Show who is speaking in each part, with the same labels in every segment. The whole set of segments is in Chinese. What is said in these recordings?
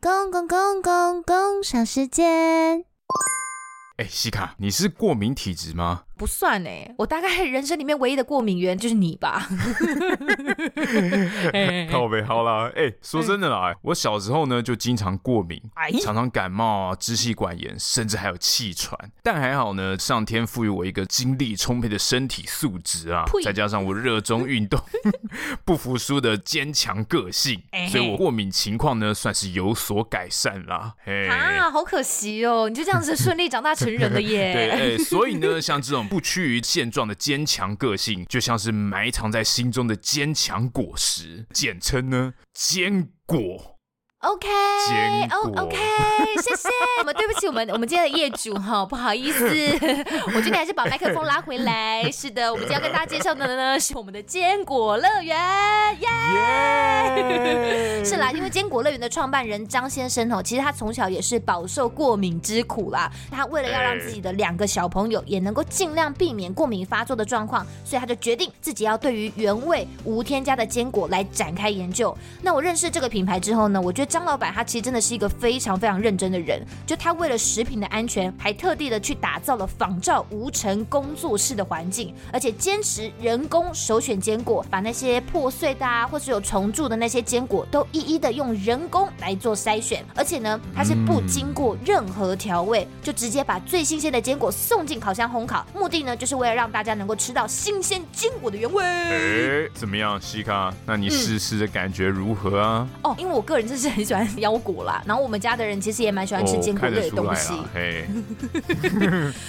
Speaker 1: 公公公公公赏时间，
Speaker 2: 哎、西卡，你是过敏体质吗？
Speaker 3: 不算哎，我大概人生里面唯一的过敏源就是你 吧。哎
Speaker 2: 靠呗，好啦，哎、说真的啦，我小时候呢就经常过敏，
Speaker 3: 嗯哎
Speaker 2: 常常感冒啊、支气管炎，甚至还有气喘。但还好呢，上天赋予我一个精力充沛的身体素质啊
Speaker 3: 呸，
Speaker 2: 再加上我热衷运 动、不服输的坚强个性
Speaker 3: 哎，嘿
Speaker 2: 所以我过敏情况呢算是有所改善啦。嘿。
Speaker 3: 啊，好可惜哦，你就这样子顺利长大成人了
Speaker 2: 对，哎、
Speaker 3: 耶。
Speaker 2: 所以呢，像这种不趋于现状的坚强个性，就像是埋藏在心中的坚强果实，简称呢坚果。
Speaker 3: OK，
Speaker 2: 坚
Speaker 3: 哦
Speaker 2: 果
Speaker 3: ，OK，谢谢。我们对不起，我们我们今天的业主哈，不好 意思，我觉得你还是把麦克风拉回来。是的，我们今天要跟大家介绍的呢是我们的坚果乐园，耶、
Speaker 2: 耶、
Speaker 3: 是啦，因为坚果乐园的创办人张先生哦，其实他从小也是饱受过敏之苦啦。他为了要让自己的两个小朋友也能够尽量避免过敏发作的状况，所以他就决定自己要对于原味无添加的坚果来展开研究。那我认识这个品牌之后呢，我觉得张老板他其实真的是一个非常非常认真的人，就他为了食品的安全，还特地的去打造了仿照无尘工作室的环境，而且坚持人工首选坚果，把那些破碎的啊，或是有虫蛀的那些坚果，都一一的用人工来做筛选，而且呢，它是
Speaker 2: 嗯
Speaker 3: 不经过任何调味，就直接把最新鲜的坚果送进烤箱烘烤，目的呢，就是为了让大家能够吃到新鲜坚果的原味。
Speaker 2: 哎、怎么样，西卡？那
Speaker 3: 嗯
Speaker 2: 你试试的感觉如何啊？
Speaker 3: 哦，因为我个人真是很喜欢 腰果啦，然后我们家的人其实也蛮喜欢吃
Speaker 2: 哦
Speaker 3: 坚果
Speaker 2: 看
Speaker 3: 类
Speaker 2: 得
Speaker 3: 的
Speaker 2: 出
Speaker 3: 东
Speaker 2: 来
Speaker 3: 西。
Speaker 2: 啦，嘿，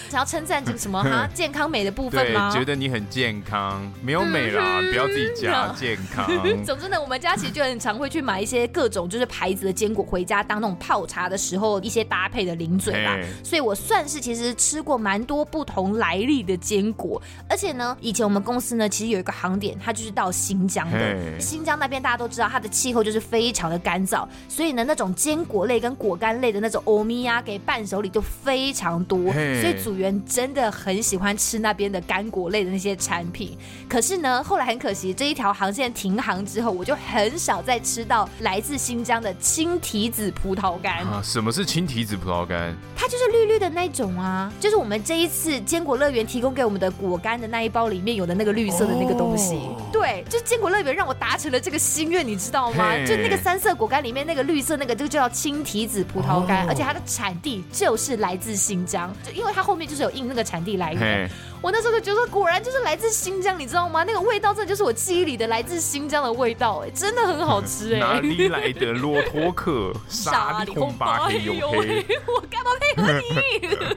Speaker 3: 想要称赞这个 什么哈健康美的 部分
Speaker 2: 对，
Speaker 3: 吗？嗯
Speaker 2: 觉得你很健康，没有美啦，不要自己加健康。
Speaker 3: 总之呢，我们家其实就很常会去买一些各种就是牌子的坚果回家当那种泡茶的时候一些搭配的零 嘴啦
Speaker 2: 嘿。
Speaker 3: 所以我算是其实吃过蛮多不同来历的坚果，而且呢，以前我们公司呢其实有一个航点，它就是到新疆的。
Speaker 2: 嘿
Speaker 3: 新疆那边大家都知道，它的气候就是非常的干燥，所以呢，那种坚果类跟果干类的那种欧米呀给伴手礼就非常多。
Speaker 2: 嘿
Speaker 3: 所以组员真的很喜欢吃那边的干果类的那些产品。可是呢，后来很可惜，这一条航线停航之后，我就很少再吃到来自新疆的青提子葡萄干，
Speaker 2: 啊，什么是青提子葡萄干？
Speaker 3: 它就是绿绿的那种啊，就是我们这一次坚果乐园提供给我们的果干的那一包里面有的那个绿色的那个东西。
Speaker 2: 哦
Speaker 3: 对，就坚果乐园让我达成了这个心愿，你知道吗？
Speaker 2: 嘿
Speaker 3: 就那个三色果干里面那个绿色那个，这个就叫青提子葡萄干，
Speaker 2: 哦
Speaker 3: 而且它的产地就是来自新疆，就因为它后面就是有印那个产地来源。
Speaker 2: 嘿，
Speaker 3: 我那时候就觉得，果然就是来自新疆，你知道吗？那个味道，真的就是我记忆里的来自新疆的味道、哎，真的很好吃、
Speaker 2: 哪
Speaker 3: 哎。
Speaker 2: 里来的骆驼 克？
Speaker 3: 傻
Speaker 2: 里红巴黑
Speaker 3: 呦
Speaker 2: 黝
Speaker 3: 喂
Speaker 2: 黑。！
Speaker 3: 我干嘛配合你？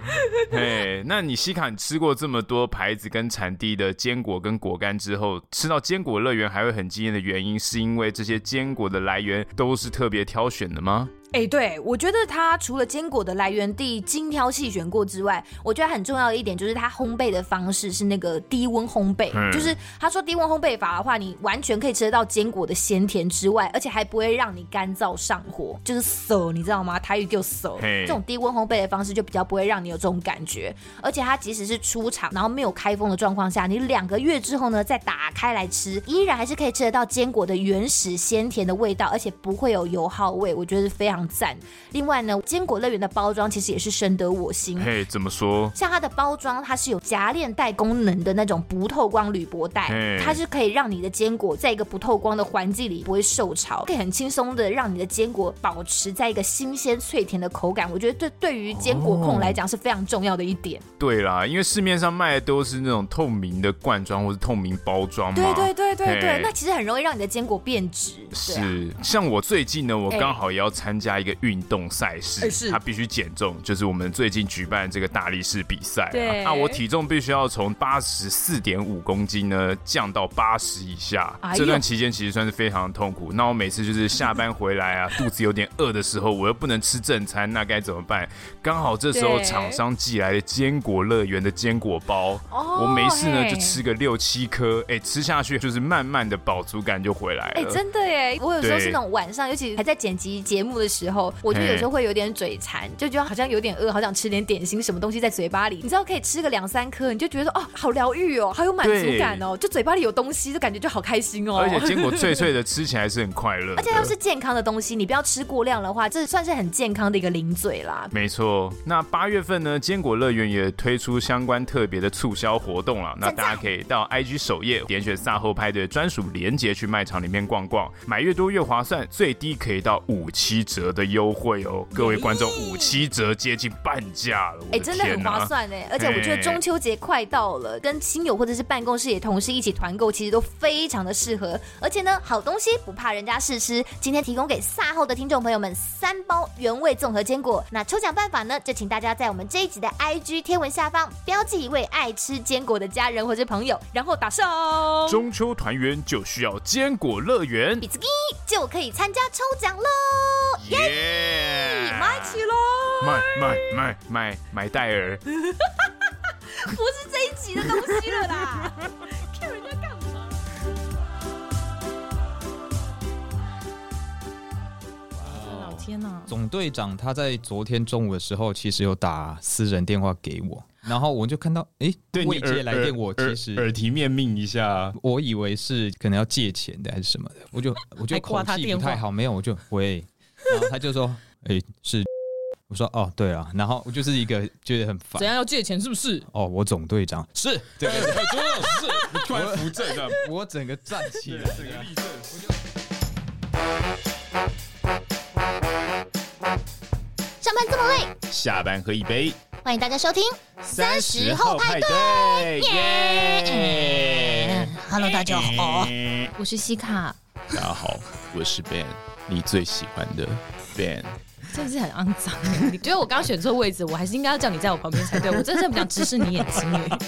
Speaker 2: 嘿，那你西卡，你吃过这么多牌子跟产地的坚果跟果干之后，吃到坚果乐园还会很惊艳的原因，是因为这些坚果的来源都是特别挑选的吗？
Speaker 3: 哎、对，我觉得它除了坚果的来源地精挑细选过之外，我觉得很重要的一点就是它烘焙的方式是那个低温烘焙，
Speaker 2: 嗯
Speaker 3: 就是他说低温烘焙法的话，你完全可以吃得到坚果的鲜甜之外，而且还不会让你干燥上火，就是涩，你知道吗？台语就涩，
Speaker 2: 嘿
Speaker 3: 这种低温烘焙的方式就比较不会让你有这种感觉，而且它即使是出厂然后没有开封的状况下，你两个月之后呢再打开来吃，依然还是可以吃得到坚果的原始鲜甜的味道，而且不会有油耗味，我觉得是非常赞。另外呢，坚果乐园的包装其实也是深得我心。
Speaker 2: 嘿，怎么说？
Speaker 3: 像它的包装，它是有夹链带功能的那种不透光铝箔袋
Speaker 2: 嘿，
Speaker 3: 它是可以让你的坚果在一个不透光的环境里不会受潮，可以很轻松的让你的坚果保持在一个新鲜脆甜的口感。我觉得这对于坚果控来讲是非常重要的一点。
Speaker 2: 对啦，因为市面上卖的都是那种透明的罐装或是透明包装嘛。
Speaker 3: 对对对对对
Speaker 2: 嘿，
Speaker 3: 那其实很容易让你的坚果变质。对啊
Speaker 2: 是，像我最近呢，我
Speaker 3: 哎
Speaker 2: 刚好也要参加一个运动赛事，
Speaker 3: 哎是
Speaker 2: 它必须减重，就是我们最近举办这个大力士比赛、啊，
Speaker 3: 对
Speaker 2: 那我体重必须要从八十四点五公斤呢降到八十以下，
Speaker 3: 哎呦
Speaker 2: 这段期间其实算是非常痛苦。那我每次就是下班回来 啊，肚子有点饿的时候，我又不能吃正餐，那该怎么办？刚好这时候
Speaker 3: 对
Speaker 2: 厂商寄来的坚果乐园的坚果包，
Speaker 3: 哦
Speaker 2: 我没事呢
Speaker 3: 嘿
Speaker 2: 就吃个六七颗，哎、吃下去就是慢慢的饱足感就回来了。
Speaker 3: 哎哎、真的耶！我有时候
Speaker 2: 对
Speaker 3: 是那种晚上，尤其还在剪辑节目的时候，我就
Speaker 2: 嘿
Speaker 3: 有时候会有点嘴馋，就觉得好像有点饿，好想吃点点心，什么东西在嘴巴里，你知道可以吃个两三颗，你就觉得哦，好疗愈哦，好有满足感哦，就嘴巴里有东西，就感觉就好开心哦。
Speaker 2: 而且坚果脆脆 的，吃起来是很快乐的。
Speaker 3: 而且又是健康的东西，你不要吃过量的话，这算是很健康的一个零嘴啦。
Speaker 2: 没错，那八月份呢，坚果乐园也推出相关特别的促销活动了。那
Speaker 3: 赞赞
Speaker 2: 大家可以到 IG 首页点选赛后派对专属链接去卖场里面逛逛，买越多越划算，最低可以到五七折的优惠哦。各位观众，
Speaker 3: 咦
Speaker 2: 五七折接近半价了，我
Speaker 3: 哎、
Speaker 2: 的
Speaker 3: 真的
Speaker 2: 天
Speaker 3: 很
Speaker 2: 哪、
Speaker 3: 划算哎！而且我觉得中秋节快到了，跟亲友或者是办公室里的同事一起团购，其实都非常的适合。而且呢，好东西不怕人家试吃，今天提供给赛后的听众朋友们三包原味综合坚果。那抽奖办法呢，就请大家在我们这一集的 IG 贴文下方标记一位爱吃坚果的家人或是朋友，然后打上
Speaker 2: 中秋团圆就需要坚果乐园
Speaker 3: 比，兹基，就可以参加抽奖喽！
Speaker 2: 耶！
Speaker 3: 买起喽！
Speaker 2: 买买买买买戴尔。
Speaker 3: 不是这一集的东西 了啦，Q 人家干嘛？
Speaker 4: 哦
Speaker 5: 天啊哪！
Speaker 4: 总队长他在昨天中午的时候，其实有打私人电话给我，然后我就看到，诶，
Speaker 2: 对你
Speaker 4: 未接
Speaker 2: 耳
Speaker 4: 来
Speaker 2: 耳
Speaker 4: 电，我
Speaker 2: 耳
Speaker 4: 其实
Speaker 2: 耳提面命一下，
Speaker 4: 我以为是可能要借钱的还是什么的，我就我 就
Speaker 5: 还挂
Speaker 4: 口
Speaker 5: 他
Speaker 4: 气
Speaker 5: 电
Speaker 4: 不太
Speaker 5: 话
Speaker 4: 好，没有，我就喂，然后他就说，诶，是，我说哦，对啊，然后我就是一个觉得很烦
Speaker 5: 怎，样要借钱是不是？
Speaker 4: 哦，我总队长是，对对对，
Speaker 5: 真的是。
Speaker 2: 突然扶正啊的，
Speaker 4: 我整个站起来，
Speaker 2: 整个立正。
Speaker 3: 上班这么累，
Speaker 2: 下班喝一杯，
Speaker 3: 欢迎大家收听。
Speaker 2: 三
Speaker 3: 十号派
Speaker 2: 对，
Speaker 3: 耶
Speaker 2: 耶！
Speaker 3: Hello，大
Speaker 5: 哎
Speaker 3: 家好，
Speaker 2: 嗯
Speaker 3: 我是西卡，
Speaker 2: 大家好，我是 Ben，你最喜欢的 Ben。
Speaker 5: 真的是很肮 脏欸。你觉得我刚刚选错位置，我还是应该要叫你在我旁边才对。我真的是不想直视你眼睛欸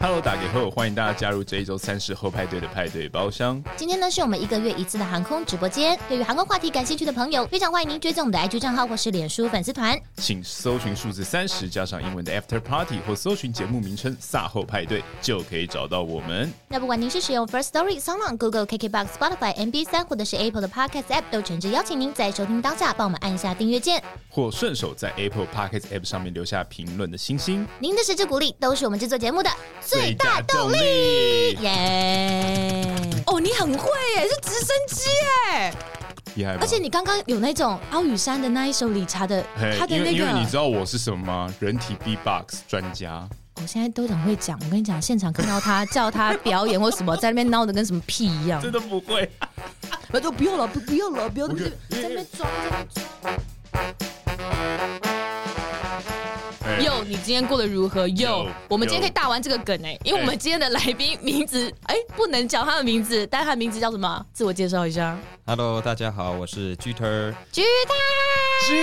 Speaker 2: Hello，大家好，欢迎大家加入这一周三十后派对的派对包厢。
Speaker 3: 今天呢是我们一个月一次的航空直播间。对于航空话题感兴趣的朋友，非常欢迎您追踪我们的 IG 账号或是脸书粉丝团。
Speaker 2: 请搜寻数字三十加上英文的 After Party，或搜寻节目名称“撒后派对”，就可以找到我们。
Speaker 3: 那不管您是使用 First Story、s o n g On、Google、KKBox、Spotify、MB 三或者是 Apple 的 Podcast App，都诚挚邀请您在收听当下帮我们按下订阅键。
Speaker 2: 或顺手在 Apple Podcast App 上面留下评论的星星，
Speaker 3: 您的支持鼓励都是我们制作节目的最大动力。
Speaker 2: 力，
Speaker 3: 耶！
Speaker 5: 哦，你很会耶，是直升机耶！
Speaker 2: 厉害吗？
Speaker 5: 而且你刚刚有那种阿雨山的那一首理查的，
Speaker 2: 嘿
Speaker 5: 他的
Speaker 2: 因为
Speaker 5: 那
Speaker 2: 因为你
Speaker 5: 个
Speaker 2: 知，道我是什么吗？人体 B-box 专家，
Speaker 5: 我现在都很会讲。我跟你讲，现场看到他叫他表演或什么，在那边闹得跟什么屁一样。
Speaker 2: 的不 会。
Speaker 5: 他哎说不要了，不不要了，不要了，
Speaker 2: 我觉得
Speaker 5: 在那边装。
Speaker 2: 哎
Speaker 5: 哟，你今天过得如何？
Speaker 2: Yo，
Speaker 5: 哟，我们今天
Speaker 2: yo
Speaker 5: 可以大玩这个梗哎、因为我
Speaker 2: 哎
Speaker 5: 们今天的来宾名字哎、不能讲他的名字，但他的名字叫什么？自我介绍一下。
Speaker 4: Hello，大家好，我是 Jeter。
Speaker 5: 菊他。
Speaker 2: 知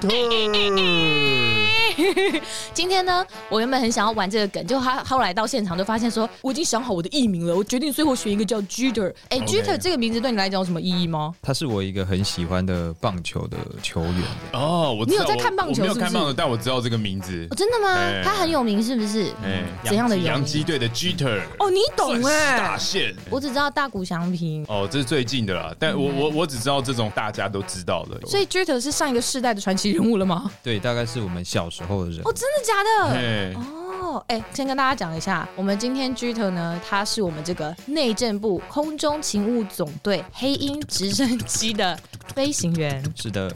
Speaker 2: 道
Speaker 5: 今天呢，我原本很想要玩这个梗，就他后来到现场就发现说，我已经想好我的艺名了，我决定最后选一个叫 Jeter。哎、
Speaker 2: OK
Speaker 5: j e t e r 这个名字对你来讲有什么意义吗？
Speaker 4: 他是我一个很喜欢的棒球的球员，
Speaker 2: 哦，我知道
Speaker 5: 你有在看棒球
Speaker 2: 我我没有
Speaker 5: 是不是
Speaker 2: 看棒球，但我知道这个名字
Speaker 5: 哦、。真的吗
Speaker 2: 哎？
Speaker 5: 他很有名是不是？
Speaker 2: 哎
Speaker 5: 怎样的有
Speaker 2: 洋基
Speaker 5: 名？
Speaker 2: 队的 Jeter，
Speaker 5: 哦，你懂
Speaker 2: 钻石
Speaker 5: 哎、
Speaker 2: 大线。
Speaker 5: 我只知道大谷翔平，
Speaker 2: 哦，这是最近的啦，但我我我只知道这种大家都知道的。
Speaker 5: 嗯所以 Jeter 是上一个世代的传奇人物了吗？
Speaker 4: 对，大概是我们小时候的人。
Speaker 5: 哦，真的假的？
Speaker 2: 哎，
Speaker 5: 哦，哎、先跟大家讲一下，我们今天 Jeter 呢，他是我们这个内政部空中勤务总队黑鹰直升机的飞行员。
Speaker 4: 是的，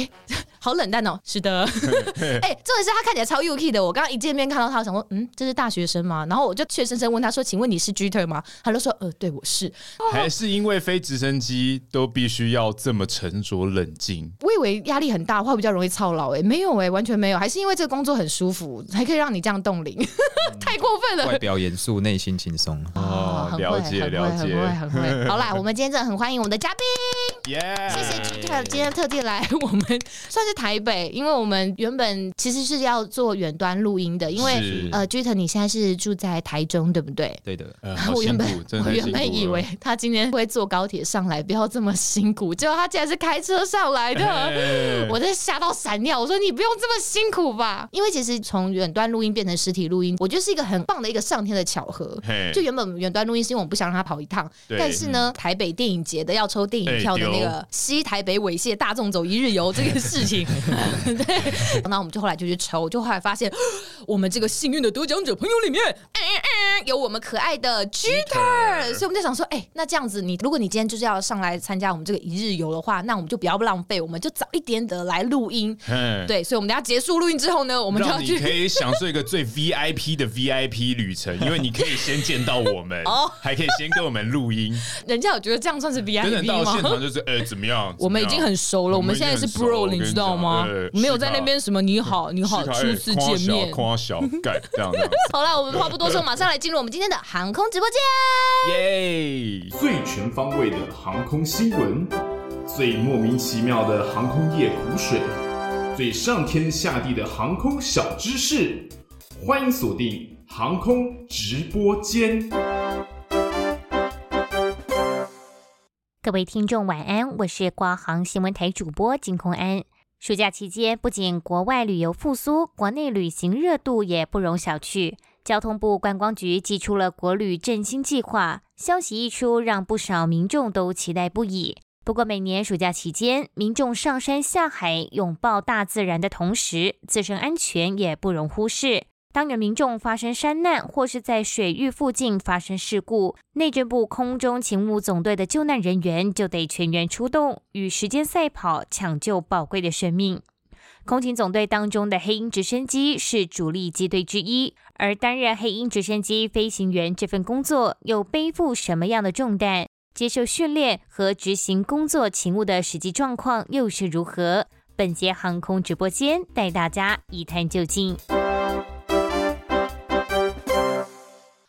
Speaker 5: 好冷淡哦，是 的。哎、重点是他看起来超 UK 的，我刚刚一见面看到他，我想说，嗯，这是大学生吗？然后我就怯生生问他说，请问你是 Jeter 吗？他就说，呃，对，我是。
Speaker 2: 还是因为飞直升机都必须要这么沉着冷静。
Speaker 5: 我以为压力很大的话比较容易操劳，哎，没有哎、完全没有，还是因为这个工作很舒服，才可以让你这样冻龄， 太过分了
Speaker 4: 外。表严肃，内心轻松。
Speaker 2: 哦
Speaker 5: 很
Speaker 2: 了
Speaker 5: 会
Speaker 2: 解
Speaker 5: 啊很
Speaker 2: 了
Speaker 5: 会
Speaker 2: 解
Speaker 5: 很会，很会。好啦，我们今天真的很欢迎我们的嘉宾。
Speaker 2: 耶、
Speaker 5: 谢谢 G 特今天特地来我们算是台北，因为我们原本其实是要做远端录音的，因为
Speaker 4: 是
Speaker 5: 呃 G 特你现在是住在台中对不对？
Speaker 4: 对的，
Speaker 2: 呃，
Speaker 5: 我原本
Speaker 2: 真
Speaker 5: 我
Speaker 2: 的太
Speaker 5: 原
Speaker 2: 辛苦
Speaker 5: 本以
Speaker 2: 了
Speaker 5: 为他今天会坐高铁上来，不要这么辛苦，结果他竟然是开车上来 的。
Speaker 2: 哎
Speaker 5: 我真吓到闪尿，我说你不用这么辛苦吧？因为其实从远端录音变成实体录音，我觉得是一个很棒的一个上天的巧合。
Speaker 2: 嘿
Speaker 5: 就原本远端录音是因为我们不想让他跑一趟，
Speaker 2: 哎对嗯
Speaker 5: 但是呢，台北电影节的要抽电影票的那
Speaker 2: 哎
Speaker 5: 个西台北猥亵大众走一日游这个事情， 对，那我们就后来就去抽，就后来发现嗯我们这个幸运的得奖者朋友里面，嗯嗯嗯有我们可爱的 G E
Speaker 2: E Jeter
Speaker 5: 所以我们在想说，哎、那这样子你，如果你今天就是要上来参加我们这个一日游的话，那我们就不要浪费，我们就早一点的来录音。
Speaker 2: 嘿
Speaker 5: 对，所以我们等一下结束录音之后呢，我们就要
Speaker 2: 嗯让你
Speaker 5: 去
Speaker 2: 可以享受一个最 VIP 的 VIP 旅程，因为你可以先见到我 们，
Speaker 5: 哦
Speaker 2: 还可以先跟我们录音，
Speaker 5: 人家有觉得这样算是 VIP 吗？
Speaker 2: 等等到现场就是，呃，怎么样？
Speaker 5: 哦我们已
Speaker 2: 怎么
Speaker 5: 经
Speaker 2: 样
Speaker 5: 很熟了，
Speaker 2: 我
Speaker 5: 我
Speaker 2: 们
Speaker 5: 们
Speaker 2: 已经
Speaker 5: 现在是
Speaker 2: 很熟
Speaker 5: bro，你知道吗
Speaker 2: 我跟你讲？对
Speaker 5: 没有在那边什么你好你好
Speaker 2: 是他
Speaker 5: 初次
Speaker 2: 哎夸
Speaker 5: 见面
Speaker 2: 小。夸小干这样这样，
Speaker 5: 好了，我们话不多说，马上来进入我们今天的航空直播间。
Speaker 2: 耶！最全方位的航空新闻，最莫名其妙的航空业苦水，最上天下地的航空小知识，欢迎锁定航空直播间。
Speaker 6: 各位听众晚安，我是挂航新闻台主播金空安。暑假期间，不仅国外旅游复苏，国内旅行热度也不容小觑。交通部观光局寄出了国旅振兴计划，消息一出，让不少民众都期待不已。不过，每年暑假期间，民众上山下海拥抱大自然的同时，自身安全也不容忽视。当有民众发生山难或是在水域附近发生事故，内政部空中勤务总队的救难人员就得全员出动，与时间赛跑，抢救宝贵的生命。空勤总队当中的黑鹰直升机是主力机队之一，而担任黑鹰直升机飞行员这份工作又背负什么样的重担？接受训练和执行工作勤务的实际状况又是如何？本节航空直播间带大家一探究竟。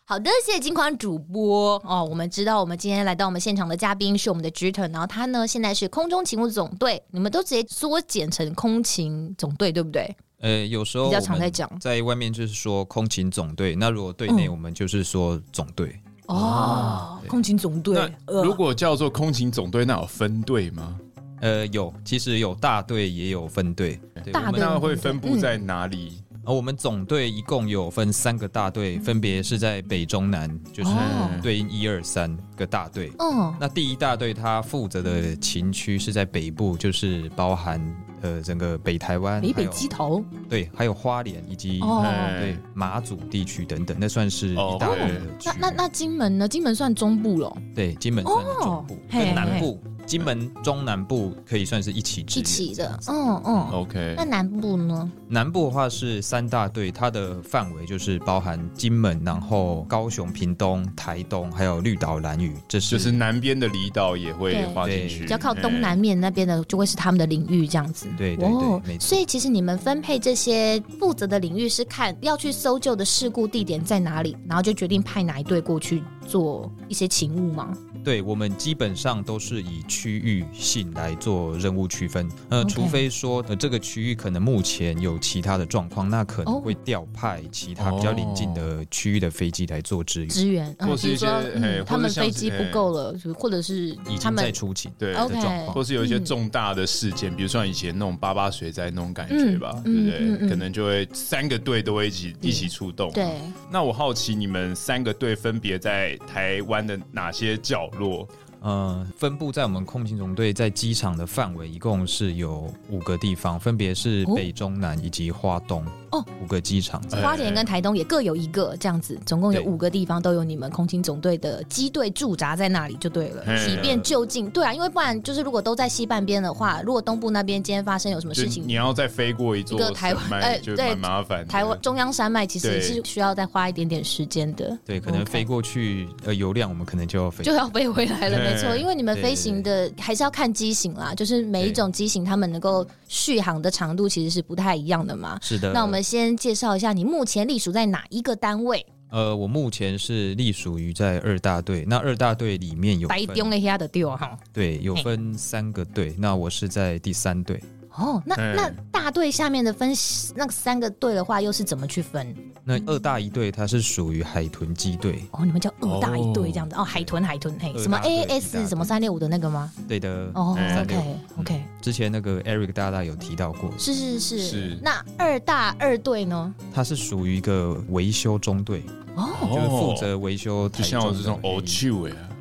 Speaker 5: 好的，谢谢金款主播哦。我们知道，我们今天来到我们现场的嘉宾是我们的 Jeter，然后他呢现在是空中勤务总队，你们都直接缩减成空勤总队，对不对？
Speaker 4: 呃，有时候
Speaker 5: 比较
Speaker 4: 我
Speaker 5: 常
Speaker 4: 们
Speaker 5: 在嗯讲
Speaker 4: 在外面就是说空勤总队，那如果队内我们就是说总队，啊
Speaker 5: 哦，空勤总队
Speaker 2: 那，如果叫做空勤总队，那有分队吗？
Speaker 4: 呃，有其实有大队也有分队，对
Speaker 5: 大
Speaker 4: 我们
Speaker 5: 队
Speaker 2: 那会分布在哪里？
Speaker 4: 而我们总队一共有分三个大队，分别是在北中南，就是
Speaker 5: 哦
Speaker 4: 对应一二三个大队。
Speaker 5: 嗯，
Speaker 4: 那第一大队它负责的勤区是在北部，就是包含呃整个北台湾、
Speaker 5: 北北
Speaker 4: 还有嗯
Speaker 5: 鸡头
Speaker 4: 对，还有花莲以及、
Speaker 5: 哦。
Speaker 2: 哎
Speaker 4: 对马祖地区等等，那算是一大堆的区
Speaker 5: 那
Speaker 4: 域。
Speaker 5: 那那金门呢？金门算中部咯，
Speaker 4: 对，金门算是中部
Speaker 5: 哦嘿
Speaker 4: 跟南部，金门中南部可以算是一起支
Speaker 5: 一
Speaker 4: 援
Speaker 5: 起
Speaker 4: 这样
Speaker 5: 的
Speaker 4: 子。，
Speaker 5: 嗯嗯。
Speaker 2: OK，
Speaker 5: 那南部呢？
Speaker 4: 南部的话是三大队，它的范围就是包含金门，然后高雄、屏东、台东，还有绿岛、兰屿，这是
Speaker 2: 就是南边的离岛也会
Speaker 5: 对
Speaker 2: 划进去，
Speaker 5: 比较靠东南面那边的，就会是他们的领域这样子。
Speaker 4: 对对对没错
Speaker 5: 哦所以其实你们分配这些负责的领域是看要去搜救的事故地点在哪里，然后就决定派哪一队过去做一些勤务吗？
Speaker 4: 对我们基本上都是以区域性来做任务区分。呃
Speaker 5: OK
Speaker 4: 除非说呃这个区域可能目前有其他的状况，那可
Speaker 5: 哦
Speaker 4: 能会调派其他比较临近的区域的飞机来做支援。
Speaker 5: 支援，嗯
Speaker 2: 或
Speaker 5: 比
Speaker 2: 是
Speaker 5: 如
Speaker 2: 一些
Speaker 5: 说
Speaker 2: 嘿
Speaker 5: 嗯
Speaker 2: 或
Speaker 5: 他们
Speaker 2: 是像
Speaker 5: 飞
Speaker 2: 是哎
Speaker 5: 机不
Speaker 2: 嘿
Speaker 5: 够了，就或者是
Speaker 4: 已
Speaker 5: 他
Speaker 4: 经在
Speaker 5: 们
Speaker 4: 出勤，
Speaker 2: 对。
Speaker 5: OK
Speaker 4: 的状况
Speaker 2: 或是有一些
Speaker 5: 嗯
Speaker 2: 重大的事件，比如说像以前那种八八水灾那种感觉吧，
Speaker 5: 嗯
Speaker 2: 对不对？
Speaker 5: 嗯嗯嗯
Speaker 2: 可能就会三个队都会一起、一起出动。
Speaker 5: 对。
Speaker 2: 那我好奇你们三个队分别在台湾的哪些角落？
Speaker 4: 呃，分布在我们空勤总队在机场的范围，一共是有五个地方，分别是
Speaker 5: 哦
Speaker 4: 北中南以及花东
Speaker 5: 哦，
Speaker 4: 五个机场。
Speaker 2: 哎
Speaker 5: 花莲跟台东也各有一个这样子，总共有
Speaker 4: 对
Speaker 5: 五个地方都有你们空勤总队的机队驻扎在那里就对了，
Speaker 2: 嘿
Speaker 5: 以便就近。对啊，因为不然就是如果都在西半边的话，如果东部那边今天发生有什么
Speaker 2: 就
Speaker 5: 事
Speaker 2: 你
Speaker 5: 情，
Speaker 2: 要再飞过一座
Speaker 5: 一个台湾
Speaker 2: 山脉
Speaker 5: 哎
Speaker 2: 就
Speaker 5: 对
Speaker 2: 蛮麻烦的。
Speaker 5: 台湾中央山脉其实
Speaker 2: 对
Speaker 5: 也是需要再花一点点时间的，
Speaker 4: 对，可能飞过去，呃，油量我们可能就要飞
Speaker 5: 就要飞回来了，
Speaker 2: 对
Speaker 5: 没错。因为你们飞行的还是要看机型啦，就是每一种机型他们能够续航的长度其实是不太一样的嘛。
Speaker 4: 是的，
Speaker 5: 那我们先介绍一下你目前隶属在哪一个单位？
Speaker 4: 呃，我目前是隶属于在二大队，那二大队里面有
Speaker 5: 台
Speaker 4: 分
Speaker 5: 中的遐的丢哈。
Speaker 4: 对有分三个队，那我是在第三队。
Speaker 5: 哦，那
Speaker 7: 嗯
Speaker 5: 那大队下面的分那三个队的话，又是怎么去分？
Speaker 4: 那二大一队它是属于海豚机队，
Speaker 5: 哦，你们叫二大一队这样子哦，海豚海豚嘿，
Speaker 4: 二
Speaker 5: 什么
Speaker 4: 大队哎一大
Speaker 5: AS
Speaker 4: 队
Speaker 5: 什么三六五的那个吗？
Speaker 4: 对的。
Speaker 5: 哦
Speaker 7: 嗯
Speaker 5: ，OK OK，
Speaker 4: 之前那个 Eric 大大有提到过，
Speaker 5: 是是是
Speaker 7: 是。
Speaker 5: 那二大二队呢？
Speaker 4: 它是属于一个维修中队，
Speaker 5: 哦，
Speaker 4: 就是负责维修台
Speaker 7: 就像我
Speaker 4: 中
Speaker 7: 这种
Speaker 4: 的
Speaker 2: 哦
Speaker 7: 偶趣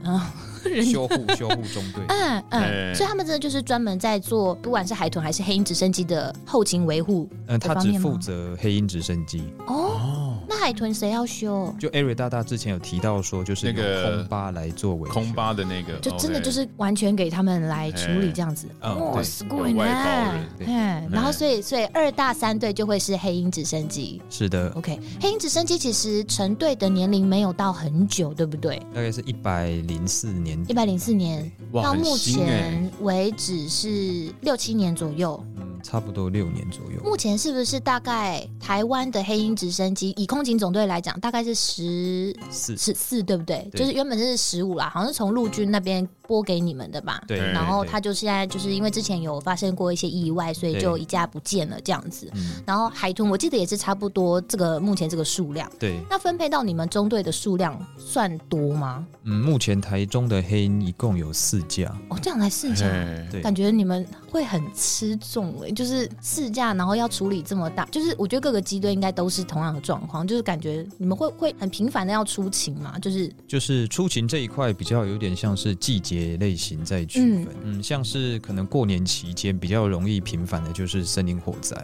Speaker 7: 哎，
Speaker 4: 修护修护中 队。
Speaker 5: 嗯嗯，
Speaker 7: 哎
Speaker 5: 所以他们真的就是专门在做，不管是海豚还是黑鹰直升机的后勤维护。
Speaker 4: 嗯，他
Speaker 5: 方
Speaker 4: 只
Speaker 5: 面吗
Speaker 4: 负责黑鹰直升机。
Speaker 5: 哦，那海豚谁要修？
Speaker 4: 就 Eric 大大之前有提到说，就是
Speaker 7: 那个
Speaker 4: 用空巴来做维修
Speaker 7: 空巴的那个，
Speaker 5: 就
Speaker 2: 哦
Speaker 5: 真的
Speaker 7: OK
Speaker 5: 就是完全给他们来处理这样子。
Speaker 4: 哎嗯
Speaker 5: 哦，
Speaker 4: 对
Speaker 5: すごい
Speaker 7: 有外包
Speaker 5: ね
Speaker 7: 人。
Speaker 4: 对
Speaker 5: 嗯，然后所以所以二大三队就会是黑鹰直升机。
Speaker 4: 是的，
Speaker 5: OK，黑鹰直升机其实成队的年龄没有到很久，对不对？
Speaker 4: 大概是一百零四年
Speaker 5: 一百零四年
Speaker 7: 哇
Speaker 5: 到
Speaker 7: 很
Speaker 5: 目
Speaker 7: 新
Speaker 2: 欸
Speaker 7: 哎
Speaker 5: 前为止是六七年左右。
Speaker 4: 嗯，差不多六年左右。
Speaker 5: 目前是不是大概台湾的黑鹰直升机，以空警总队来讲，大概是十
Speaker 4: 是，
Speaker 5: 十四，对不对？
Speaker 4: 对
Speaker 5: 就是原本是十五啦，好像是从陆军那边拨给你们的吧？
Speaker 4: 对。
Speaker 7: 然
Speaker 5: 然后
Speaker 4: 对
Speaker 5: 他，就现在就是因为之前有发生过一些意外，所以
Speaker 4: 对
Speaker 5: 就一架不见了这样子。
Speaker 4: 嗯，
Speaker 5: 然后海豚我记得也是差不多这个目前这个数量。
Speaker 4: 对，
Speaker 5: 那分配到你们中队的数量算多吗？
Speaker 4: 嗯，目前台中的黑鹰一共有四架，
Speaker 5: 哦，这样来试讲，
Speaker 7: 哎
Speaker 4: 对，
Speaker 5: 感觉你们会很吃重诶、就是试驾，然后要处理这么大，就是我觉得各个机队应该都是同样的状况，就是感觉你们会会很频繁的要出勤嘛，就是
Speaker 4: 就是出勤这一块比较有点像是季节类型在区分，嗯像是可能过年期间比较容易频繁的就是森林火灾，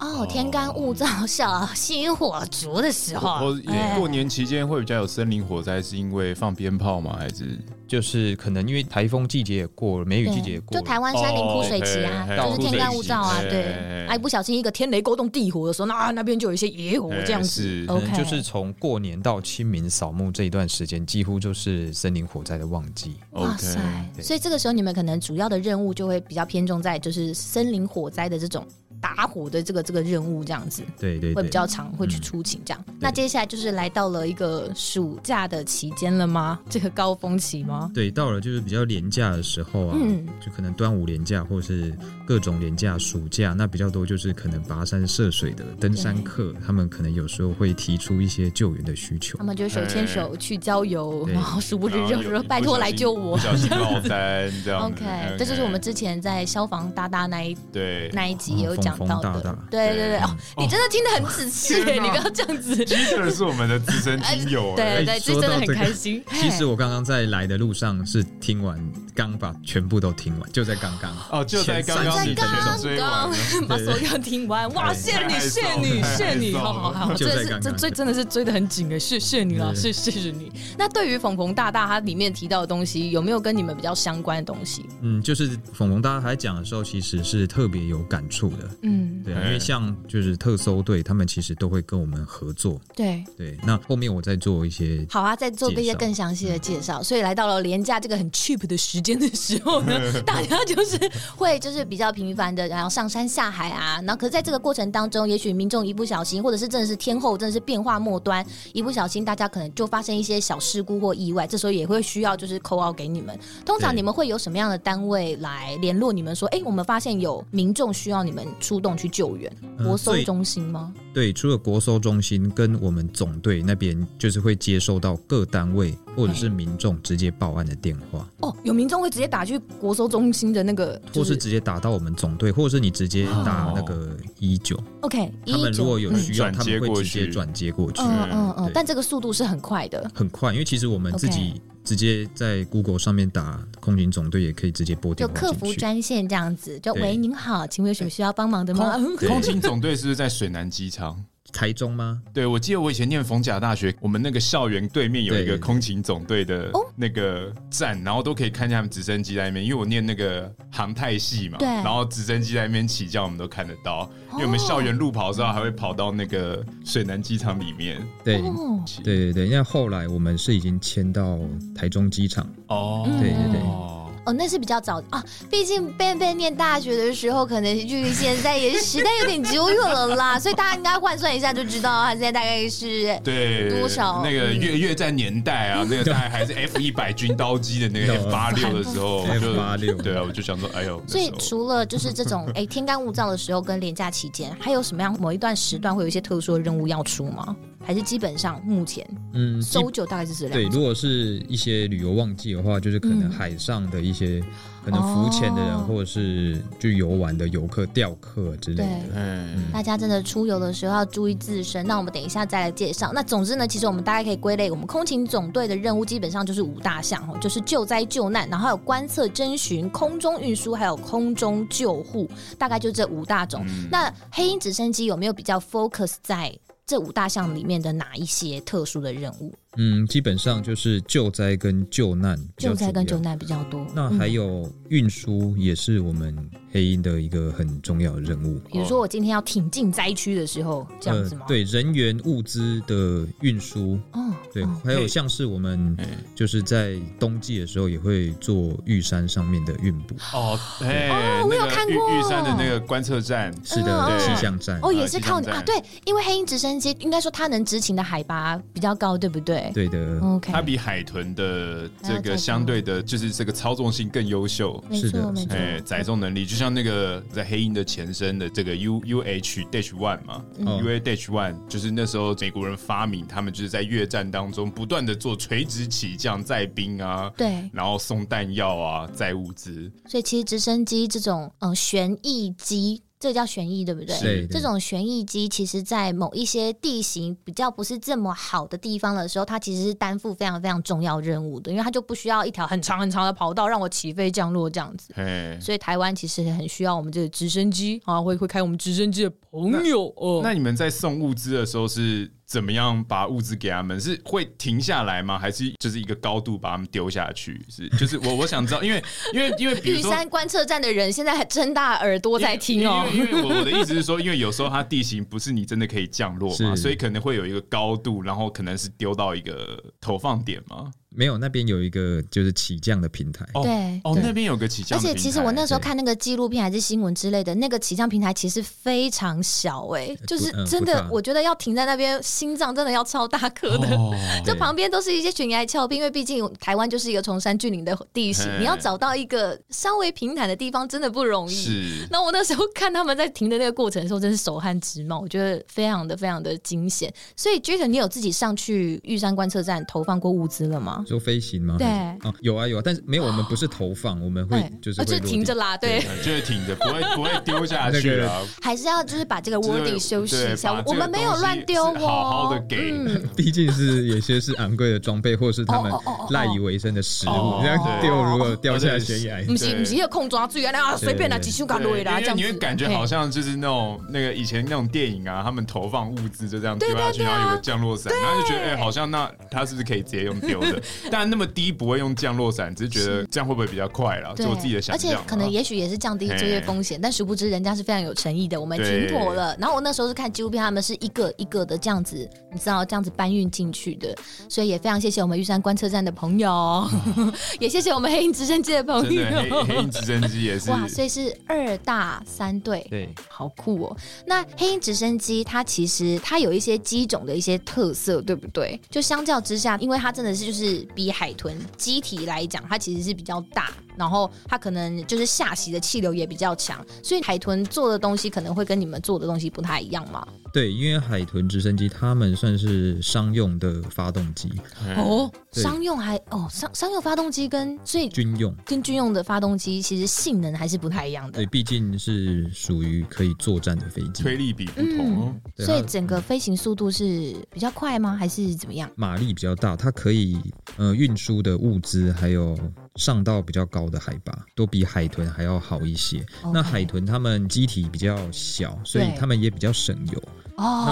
Speaker 5: 哦，天干物燥、小心火烛的时候哎
Speaker 7: 我，过年期间会比较有森林火灾，是因为放鞭炮吗？还是
Speaker 4: 就是可能因为台风季节也过了，梅雨季节也过
Speaker 5: 就
Speaker 4: 了，
Speaker 5: 台湾山林枯水期啊，
Speaker 7: 哦
Speaker 5: 就是天干物燥啊，
Speaker 7: 枯水期
Speaker 5: 对
Speaker 7: 哎，
Speaker 5: 哎，不小心一个天雷勾动地火的时候，那啊那边就有一些野火这样子。哦
Speaker 7: 哎是
Speaker 4: 可能
Speaker 5: OK
Speaker 4: 嗯就是从过年到清明扫墓这一段时间，几乎就是森林火灾的旺季。
Speaker 5: 哇
Speaker 7: OK，
Speaker 5: 塞！所以这个时候你们可能主要的任务就会比较偏重在就是森林火灾的这种打火的这个这个任务这样子，
Speaker 4: 对对
Speaker 5: 会比
Speaker 4: 对，
Speaker 5: 较常会去出勤这样。那接下来就是来到了一个暑假的期间了吗？ 这个高峰期吗？
Speaker 4: 对，到了就是比较廉价的时候啊，
Speaker 5: 嗯
Speaker 4: 就可能端午廉价或是各种廉价、暑假，那比较多就是可能跋山涉水的登山客，他们可能有时候会提出一些救援的需求
Speaker 5: 他。们就手牵手去郊游，
Speaker 4: 对
Speaker 5: 然后殊不知
Speaker 7: 然后
Speaker 5: 就
Speaker 7: 有
Speaker 5: 是说拜托来救我
Speaker 7: 不。小心落单这样子。
Speaker 5: OK，这
Speaker 2: 嗯
Speaker 5: 就是我们之前在消防搭搭那一
Speaker 7: 对
Speaker 5: 那一集也有讲
Speaker 4: 缝
Speaker 5: 到
Speaker 4: 缝
Speaker 5: 的，
Speaker 4: 大大
Speaker 5: 对对对，哦，你真的听得很仔细耶，
Speaker 7: 天哪
Speaker 5: 你不要这样子， 对
Speaker 7: Peter 是我们的资深听友，
Speaker 5: 对对，
Speaker 4: 哎
Speaker 5: 这
Speaker 4: 说
Speaker 5: 真
Speaker 4: 到
Speaker 5: 的很
Speaker 4: 这个
Speaker 5: 开 心。
Speaker 4: 其实我刚刚在来的路上是听完，刚把全部都听完，就在刚刚。
Speaker 7: 哦，就在刚刚你
Speaker 4: 前三
Speaker 7: 全
Speaker 4: 十
Speaker 7: 追完了，
Speaker 5: 把所有听完，哇，谢谢你，
Speaker 7: 太
Speaker 5: 谢谢
Speaker 7: 爽
Speaker 5: 你，
Speaker 7: 了
Speaker 5: 谢谢你，
Speaker 7: 太
Speaker 5: 好
Speaker 7: 爽
Speaker 5: 好
Speaker 7: 了
Speaker 5: 好，
Speaker 4: 就
Speaker 5: 真的
Speaker 4: 在
Speaker 5: 是
Speaker 4: 刚
Speaker 5: 这
Speaker 4: 刚
Speaker 5: 追真的是追的很紧哎，谢谢你了，谢
Speaker 4: 对
Speaker 5: 谢谢谢你。那对于冯冯大大他里面提到的东西，有没有跟你们比较相关的东西？
Speaker 4: 嗯，就是冯冯大家还讲的时候，其实是特别有感触的。
Speaker 5: 嗯，
Speaker 4: 对啊，
Speaker 7: 嗯
Speaker 4: 因为像就是特搜队，他们其实都会跟我们合作。
Speaker 5: 对。
Speaker 4: 对，那后面我再做一些
Speaker 5: 好啊，再做
Speaker 4: 介
Speaker 5: 一些
Speaker 4: 绍
Speaker 5: 更详细的介绍。所以来到了廉价这个很 cheap 的时间的时候
Speaker 4: 嗯
Speaker 5: 呢，大家就是会就是比较频繁的，然后上山下海啊。然后，可是在这个过程当中，也许民众一不小心，或者是真的是天后，真的是变化末端，一不小心大家可能就发生一些小事故或意外，这时候也会需要就是扣 out 给你们。通常
Speaker 4: 对
Speaker 5: 你们会有什么样的单位来联络你们说，哎，我们发现有民众需要你们出动去救援，
Speaker 4: 嗯
Speaker 5: 国搜
Speaker 4: 最
Speaker 5: 中心吗？
Speaker 4: 对，除了国搜中心跟我们总队那边，就是会接收到各单位或者
Speaker 5: 嗯
Speaker 4: 是民众直接报案的电话，
Speaker 5: 哦，有民众会直接打去国搜中心的那个，就
Speaker 4: 或是直接打到我们总队，或者是你直接打那个一九，
Speaker 5: OK，
Speaker 4: 他们如果有需要，
Speaker 7: 嗯
Speaker 4: 他们
Speaker 7: 哦转接过
Speaker 4: 会直
Speaker 7: 去
Speaker 4: 接转接过去，
Speaker 5: 嗯嗯嗯
Speaker 4: 对，
Speaker 5: 但这个速度是很快的。
Speaker 4: 很快，因为其实我们自己直接在 Google 上面打空警总队，也可以直接拨
Speaker 5: 就
Speaker 4: 电
Speaker 5: 客
Speaker 4: 话
Speaker 5: 服
Speaker 4: 进去。
Speaker 5: 专线这样子，就
Speaker 4: 对
Speaker 5: 喂，您好，请问有什么需要帮忙的吗？
Speaker 7: 空
Speaker 4: 对
Speaker 7: 空警总队是不是在水南机场？
Speaker 4: 台中吗？
Speaker 7: 对，我记得我以前念逢甲大学，我们那个校园对面有一
Speaker 4: 对
Speaker 7: 个
Speaker 4: 对
Speaker 7: 空勤总队的
Speaker 5: 哦
Speaker 7: 那个站，然后都可以看见他们直升机在那边，因为我念那个航太系嘛，
Speaker 5: 对哦
Speaker 7: 然后直升机在那边起降，我们都看得到，因为我们校园路跑的时候还会跑到那个水南机场里面。
Speaker 4: 对。
Speaker 5: 哦，
Speaker 4: 对对对，因为后来我们是已经迁到台中机场，
Speaker 5: 嗯
Speaker 7: 哦
Speaker 4: 对对对
Speaker 7: 哦，
Speaker 5: 哦，那是比较早啊，毕竟贝贝念大学的时候，可能距离现在也是时代有点久远了啦，所以大家应该换算一下就知道啊他现在大概是
Speaker 2: 对，
Speaker 5: 多少嗯
Speaker 2: 那个越越战年代 啊，那个大概还是 F 一百军刀机的那个 F 八六的时候，我就
Speaker 4: F86
Speaker 2: 对啊，我就想说，哎呦，
Speaker 5: 所以
Speaker 2: 那时候
Speaker 5: 除了就是这种哎天干物燥的时候跟廉假期间，还有什么样某一段时段会有一些特殊的任务要出吗？还是基本上目前
Speaker 4: 嗯，基
Speaker 5: 搜救大概是这
Speaker 4: 对，
Speaker 5: 两种？
Speaker 4: 如果是一些旅游旺季的话，就是可
Speaker 5: 嗯
Speaker 4: 能海上的一些、可能浮潜的人，
Speaker 5: 哦
Speaker 4: 或者是去游玩的游客、钓客之类的。
Speaker 2: 嗯，
Speaker 5: 大家真的出游的时候要注意自身。那我们等一下再来介绍。那总之呢，其实我们大概可以归类，我们空勤总队的任务基本上就是五大项哦，就是救灾救难，然后还有观测征询、空中运输，还有空中救护，大概就这五大
Speaker 2: 嗯
Speaker 5: 种。那黑鹰直升机有没有比较 focus 在这五大项里面的哪一些特殊的任务？
Speaker 4: 嗯，基本上就是救灾跟救难，
Speaker 5: 救灾跟救。难比较多。
Speaker 4: 那还有运输也是我们黑鹰的一个很重要的任务。
Speaker 5: 比如说我今天要挺进灾区的时候，这样子吗？
Speaker 4: 呃，对人员物资的运输，
Speaker 5: 哦，
Speaker 4: 对，
Speaker 5: 哦
Speaker 4: 还有像是我们就是在冬季的时候也会做玉山上面的运补，
Speaker 2: 哦，哎，
Speaker 5: 我有
Speaker 2: 那个
Speaker 5: 看
Speaker 2: 玉
Speaker 5: 过
Speaker 2: 玉山的那个观测站，
Speaker 4: 是
Speaker 5: 嗯
Speaker 4: 的，
Speaker 2: 嗯
Speaker 4: 气象站。
Speaker 5: 哦，也
Speaker 2: 呃
Speaker 5: 是
Speaker 2: 机
Speaker 5: 靠
Speaker 2: 场
Speaker 5: 你啊，
Speaker 2: 站
Speaker 5: 对，因为黑鹰直升机应该说它能执勤的海拔比较高，对不对？
Speaker 4: 对的，
Speaker 5: ，OK，
Speaker 2: 它比海豚的
Speaker 5: 还
Speaker 2: 这
Speaker 5: 要再高
Speaker 2: 个相对的，就是这个操纵性更优秀。
Speaker 5: 没
Speaker 4: 是
Speaker 5: 错
Speaker 4: 的
Speaker 5: 没错，
Speaker 2: 哎，载重能力就像那个在黑鹰的前身的这个 U U H Dash One 嘛
Speaker 5: 嗯
Speaker 4: 哦
Speaker 2: ，U A Dash One 就是那时候美国人发明，他们就是在越战当中不断的做垂直起降载兵啊，
Speaker 5: 对，
Speaker 2: 然后送弹药啊，载物资，
Speaker 5: 所以其实直升机这种嗯旋翼机，这叫旋翼对不对？
Speaker 2: 是
Speaker 4: 对，对
Speaker 5: 这种旋翼机，其实在某一些地形比较不是这么好的地方的时候，它其实是担负非常非常重要任务的，因为它就不需要一条很长很长的跑道让我起飞降落这样子。
Speaker 2: 哎。
Speaker 5: 所以台湾其实很需要我们这个直升机啊，会会开我们直升机的朋友哦。
Speaker 2: 那你们在送物资的时候是怎么样把物资给他们？是会停下来吗？还是就是一个高度把他们丢下去？是就是我我想知道，因为因为因为比如
Speaker 5: 玉
Speaker 2: 说。
Speaker 5: 山观测站的人现在还睁大耳朵在听哦。
Speaker 2: 因为因为我我的意思是 说，因为有时候它地形不是你真的可以降落嘛，
Speaker 4: 是
Speaker 2: 所以可能会有一个高度，然后可能是丢到一个投放点嘛。
Speaker 4: 没有那边有一个就是起降的平台，
Speaker 2: 哦
Speaker 5: 对
Speaker 2: 哦，
Speaker 5: 对
Speaker 2: 那边有个起降
Speaker 5: 而
Speaker 2: 的平台，
Speaker 5: 且其实我那时候
Speaker 4: 对
Speaker 5: 看那个纪录片还是新闻之类的，那个起降平台其实非常小哎、就是
Speaker 4: 不嗯
Speaker 5: 真
Speaker 4: 不
Speaker 5: 的
Speaker 4: 大，
Speaker 5: 我觉得要停在那边，心脏真的要超大颗 的。
Speaker 2: 哦，
Speaker 5: 这旁边都是一些悬崖峭壁，因为毕竟台湾就是一个崇山峻岭的地形，
Speaker 2: 嗯
Speaker 5: 你要找到一个稍微平坦的地方真的不容易。
Speaker 2: 是
Speaker 5: 那我那时候看他们在停的那个过程的时候，真是手汗直冒，我觉得非常的非常的惊险。所以 Jason，你有自己上去玉山观测站投放过物资了吗？
Speaker 4: 说飞行吗？
Speaker 5: 对
Speaker 4: 还是哦，有啊有啊，但是没有，我们不是投放，我们会
Speaker 5: 对
Speaker 4: 就是
Speaker 5: 而
Speaker 4: 会
Speaker 5: 且
Speaker 4: 落地
Speaker 5: 停着啦，对，
Speaker 2: 呃就是挺着，不会不会丢下去 啊。
Speaker 5: 还是要就是把这个
Speaker 2: 就是
Speaker 5: wording 修饰一下
Speaker 2: 对把这，个
Speaker 5: 我们没有乱丢
Speaker 2: 东
Speaker 5: 哦，
Speaker 2: 西是好好的给
Speaker 5: 嗯，
Speaker 4: 毕竟是有些是昂贵的装备，或者是他们
Speaker 5: 哦哦哦哦
Speaker 4: 赖以为生的食
Speaker 2: 哦
Speaker 4: 物，这样丢如果掉下悬崖，
Speaker 5: 不是不是，要控抓住，原来啊随便拿
Speaker 4: 对
Speaker 5: 几修
Speaker 2: 对
Speaker 5: 卡瑞啦，这
Speaker 2: 因为
Speaker 5: 样
Speaker 2: 你
Speaker 5: 子
Speaker 2: 会感觉好像就是那种那个以前那种电影啊，他们投放物资就这样丢下去，
Speaker 5: 对对对啊
Speaker 2: 然后有个降落伞，然后就觉得哎、好像那它是不是可以直接用丢的？但那么低不会用降落伞，只是觉得这样会不会比较快啦？
Speaker 5: 对
Speaker 2: 就我自己的想
Speaker 5: 而
Speaker 2: 象
Speaker 5: 且
Speaker 2: 啊。
Speaker 5: 可能也许也是降低就业风险，但殊不知人家是非常有诚意的，我们停妥了。然后我那时候是看纪录片，他们是一个一个的这样子，你知道这样子搬运进去的， 所以也非常谢谢我们玉山观测站的朋友， 也谢谢我们黑鹰直升机的朋
Speaker 2: 真的哎黑黑
Speaker 5: 友。
Speaker 2: 鹰直升机也是
Speaker 5: 哇，所以是二大三队，
Speaker 4: 对，
Speaker 5: 好酷哦！那黑鹰直升机它其实它有一些机种的一些特色，对不对？就相较之下，因为它真的是就是比海豚机体来讲，它其实是比较大，然后它可能就是下洗的气流也比较强，所以海豚做的东西可能会跟你们做的东西不太一样嘛。
Speaker 4: 对，因为海豚直升机他们算是商用的发动机，
Speaker 5: 哦，
Speaker 4: 对
Speaker 5: 商用还哦商商用发动机跟所以
Speaker 4: 军用，
Speaker 5: 跟军用的发动机其实性能还是不太一样的
Speaker 4: 对，。毕竟是属于可以作战的飞机，
Speaker 2: 推力比不同哦。
Speaker 4: 对
Speaker 5: 所以
Speaker 4: 它
Speaker 5: 整个飞行速度是比较快吗？还是怎么样？
Speaker 4: 马力比较大，它可以呃运输的物资还有上到比较高的海拔，都比海豚还要好一些。那海豚它们机体比较小，所以
Speaker 5: OK
Speaker 4: 它们也比较省油，
Speaker 5: 哦，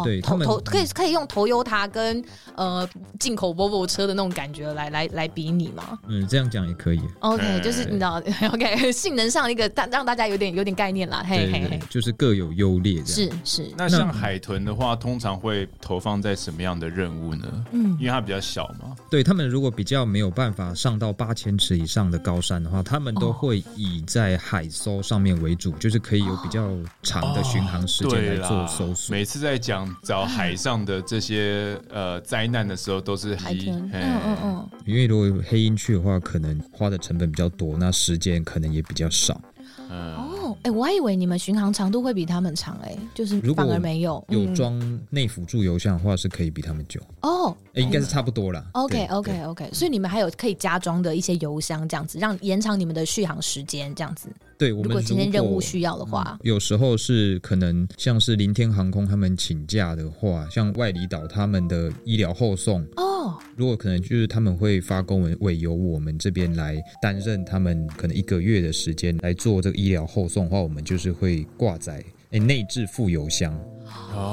Speaker 4: 嗯对
Speaker 5: 投
Speaker 4: 他们
Speaker 5: 投可以可以用投优它跟呃进口 Volvo 车的那种感觉来来来比拟吗
Speaker 4: 嗯，这样讲也可以。
Speaker 5: ？OK，
Speaker 7: 哎
Speaker 5: 就是你知道 OK 性能上一个大让大家有点有点概念啦，嘿
Speaker 4: 对
Speaker 5: 嘿
Speaker 4: 对对
Speaker 5: 嘿，，
Speaker 4: 就是各有优劣这样。
Speaker 5: 是是，
Speaker 2: 那像海豚的话，通常会投放在什么样的任务呢？
Speaker 5: 嗯
Speaker 2: 因为它比较小嘛。
Speaker 4: 对他们如果比较没有办法上到八千尺以上的高山的话，他们都会以在海搜上面为主，就是可以有比较长的巡航时间
Speaker 2: 哦对
Speaker 4: 来
Speaker 2: 啦
Speaker 4: 做搜
Speaker 5: 哦
Speaker 4: 索。
Speaker 2: 每次在讲找海上的这些呃灾难的时候，都是
Speaker 5: 海
Speaker 2: 以
Speaker 5: 豚，
Speaker 2: 嘿
Speaker 5: 嗯嗯嗯。
Speaker 4: 因为如果有黑鹰去的话，可能花的成本比较多，那时间可能也比较少。
Speaker 2: 嗯，
Speaker 5: 哦，哎、我还以为你们巡航长度会比他们长、哎，就是
Speaker 4: 如果
Speaker 5: 反而没有
Speaker 4: 有
Speaker 5: 嗯
Speaker 4: 装内辅助油箱的话，是可以比他们久，
Speaker 5: 哦。
Speaker 4: 哎、应该是差不多啦。
Speaker 5: OK
Speaker 4: 对
Speaker 5: OK OK，所以你们还有可以加装的一些油箱，这样子让延长你们的续航时间，这样子。
Speaker 4: 对，对我
Speaker 5: 如
Speaker 4: 们
Speaker 5: 果今天任务需
Speaker 4: 要
Speaker 5: 要的话，
Speaker 4: 有时候是可能像是林天航空他们请假的话，像外里岛他们的医疗后送，
Speaker 5: 哦，
Speaker 4: 如果可能就是他们会发公文委由我们这边来担任他们可能一个月的时间来做这个医疗后送的话，我们就是会挂载哎内置副油箱，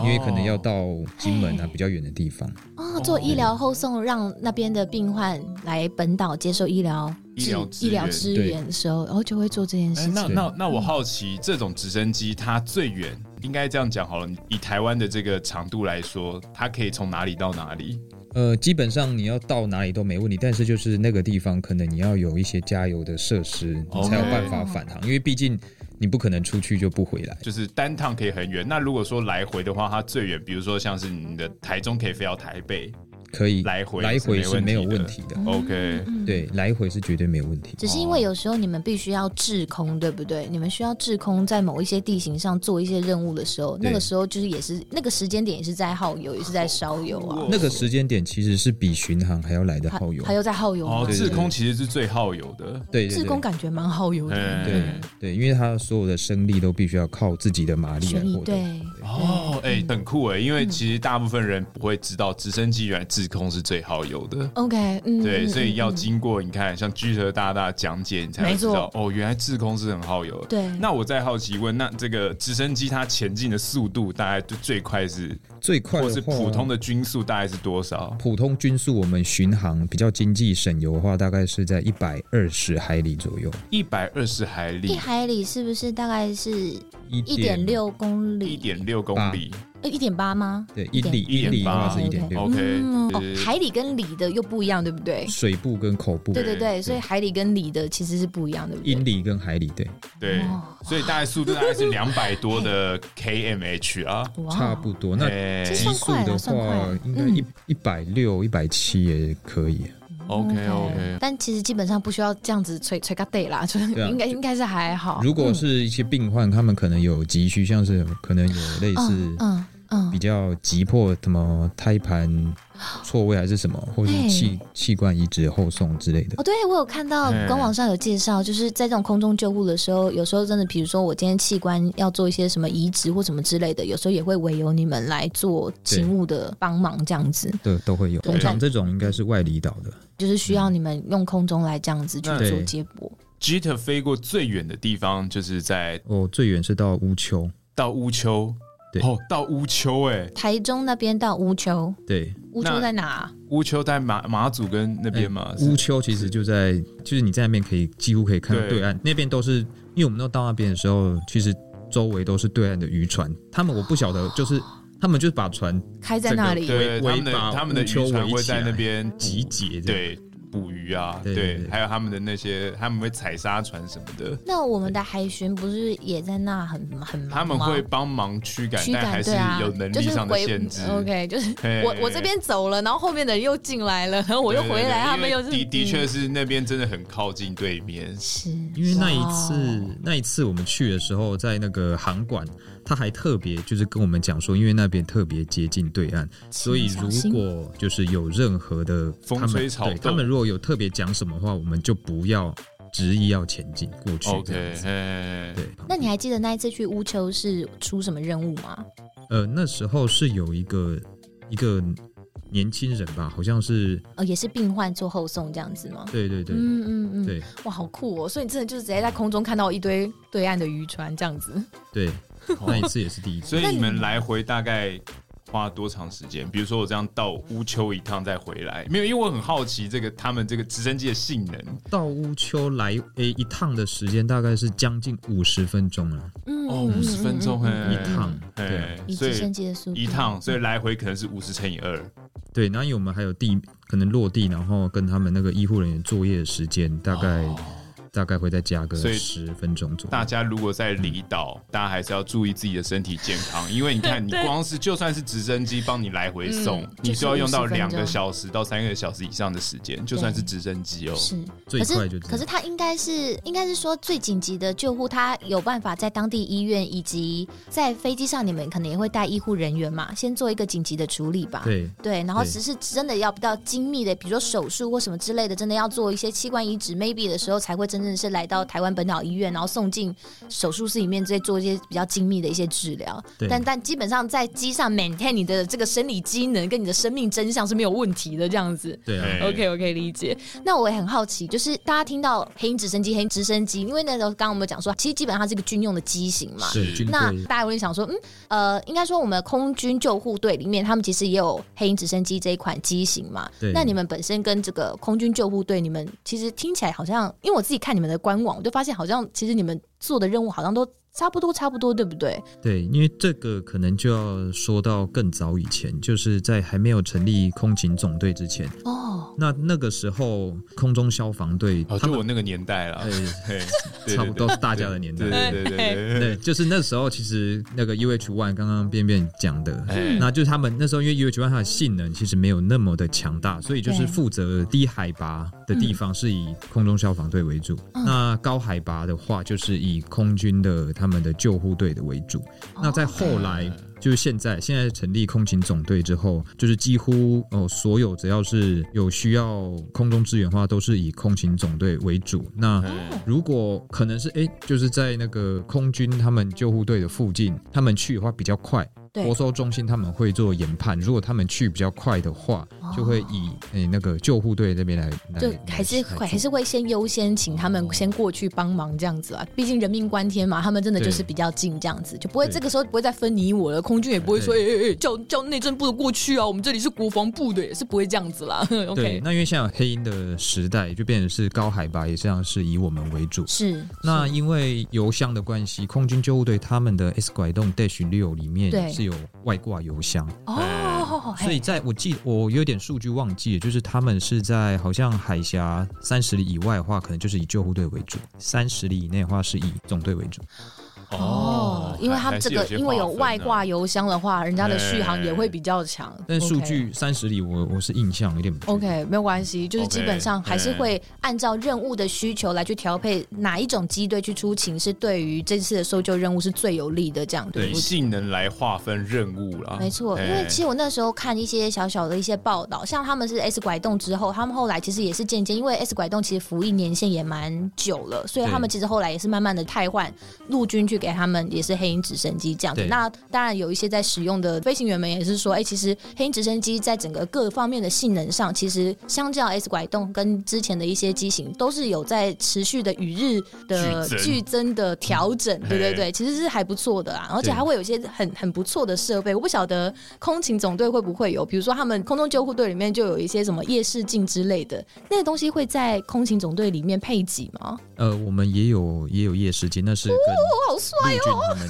Speaker 4: 因为可能要到金门啊比较远的地方。
Speaker 5: 哦，做医疗后送，让那边的病患来本岛接受医疗
Speaker 2: 医
Speaker 5: 治
Speaker 2: 疗支
Speaker 5: 医疗
Speaker 2: 援
Speaker 5: 支
Speaker 4: 对
Speaker 5: 援的时候，然后就会做这件
Speaker 2: 哎、
Speaker 5: 事
Speaker 2: 那
Speaker 5: 情。
Speaker 2: 那那我好奇，这种直升机它最远应该这样讲好了，以台湾的这个长度来说，它可以从哪里到哪里？
Speaker 4: 呃，基本上你要到哪里都没问题，但是就是那个地方可能你要有一些加油的设施，你
Speaker 2: OK
Speaker 4: 才有办法返航，因为毕竟你不可能出去就不回来。
Speaker 2: 就是单趟可以很远。那如果说来回的话，它最远，比如说像是你的台中可以飞到台北、
Speaker 4: 可以
Speaker 2: 来回
Speaker 4: 来回
Speaker 2: 是
Speaker 4: 是
Speaker 2: 没
Speaker 4: 没有
Speaker 2: 问
Speaker 4: 问
Speaker 2: 题
Speaker 4: 题的，
Speaker 2: o
Speaker 5: 嗯
Speaker 2: k
Speaker 5: 嗯
Speaker 4: 对，来回是绝对没有问题。
Speaker 5: 只是因为有时候你们必须要制空，对不对？你们需要制空，在某一些地形上做一些任务的时候，那个时候就是也是那个时间点也是在耗油，也是在烧油
Speaker 2: 哦
Speaker 5: 啊，
Speaker 4: 那个时间点其实是比巡航还要来的
Speaker 5: 还
Speaker 4: 耗油，
Speaker 5: 还有在耗油吗
Speaker 2: 哦，
Speaker 4: 对对
Speaker 2: 制
Speaker 4: 对
Speaker 2: 空其实是最耗油的。
Speaker 4: 对对
Speaker 5: 自宫
Speaker 4: 对
Speaker 5: 感觉蛮耗油的，
Speaker 2: 嗯
Speaker 4: 对对，因为它所有的升力都必须要靠自己的马力来
Speaker 5: 悬疑
Speaker 4: 获得。
Speaker 5: 对。嗯
Speaker 2: 哦，哎、很酷哎，因为其实大部分人不会知道直升机原来制空是最耗油的。
Speaker 5: OK，嗯，
Speaker 2: 对，
Speaker 5: 嗯
Speaker 2: 所以
Speaker 5: 嗯
Speaker 2: 要
Speaker 5: 嗯
Speaker 2: 经过你看，像居和大大讲解，你才会
Speaker 5: 没
Speaker 2: 知
Speaker 5: 错
Speaker 2: 道哦，原来制空是很耗油的。
Speaker 5: 对
Speaker 2: 那我再好奇问，那这个直升机它前进的速度大概就最快是，
Speaker 4: 最快
Speaker 2: 或
Speaker 4: 的
Speaker 2: 是
Speaker 4: 话，
Speaker 2: 普通的均速大概是多少？
Speaker 4: 普通均速，我们巡航比较经济省油的话，大概是在一百二十海里左右，
Speaker 2: 一百二十海
Speaker 5: 一
Speaker 2: 里，
Speaker 5: 海里是不是大概是
Speaker 4: 一
Speaker 5: 一点六公
Speaker 2: 一
Speaker 5: 里？
Speaker 2: 点六公里。
Speaker 5: 呃，一点八吗？
Speaker 4: 对一
Speaker 2: 一
Speaker 4: 里一
Speaker 2: 点
Speaker 4: 里的
Speaker 2: 八
Speaker 4: 话是一点六，
Speaker 2: OK，
Speaker 5: 嗯，哦
Speaker 2: 对，
Speaker 5: 海里跟里的又不一样，对不对？
Speaker 4: 水部跟口部，
Speaker 5: 对对对，所以海里跟里的其实是不一样，对不对
Speaker 4: 英？里跟海里对，
Speaker 2: 对
Speaker 5: 哇，
Speaker 2: 所以大概速度大概是两百多 的 kmh 啊。
Speaker 5: 哇
Speaker 4: 差不多。那
Speaker 2: 哎
Speaker 5: 这
Speaker 4: 极
Speaker 5: 算
Speaker 4: 速
Speaker 5: 快了
Speaker 4: 的
Speaker 5: 算快了
Speaker 4: 话，应该
Speaker 5: 嗯
Speaker 4: 一一百六、一百七也可 以。
Speaker 2: ，OK OK，
Speaker 4: 嗯
Speaker 5: 但其实基本上不需要这样子吹吹个 day 啦，就是
Speaker 4: 对啊
Speaker 5: 应该应该是还
Speaker 2: 嗯
Speaker 5: 好。
Speaker 4: 如果是一些病患，他们可能有急需，像是可能有类
Speaker 5: 嗯
Speaker 4: 似
Speaker 5: 嗯嗯
Speaker 4: 比较急迫什么 胎盘错位还是什么，或是
Speaker 5: 哎
Speaker 4: 气器官移植后送之类的
Speaker 5: 哦，。对，我有看到
Speaker 2: 嗯
Speaker 5: 官网上有介绍，就是在这种空中救护的时候，有时候真的，比如说我今天器官要做一些什么移植或什么之类的，有时候也会委由你们来做勤务的帮忙，这样子，
Speaker 4: 对，都会有。
Speaker 5: 对
Speaker 4: 通常这种应该是外离岛的，
Speaker 5: 就是需
Speaker 4: 嗯
Speaker 5: 要你们用空中来这样子去
Speaker 2: 那
Speaker 5: 做接驳。
Speaker 2: ，Jeter 飞过最远的地方就是在
Speaker 4: 哦，最远是到乌丘，
Speaker 2: 到乌丘，
Speaker 4: 对
Speaker 2: 哦，到乌丘哎，
Speaker 5: 台中那边到乌丘，
Speaker 4: 对，
Speaker 5: 乌丘
Speaker 2: 那
Speaker 5: 在哪？
Speaker 2: 乌丘在马马祖跟那边嘛，是
Speaker 4: 哎乌丘其实就在，就是你在那边可以几乎可以看到
Speaker 2: 对
Speaker 4: 对岸，那边都是，因为我们都到那边的时候，其实周围都是对岸的渔船，他们我不晓得，就是他们就是把船
Speaker 5: 开在那里？
Speaker 2: 对，
Speaker 4: 围
Speaker 2: 他们的
Speaker 4: 把
Speaker 2: 他们的
Speaker 4: 乌丘
Speaker 2: 渔船
Speaker 4: 围
Speaker 2: 会
Speaker 4: 起
Speaker 2: 在那
Speaker 4: 来嗯
Speaker 2: 边
Speaker 4: 集
Speaker 2: 捕
Speaker 4: 结这样，
Speaker 2: 对捕鱼啊，
Speaker 4: 对对
Speaker 2: 对，
Speaker 4: 对
Speaker 2: 还有他们的那些他们会采沙船什么的，
Speaker 5: 那我们的海巡不是也在那很很忙吗
Speaker 2: 他们会帮忙驱赶，
Speaker 5: 驱
Speaker 2: 哎但还
Speaker 5: 赶
Speaker 2: 是
Speaker 5: 对啊，
Speaker 2: 有能
Speaker 5: 就
Speaker 2: 力
Speaker 5: 是
Speaker 2: 上的
Speaker 5: 回
Speaker 2: 限制。
Speaker 5: OK，就是
Speaker 2: 嘿
Speaker 5: 我我这边走了，然后后面的人又进来了，然 后我又
Speaker 2: 对对
Speaker 5: 回
Speaker 2: 对
Speaker 5: 来，他
Speaker 2: 因为
Speaker 5: 们又是
Speaker 2: 的的确
Speaker 5: 嗯
Speaker 2: 是那边真的很靠近对面，
Speaker 5: 是，
Speaker 4: 因为那一次
Speaker 5: 哇，
Speaker 4: 那一次我们去的时候，在那个航馆，他还特别就是跟我们讲说，因为那边特别接近对岸，所以
Speaker 5: 小
Speaker 4: 如
Speaker 5: 心
Speaker 4: 果就是有任何的
Speaker 2: 风
Speaker 4: 他们
Speaker 2: 吹草
Speaker 4: 对
Speaker 2: 动
Speaker 4: 他们如果有特别讲什么话，我们就不要执意要前进过去。
Speaker 2: OK，
Speaker 4: 这样子
Speaker 2: 嘿
Speaker 4: 对，
Speaker 5: 那你还记得那一次去乌丘是出什么任务吗？
Speaker 4: 呃那时候是有一个一个年轻人吧，好像是
Speaker 5: 哦，也是病患做后送这样子吗？
Speaker 4: 对对对、
Speaker 5: 嗯嗯嗯，
Speaker 4: 对
Speaker 5: 哇，好酷哦！所以你真的就是直接在空中看到一堆对岸的渔船这样子，
Speaker 4: 对，那一次也是第一次。
Speaker 2: 所以你们来回大概花多长时间？比如说我这样到乌丘一趟再回来，没有，因为我很好奇这个他们这个直升机的性能。
Speaker 4: 到乌丘来诶一趟的时间大概是将近五十分钟啊，
Speaker 5: 嗯
Speaker 2: 哦，五十分钟嘿，
Speaker 4: 一趟
Speaker 2: 哎，
Speaker 5: 以
Speaker 2: 所
Speaker 5: 嗯直升
Speaker 2: 以
Speaker 5: 机的速度
Speaker 2: 一趟，所以来回可能是五十乘以二。
Speaker 4: 对，然后因为我们还有地可能落地，然后跟他们那个医护人员作业的时间大概、大概会再加个
Speaker 2: 哦所以
Speaker 4: 十分钟左右。
Speaker 2: 大家如果在离岛，大家还是要注意自己的身体健康，因为你 看，你光是就算是直升机帮你来回送，你
Speaker 5: 嗯就是
Speaker 2: 就要用到
Speaker 5: 50分
Speaker 2: 两
Speaker 5: 钟
Speaker 2: 个小时到三个小时以上的时间，就算是直升机哦。
Speaker 5: 是，
Speaker 4: 最
Speaker 5: 可是
Speaker 4: 快就这样
Speaker 5: 可是他应该是应该是说最紧急的救护，他有办法在当地医院以及在飞机上，你们可能也会带医护人员嘛，先做一个紧急的处理吧。
Speaker 4: 对
Speaker 5: 对，然后
Speaker 4: 对
Speaker 5: 只是真的要比较精密的，比如说手术或什么之类的，真的要做一些器官移植，maybe 的时候才会真正是来到台湾本岛医院，然后送进手术室里面，再做一些比较精密的一些治疗。
Speaker 4: 对
Speaker 5: 但但基本上在机上 maintain 你的这个生理机能跟你的生命真相是没有问题的，这样子。
Speaker 4: 对啊，
Speaker 2: 哎
Speaker 5: OK，我可以理解。那我也很好奇，就是大家听到黑鹰直升机，黑鹰直升机，因为那时候刚刚我们讲说，其实基本上它是一个军用的机型嘛。
Speaker 4: 是军
Speaker 5: 那
Speaker 4: 队
Speaker 5: 大家会想说，嗯，呃，应该说我们空军救护队里面，他们其实也有黑鹰直升机这一款机型嘛。
Speaker 4: 对
Speaker 5: 那你们本身跟这个空军救护队，你们其实听起来好像，因为我自己看你们的官网，我就发现好像其实你们做的任务好像都差不多，差不多，对不对？
Speaker 4: 对，因为这个可能就要说到更早以前，就是在还没有成立空勤总队之前，
Speaker 5: 哦，
Speaker 4: 那那个时候空中消防队
Speaker 2: 哦，
Speaker 4: 他
Speaker 2: 就
Speaker 4: 们
Speaker 2: 我那个年代了
Speaker 4: 哎，
Speaker 2: 嘿对
Speaker 4: 差不多
Speaker 2: 对
Speaker 4: 是大家的年代
Speaker 2: 对对对对
Speaker 4: 对，就是那时候其实那个 UH One 刚刚便便讲的，
Speaker 2: 哎
Speaker 4: 那就是他们那时候因为 UH One 它的性能其实没有那么的强大，所以就是负责低海拔的地方是以空中消防队为主，那高海拔的话就是以空军的他们的救护队的为主。那在后来。就是现在，现在成立空勤总队之后，就是几乎哦，所有只要是有需要空中支援的话，都是以空勤总队为主。那如果可能是哎、诶就是在那个空军他们救护队的附近，他们去的话比较快。
Speaker 5: 对
Speaker 4: 国收中心他们会做研判，如果他们去比较快的话，就会以诶、那个救护队那边来，来
Speaker 5: 哦就还是
Speaker 4: 来
Speaker 5: 会还是会先优先请他
Speaker 4: 嗯
Speaker 5: 们先过去帮忙这样子啊，毕竟人命关天嘛，他们真的就是比较近这样子，就不会
Speaker 4: 对
Speaker 5: 这个时候不会再分你我了，空军也不会说哎
Speaker 4: 对
Speaker 5: 哎哎叫叫内政部的过去啊，我们这里是国防部的，也是不会这样子啦。
Speaker 4: 对，
Speaker 5: OK，
Speaker 4: 那因为现在有黑鹰的时代，就变成是高海拔，也这样是以我们为主。
Speaker 5: 是
Speaker 4: 那因为油箱的关系，空军救护队他们的 S 拐洞 Dash 六里
Speaker 5: 对
Speaker 4: 面是有外挂油箱，哎
Speaker 5: 哦，
Speaker 4: 所以在我记我有点数据忘记了，就是他们是在好像海峡三十里以外的话，可能就是以救护队为主；三十里以内的话是以总队为主。
Speaker 5: 哦，因为他们这个因为有
Speaker 2: 啊
Speaker 5: 外，挂油箱的话，人家的续航也会比较强，
Speaker 4: 但数
Speaker 5: OK
Speaker 4: 据三十里我我是印象有点不确定
Speaker 5: OK，没有关系，就是
Speaker 2: OK，
Speaker 5: 基本上还是会按照任务的需求来去调配哪一种机队去出勤，是对于这次的搜救任务是最有利的，这样
Speaker 2: 对
Speaker 5: 对
Speaker 2: 以
Speaker 5: 不对？
Speaker 2: 性能来划分任务啦。
Speaker 5: 没错，因
Speaker 2: 哎
Speaker 5: 为其实我那时候看一些小小的一些报道，像他们是 S 拐洞之后，他们后来其实也是渐渐，因为 S 拐洞其实服役年限也蛮久了，所以
Speaker 4: 对
Speaker 5: 他们其实后来也是慢慢的汰换陆军去给他们也是黑鹰直升机这样子。
Speaker 4: 对
Speaker 5: 那当然有一些在使用的飞行员们也是说，哎、其实黑鹰直升机在整个各方面的性能上，其实相较 S 拐洞跟之前的一些机型，都是有在持续的与日的
Speaker 2: 剧增
Speaker 5: 剧增的调整，对对
Speaker 2: 嘿
Speaker 5: 对，其实是还不错的啦，而且
Speaker 4: 对
Speaker 5: 还会有一些很很不错的设备。我不晓得空勤总队会不会有，比如说他们空中救护队里面就有一些什么夜视镜之类的，那个东西会在空勤总队里面配给吗？哦
Speaker 4: 呃，我们也有也有夜视镜，那是跟陆
Speaker 5: 我好帅！
Speaker 4: 军他们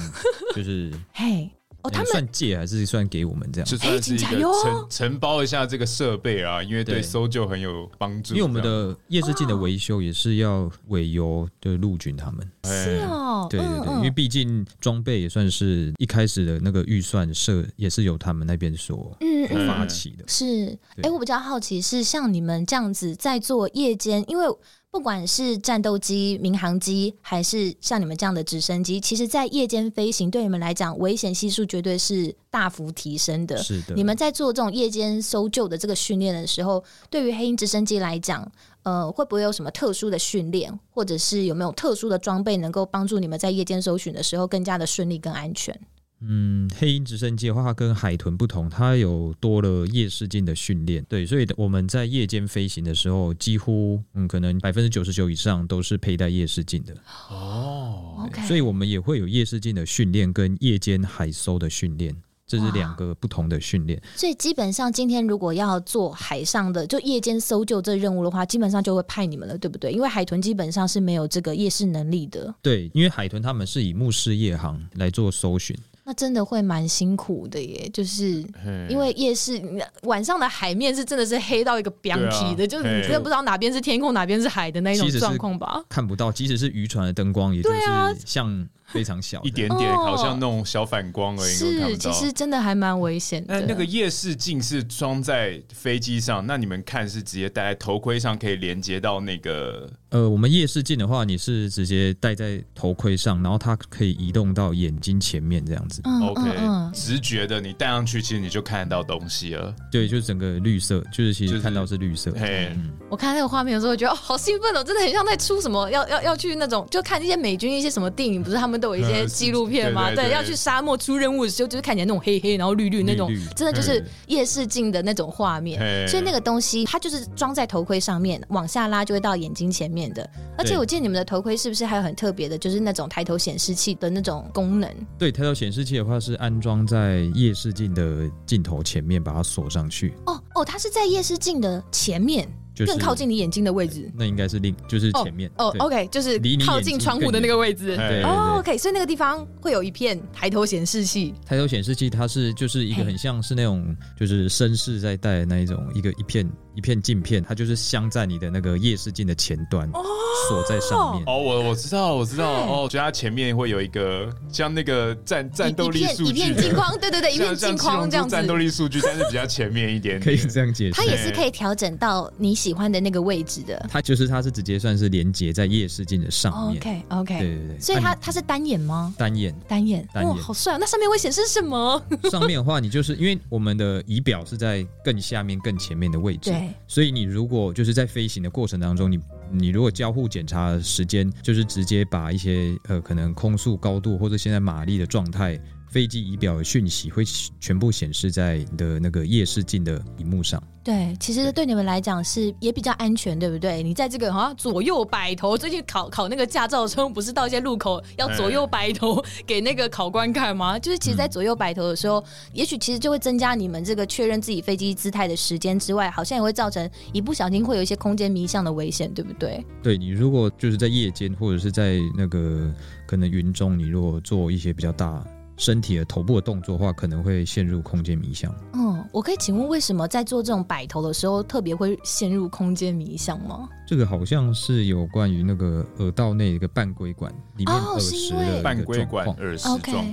Speaker 4: 就是
Speaker 5: 嘿，哎哦，
Speaker 4: 呃
Speaker 5: 他们
Speaker 4: 算借还是算给我们这样？
Speaker 2: 就算是一
Speaker 5: 哎请加
Speaker 2: 个
Speaker 5: 油
Speaker 2: 承承包一下这个设备啊，因为对
Speaker 4: 对
Speaker 2: 搜救很有帮助。
Speaker 4: 因为我们
Speaker 2: 这样
Speaker 4: 的夜视镜的维修也是要委由就是陆军他们，
Speaker 2: 哎
Speaker 5: 是哦，
Speaker 4: 对对
Speaker 5: 嗯
Speaker 4: 对，
Speaker 5: 嗯
Speaker 4: 因为毕竟装备也算是一开始的那个预算设也是由他们那边所
Speaker 5: 嗯嗯
Speaker 4: 发起的，
Speaker 5: 是，哎、
Speaker 4: 对
Speaker 5: 我比较好奇是像你们这样子在做夜间，因为不管是战斗机、民航机，还是像你们这样的直升机，其实在夜间飞行对你们来讲，危险系数绝对是大幅提升的。
Speaker 4: 是的。
Speaker 5: 你们在做这种夜间搜救的这个训练的时候，对于黑鹰直升机来讲，呃，会不会有什么特殊的训练，或者是有没有特殊的装备能够帮助你们在夜间搜寻的时候更加的顺利、更安全？
Speaker 4: 嗯，黑鹰直升机的话，它跟海豚不同，它有多了夜视镜的训练，对，所以我们在夜间飞行的时候，几乎嗯，可能百分之九十九以上都是佩戴夜视镜的。
Speaker 2: 哦，
Speaker 5: OK，
Speaker 4: 所以我们也会有夜视镜的训练跟夜间海搜的训练，这是两个不同的训练。
Speaker 5: 所以基本上今天如果要做海上的就夜间搜救这任务的话，基本上就会派你们了，对不对？因为海豚基本上是没有这个夜视能力的，
Speaker 4: 对，因为海豚他们是以目视夜航来做搜寻，
Speaker 5: 那真的会蛮辛苦的耶。就是
Speaker 2: 嘿
Speaker 5: 因为夜视晚上的海面是真的是黑到一个表皮
Speaker 2: 对啊
Speaker 5: 的，就是你真的不知道哪边是天空，哪边是海的那种
Speaker 4: 其实是
Speaker 5: 状况吧？
Speaker 4: 看不到，即使是渔船的灯光，也就
Speaker 5: 对啊
Speaker 4: 是像非常小的
Speaker 2: 一点点，
Speaker 5: 哦
Speaker 2: 好像那种小反光而已，我看
Speaker 5: 是，
Speaker 2: 不
Speaker 5: 其
Speaker 2: 到。
Speaker 5: 实真的还蛮危险
Speaker 2: 那
Speaker 5: 的。
Speaker 2: 那个夜视镜是装在飞机上，那你们看是直接戴在头盔上，可以连接到那个
Speaker 4: 呃，我们夜视镜的话，你是直接戴在头盔上，然后它可以移动到眼睛前面这样子。
Speaker 5: 嗯
Speaker 2: OK
Speaker 5: 嗯
Speaker 2: 直觉的，你戴上去，其实你就看得到东西了。
Speaker 4: 对，就是整个绿色，就是其
Speaker 2: 就
Speaker 4: 实
Speaker 2: 是
Speaker 4: 看到是绿色。
Speaker 2: 嘿，
Speaker 5: 嗯，我看那个画面的时候，我觉得哦，好兴奋哦，真的很像在出什么，要要要去那种，就看一些美军一些什么电影，不是他们都有一些
Speaker 2: 嗯
Speaker 5: 纪录片吗？
Speaker 2: 对对对
Speaker 5: 要去沙漠出任务的时候，就是看起来那种黑黑，然后绿绿那种，
Speaker 4: 绿绿
Speaker 5: 真的就是夜视镜的那种画面。
Speaker 2: 嘿
Speaker 5: 所以那个东西，它就是装在头盔上面，往下拉就会到眼睛前面的。而且
Speaker 2: 对
Speaker 5: 我见你们的头盔是不是还有很特别的，就是那种抬头显示器的那种功能？
Speaker 4: 对，抬头显示器的话是安装在夜视镜的镜头前面，把它锁上去，
Speaker 5: 哦哦，它是在夜视镜的前面，
Speaker 4: 就是
Speaker 5: 更靠。近你眼睛的位置。
Speaker 4: 那应该是另就是前面
Speaker 5: 哦
Speaker 4: 对
Speaker 5: ，OK，就是
Speaker 4: 离你眼睛
Speaker 5: 靠近窗户的那个位置。
Speaker 2: 更远
Speaker 4: 对对
Speaker 5: 哦
Speaker 4: 对，
Speaker 5: ，OK，所以那个地方会有一片抬头显示器。
Speaker 4: 抬头显示器它是就是一个很像是那种就是绅士在戴的那一种一个一片一片镜片，它就是镶在你的那个夜视镜的前端，
Speaker 5: 哦
Speaker 4: 锁在上面。
Speaker 2: 哦，我我知道，我知道，哦，就它前面会有一个像那个战战斗力数
Speaker 5: 嗯
Speaker 2: 据，
Speaker 5: 一一片一片 金光，对对对，一
Speaker 2: 像像
Speaker 5: 片金
Speaker 2: 七龙
Speaker 5: 光这
Speaker 2: 珠
Speaker 5: 样子
Speaker 2: 战。斗力数据，但是比较前面一点
Speaker 4: 可以
Speaker 2: 点。
Speaker 4: 这样解释
Speaker 5: 它。也是可以调整到你喜欢的那个位置的。
Speaker 4: 它就是它是直接算是连接在夜视镜的
Speaker 2: 哦
Speaker 4: 上面。
Speaker 5: OK
Speaker 4: 对
Speaker 5: OK，
Speaker 4: 对对，
Speaker 5: 所以
Speaker 4: 啊
Speaker 5: 它
Speaker 4: 你
Speaker 5: 它是单眼吗？
Speaker 4: 单眼
Speaker 5: 单眼，
Speaker 4: 单眼
Speaker 5: 哇，好帅哦！那上面会显示什么？
Speaker 4: 上面的话，你就是因为我们的仪表是在更下面、更前面的位置，
Speaker 5: 对，
Speaker 4: 所以你如果就是在飞行的过程当中，你你如果交互检查的时间，就是直接把一些呃可能空速、高度或者现在马力的状态。飞机仪表的讯息会全部显示在你的那个夜视镜的荧幕上。
Speaker 5: 对，其实对你们来讲是也比较安全，对不对？你在这个好像左右摆头，最近考考那个驾照的时候，不是到一些路口要左右摆头给那个考官看吗？就是其实，在左右摆头的时候，也许其实就会增加你们这个确认自己飞机姿态的时间之外，好像也会造成一不小心会有一些空间迷向的危险，对不对？
Speaker 4: 对你如果就是在夜间或者是在那个可能云中，你如果做一些比较大身体的头部的动作的话，可能会陷入空间迷向。
Speaker 5: 嗯，我可以请问为什么在做这种摆头的时候，特别会陷入空间迷向吗？
Speaker 4: 这个好像是有关于那个耳道内一个半规管里面
Speaker 5: 哦
Speaker 4: 耳
Speaker 5: 是因
Speaker 4: 石
Speaker 5: 为
Speaker 4: 的一
Speaker 2: 半
Speaker 4: 个
Speaker 2: 规
Speaker 4: 状
Speaker 2: 管
Speaker 4: 况。
Speaker 2: 耳石
Speaker 5: OK 哦
Speaker 2: 状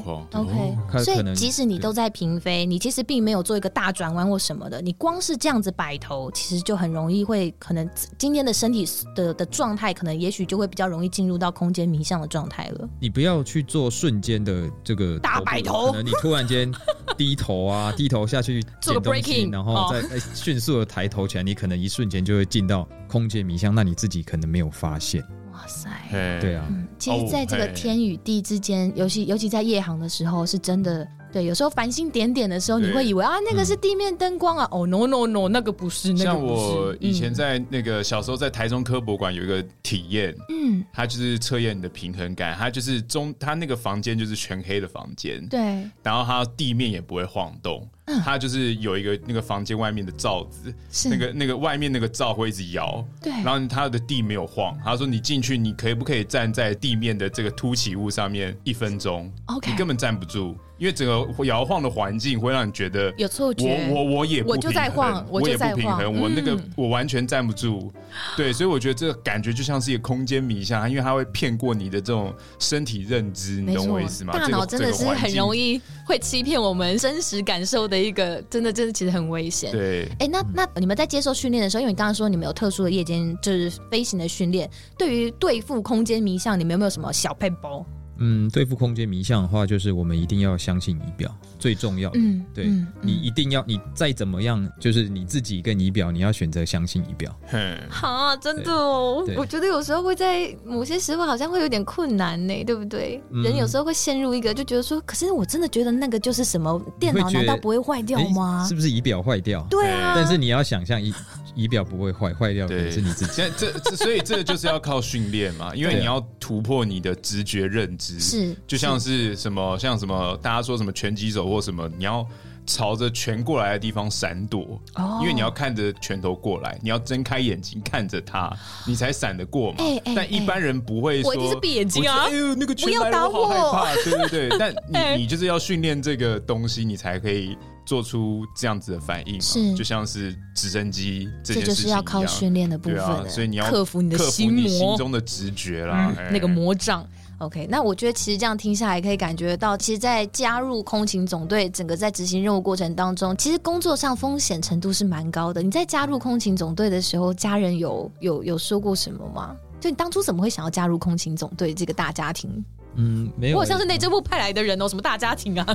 Speaker 2: 况
Speaker 5: OK，、
Speaker 4: 它
Speaker 5: 所
Speaker 4: 可
Speaker 5: 以
Speaker 4: 能
Speaker 5: 即使你都在平飞，你其实并没有做一个大转弯或什么的，你光是这样子摆头，其实就很容易会可能今天的身体的的状态，可能也许就会比较容易进入到空间迷向的状态了。
Speaker 4: 你不要去做瞬间的这个
Speaker 5: 大
Speaker 4: 部
Speaker 5: 摆头
Speaker 4: 可能你突然间低头 啊，低头下去
Speaker 5: 做
Speaker 4: 捡
Speaker 5: 个
Speaker 4: 东西
Speaker 5: breaking，，
Speaker 4: 然后
Speaker 5: 哦
Speaker 4: 再再迅速的抬头起来，你可能一瞬间就会进到空间迷向，那你自己可能没有发现。
Speaker 2: 嗯
Speaker 5: 哇塞！
Speaker 2: 嘿哦
Speaker 4: 对，啊，
Speaker 5: 嗯，其实在这个天与地之间，尤其尤其在夜航的时候，是真的。对，有时候繁星点点的时候，
Speaker 2: 对嗯
Speaker 5: 你会以为啊，那个是地面灯光啊，哦，no no no，那个不是，那个
Speaker 2: 像
Speaker 5: 不是
Speaker 2: 我以前
Speaker 5: 嗯
Speaker 2: 在那个小时候在台中科博馆有一个体验，
Speaker 5: 嗯，
Speaker 2: 它就是测验你的平衡感，它就是中它那个房间就是全黑的房间，
Speaker 5: 对，嗯
Speaker 2: 然后它地面也不会晃动，它就是有一个那个房间外面的罩子，
Speaker 5: 是
Speaker 2: 那个那个外面那个罩会一直摇，
Speaker 5: 对
Speaker 2: 然后它的地没有晃，他说你进去你可以不可以站在地面的这个凸起物上面一分钟
Speaker 5: OK
Speaker 2: 你根本站不住，因为整个摇晃的环境会让你觉得
Speaker 5: 有错觉
Speaker 2: 我我我也不
Speaker 5: 我就
Speaker 2: 平
Speaker 5: 在
Speaker 2: 衡
Speaker 5: 晃我
Speaker 2: 我
Speaker 5: 就
Speaker 2: 也
Speaker 5: 在
Speaker 2: 不平
Speaker 5: 晃
Speaker 2: 衡，我那个
Speaker 5: 嗯
Speaker 2: 我完全站不住，对，所以我觉得这个感觉就像是一个空间迷向，因为它会骗过你的这种身体认知，你
Speaker 5: 没
Speaker 2: 懂
Speaker 5: 错
Speaker 2: 我意思，吗？
Speaker 5: 大
Speaker 2: 这个
Speaker 5: 脑真的是很
Speaker 2: 这
Speaker 5: 容。
Speaker 2: 个环境
Speaker 5: 易会欺骗我们真实感受的一个，真的真的其实很危险。
Speaker 2: 对，
Speaker 5: 哎、那那你们在接受训练的时候，因为你刚刚说你们有特殊的夜间就是飞行的训练，对于对付空间迷向，你们有没有什么小配包？
Speaker 4: 嗯，对付空间迷向的话，就是我们一定要相信仪表，最重要的。
Speaker 5: 嗯
Speaker 4: 对、
Speaker 5: 嗯
Speaker 4: 你一定要，你再怎么样，就是你自己跟仪表，你要选择相信仪表。
Speaker 2: 哼，
Speaker 5: 啊，真的哦
Speaker 4: 对，对
Speaker 5: 我觉得有时候会在某些时候好像会有点困难呢，对不对？
Speaker 4: 嗯
Speaker 5: 人有时候会陷入一个就觉得说，可是我真的觉得那个就是什么电脑，
Speaker 4: 你会觉
Speaker 5: 难
Speaker 4: 得
Speaker 5: 道不会坏掉
Speaker 4: 诶
Speaker 5: 吗
Speaker 4: 是？不是仪表坏掉？
Speaker 5: 对啊，
Speaker 4: 但是你要想象仪仪表不会坏，坏掉可能
Speaker 2: 对，
Speaker 4: 是你自己。
Speaker 2: 现在这这，所以这个就是要靠训练嘛，因为
Speaker 4: 对啊
Speaker 2: 你要突破你的直觉认知，
Speaker 5: 是
Speaker 2: 就像是什么，像什么，大家说什么拳击手或什么，你要朝着拳过来的地方闪躲，
Speaker 5: 哦
Speaker 2: 因为你要看着拳头过来，你要睁开眼睛看着它，你才闪得过嘛。
Speaker 5: 哎哎
Speaker 2: 但一般人不会说，
Speaker 5: 我一定是闭眼睛啊
Speaker 2: 我就哎呦，那个拳
Speaker 5: 不要
Speaker 2: 来
Speaker 5: 打
Speaker 2: 了，我好
Speaker 5: 我哎
Speaker 2: 害怕。对对 对，但你你就是要训练这个东西，你才可以。做出这样子的反应嘛，
Speaker 5: 是
Speaker 2: 就像是直升机这
Speaker 5: 这
Speaker 2: 件
Speaker 5: 就
Speaker 2: 事情
Speaker 5: 是
Speaker 2: 一
Speaker 5: 要
Speaker 2: 样，
Speaker 5: 靠训练的部分
Speaker 2: 对啊
Speaker 5: 了，
Speaker 2: 所以你要
Speaker 5: 克服你的
Speaker 2: 克服
Speaker 5: 心魔，嗯
Speaker 2: 你心中的直觉啦，哎
Speaker 5: 那个魔杖。OK，那我觉得其实这样听下来，可以感觉到，其实，在加入空勤总队，整个在执行任务过程当中，其实工作上风险程度是蛮高的。你在加入空勤总队的时候，家人有有有说过什么吗？就你当初怎么会想要加入空勤总队这个大家庭？
Speaker 4: 嗯，没有。
Speaker 5: 我好像是内政部派来的人哦，什么大家庭啊？？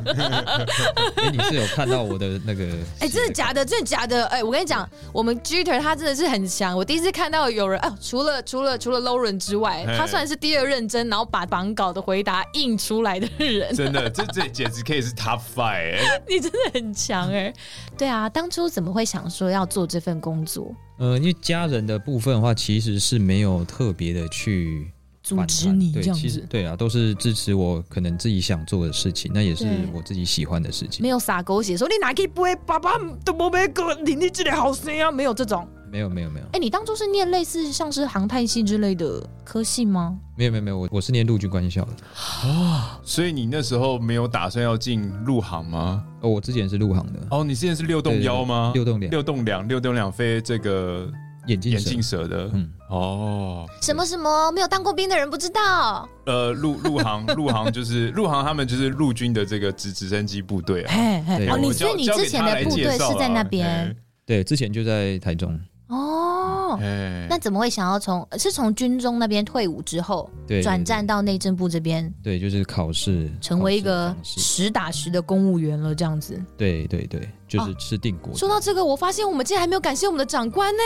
Speaker 4: 哎、你是有看到我的那个
Speaker 5: 哎、真的假的？真的假的？哎、我跟你
Speaker 4: 嗯
Speaker 5: 讲，我们 Jeter 他真的是很强。我第一次看到有人，哦、除了除了除了 Lauren 之外，
Speaker 2: 嘿
Speaker 5: 他算是第二认真，然后把榜稿的回答印出来的人，
Speaker 2: 真的，这这简直可以是 top five，哎、
Speaker 5: 你真的很强哎、对啊，当初怎么会想说要做这份工作？
Speaker 4: 呃，因为家人的部分的话，其实是没有特别的去
Speaker 5: 阻
Speaker 4: 反
Speaker 5: 止
Speaker 4: 弹
Speaker 5: 你这
Speaker 4: 对，
Speaker 5: 样
Speaker 4: 其实
Speaker 5: 子，
Speaker 4: 对啊，都是支持我可能自己想做的事情，那也是
Speaker 5: 对
Speaker 4: 我自己喜欢的事情
Speaker 5: 没。有撒狗血，说你哪可以不会爸爸都没买过，你你这里好声啊，没有这种。
Speaker 4: 没有，没有，没有，
Speaker 5: 哎、你当初是念类似像是航太系之类的科系吗？
Speaker 4: 没有，没有，没有，我我是念陆军官校的，
Speaker 2: 所以你那时候没有打算要进入行吗？
Speaker 4: 哦，我之前是陆航的，
Speaker 2: 哦，你之前是六栋幺吗？
Speaker 4: 对对对
Speaker 2: 六
Speaker 4: 六栋梁
Speaker 2: 栋梁，六栋梁飞这个
Speaker 4: 眼镜
Speaker 2: 眼
Speaker 4: 蛇
Speaker 2: 镜蛇的，
Speaker 4: 嗯
Speaker 2: 哦，
Speaker 5: 什么什么没有当过兵的人不知道。
Speaker 2: 呃，陆陆 航，陆航就是陆航，他们就是陆军的这个直直升机部队啊。
Speaker 5: 嘿嘿
Speaker 4: 对
Speaker 5: 哦，
Speaker 4: 我
Speaker 5: 你
Speaker 2: 我
Speaker 5: 所以
Speaker 2: 交
Speaker 5: 你
Speaker 2: 交给
Speaker 5: 之前
Speaker 2: 他
Speaker 5: 的
Speaker 2: 来
Speaker 5: 部
Speaker 2: 介
Speaker 5: 队
Speaker 2: 绍啊
Speaker 5: 是在
Speaker 2: 啦
Speaker 5: 那边
Speaker 4: 对，之前就在台中，
Speaker 5: 哦
Speaker 2: 哎。哎
Speaker 5: 那怎么会想要从是从军中那边退伍之后
Speaker 4: 对，
Speaker 5: 转
Speaker 4: 对
Speaker 5: 战，到内政部这边，
Speaker 4: 对，对就是考试，
Speaker 5: 嗯成
Speaker 2: 哦
Speaker 5: 为一个
Speaker 4: 考试方式
Speaker 5: 实打实的公务员了？这样子。
Speaker 4: 对对对，就是吃定国。
Speaker 5: 哦说到这个，我发现我们竟然还没有感谢我们的长官呢，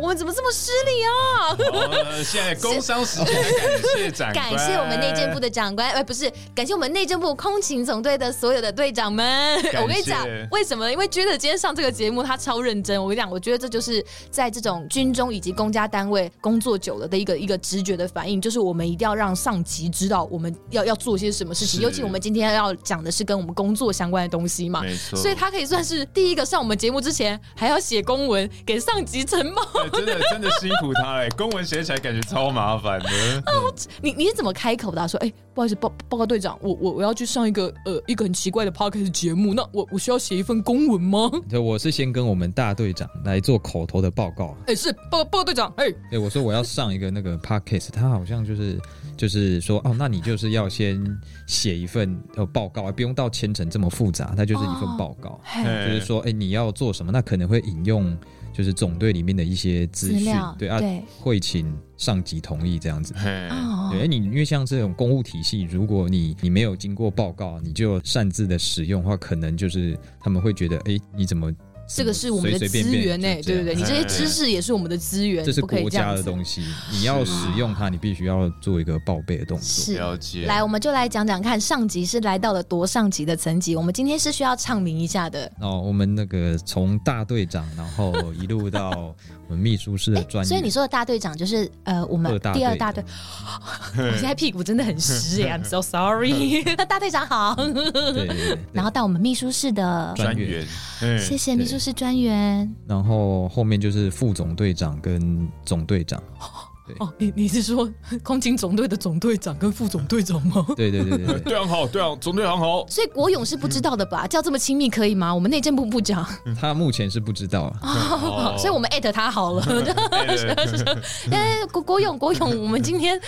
Speaker 5: 我们怎么这么失礼啊？
Speaker 2: 哦现在工商时间，感 谢长官，
Speaker 5: 感谢我们内政部的长官，哎、不是，感谢我们内政部空勤总队的所有的队长们。
Speaker 2: 谢
Speaker 5: 我跟你讲，为什么？因为 Jade 今天上这个节目，他超认真。我跟你讲，我觉得这就是在这种军中以及公家单位工作久了的一个一个直觉的反应，就是我们一定要让上级知道我们要要做些什么事情。
Speaker 2: 是
Speaker 5: 尤其我们今天要讲的是跟我们工作相关的东西嘛。
Speaker 2: 没错，
Speaker 5: 所以他可以算是第一个上我们节目之前还要写公文给上级呈报。
Speaker 2: 对真的真的辛苦他嘞，公文写起来感觉超麻烦的。
Speaker 5: 你你是怎么开口的啊、说，哎、不好意思，报报告队长，我我我要去上一个呃一个很奇怪的 podcast 节目，那我我需要写一份公文吗？
Speaker 4: 对，我是先跟我们大队长来做口头的报告。
Speaker 5: 哎、是报报告队长，哎、
Speaker 4: 对，我说我要上一个那个 podcast，他好像就是就是说，哦，那你就是要先写一份呃报告，不用到千层这么复杂，它就是一份
Speaker 5: 哦
Speaker 4: 报告，
Speaker 5: 嘿，
Speaker 4: 就是说，哎，你要做什么，那可能会引用就是总队里面的一些资
Speaker 5: 资
Speaker 4: 讯
Speaker 5: 料，
Speaker 4: 对啊
Speaker 5: 对，
Speaker 4: 会请上级同意这样子。
Speaker 2: 嘿
Speaker 5: 哦
Speaker 4: 对，哎你因为像这种公务体系，如果你你没有经过报告，你就擅自的使用的话，可能就是他们会觉得，哎，你怎么
Speaker 5: 这个是我们的
Speaker 4: 随
Speaker 5: 资
Speaker 4: 随便便
Speaker 5: 源呢、
Speaker 4: 就这
Speaker 5: 对不对？
Speaker 4: 样哎
Speaker 5: 你这些知识也是我们的资源，
Speaker 4: 这是
Speaker 5: 不可以
Speaker 4: 国
Speaker 5: 这
Speaker 4: 家
Speaker 5: 样
Speaker 4: 的
Speaker 5: 子。
Speaker 4: 东西，你要使用它，你必须要做一个报备的动作。
Speaker 5: 是
Speaker 2: 了解，
Speaker 5: 来，我们就来讲讲看，上级是来到了多上级的层级。我们今天是需要唱名一下的，
Speaker 4: 哦，我们那个从大队长，然后一路到我们秘书室的
Speaker 5: 哎，
Speaker 4: 专员，
Speaker 5: 所以你说的大队长就是呃，我们
Speaker 4: 二大队
Speaker 5: 第二大队。
Speaker 4: 嗯
Speaker 5: 我现在屁股真的很湿哎、i m so sorry。那 大队长好，
Speaker 4: 对对对，对
Speaker 5: 然后到我们秘书室的，
Speaker 2: 专
Speaker 4: 专
Speaker 2: 员
Speaker 4: 员，
Speaker 2: 嘿
Speaker 5: 谢谢秘书室专员。
Speaker 4: 然后后面就是副总队长跟总队长，
Speaker 5: 哦，你你是说空警总队的总队长跟副总队长吗？
Speaker 4: 对对对对对，
Speaker 2: 队长啊好，队长，总队长好。
Speaker 5: 所以国勇是不知道的吧？叫这么亲密可以吗？我们内政部部长，
Speaker 4: 他目前是不知道啊，
Speaker 2: 哦哎
Speaker 5: 所以我们艾特他好了。
Speaker 2: 对对对
Speaker 5: 哎，国国勇，国勇，我们今 天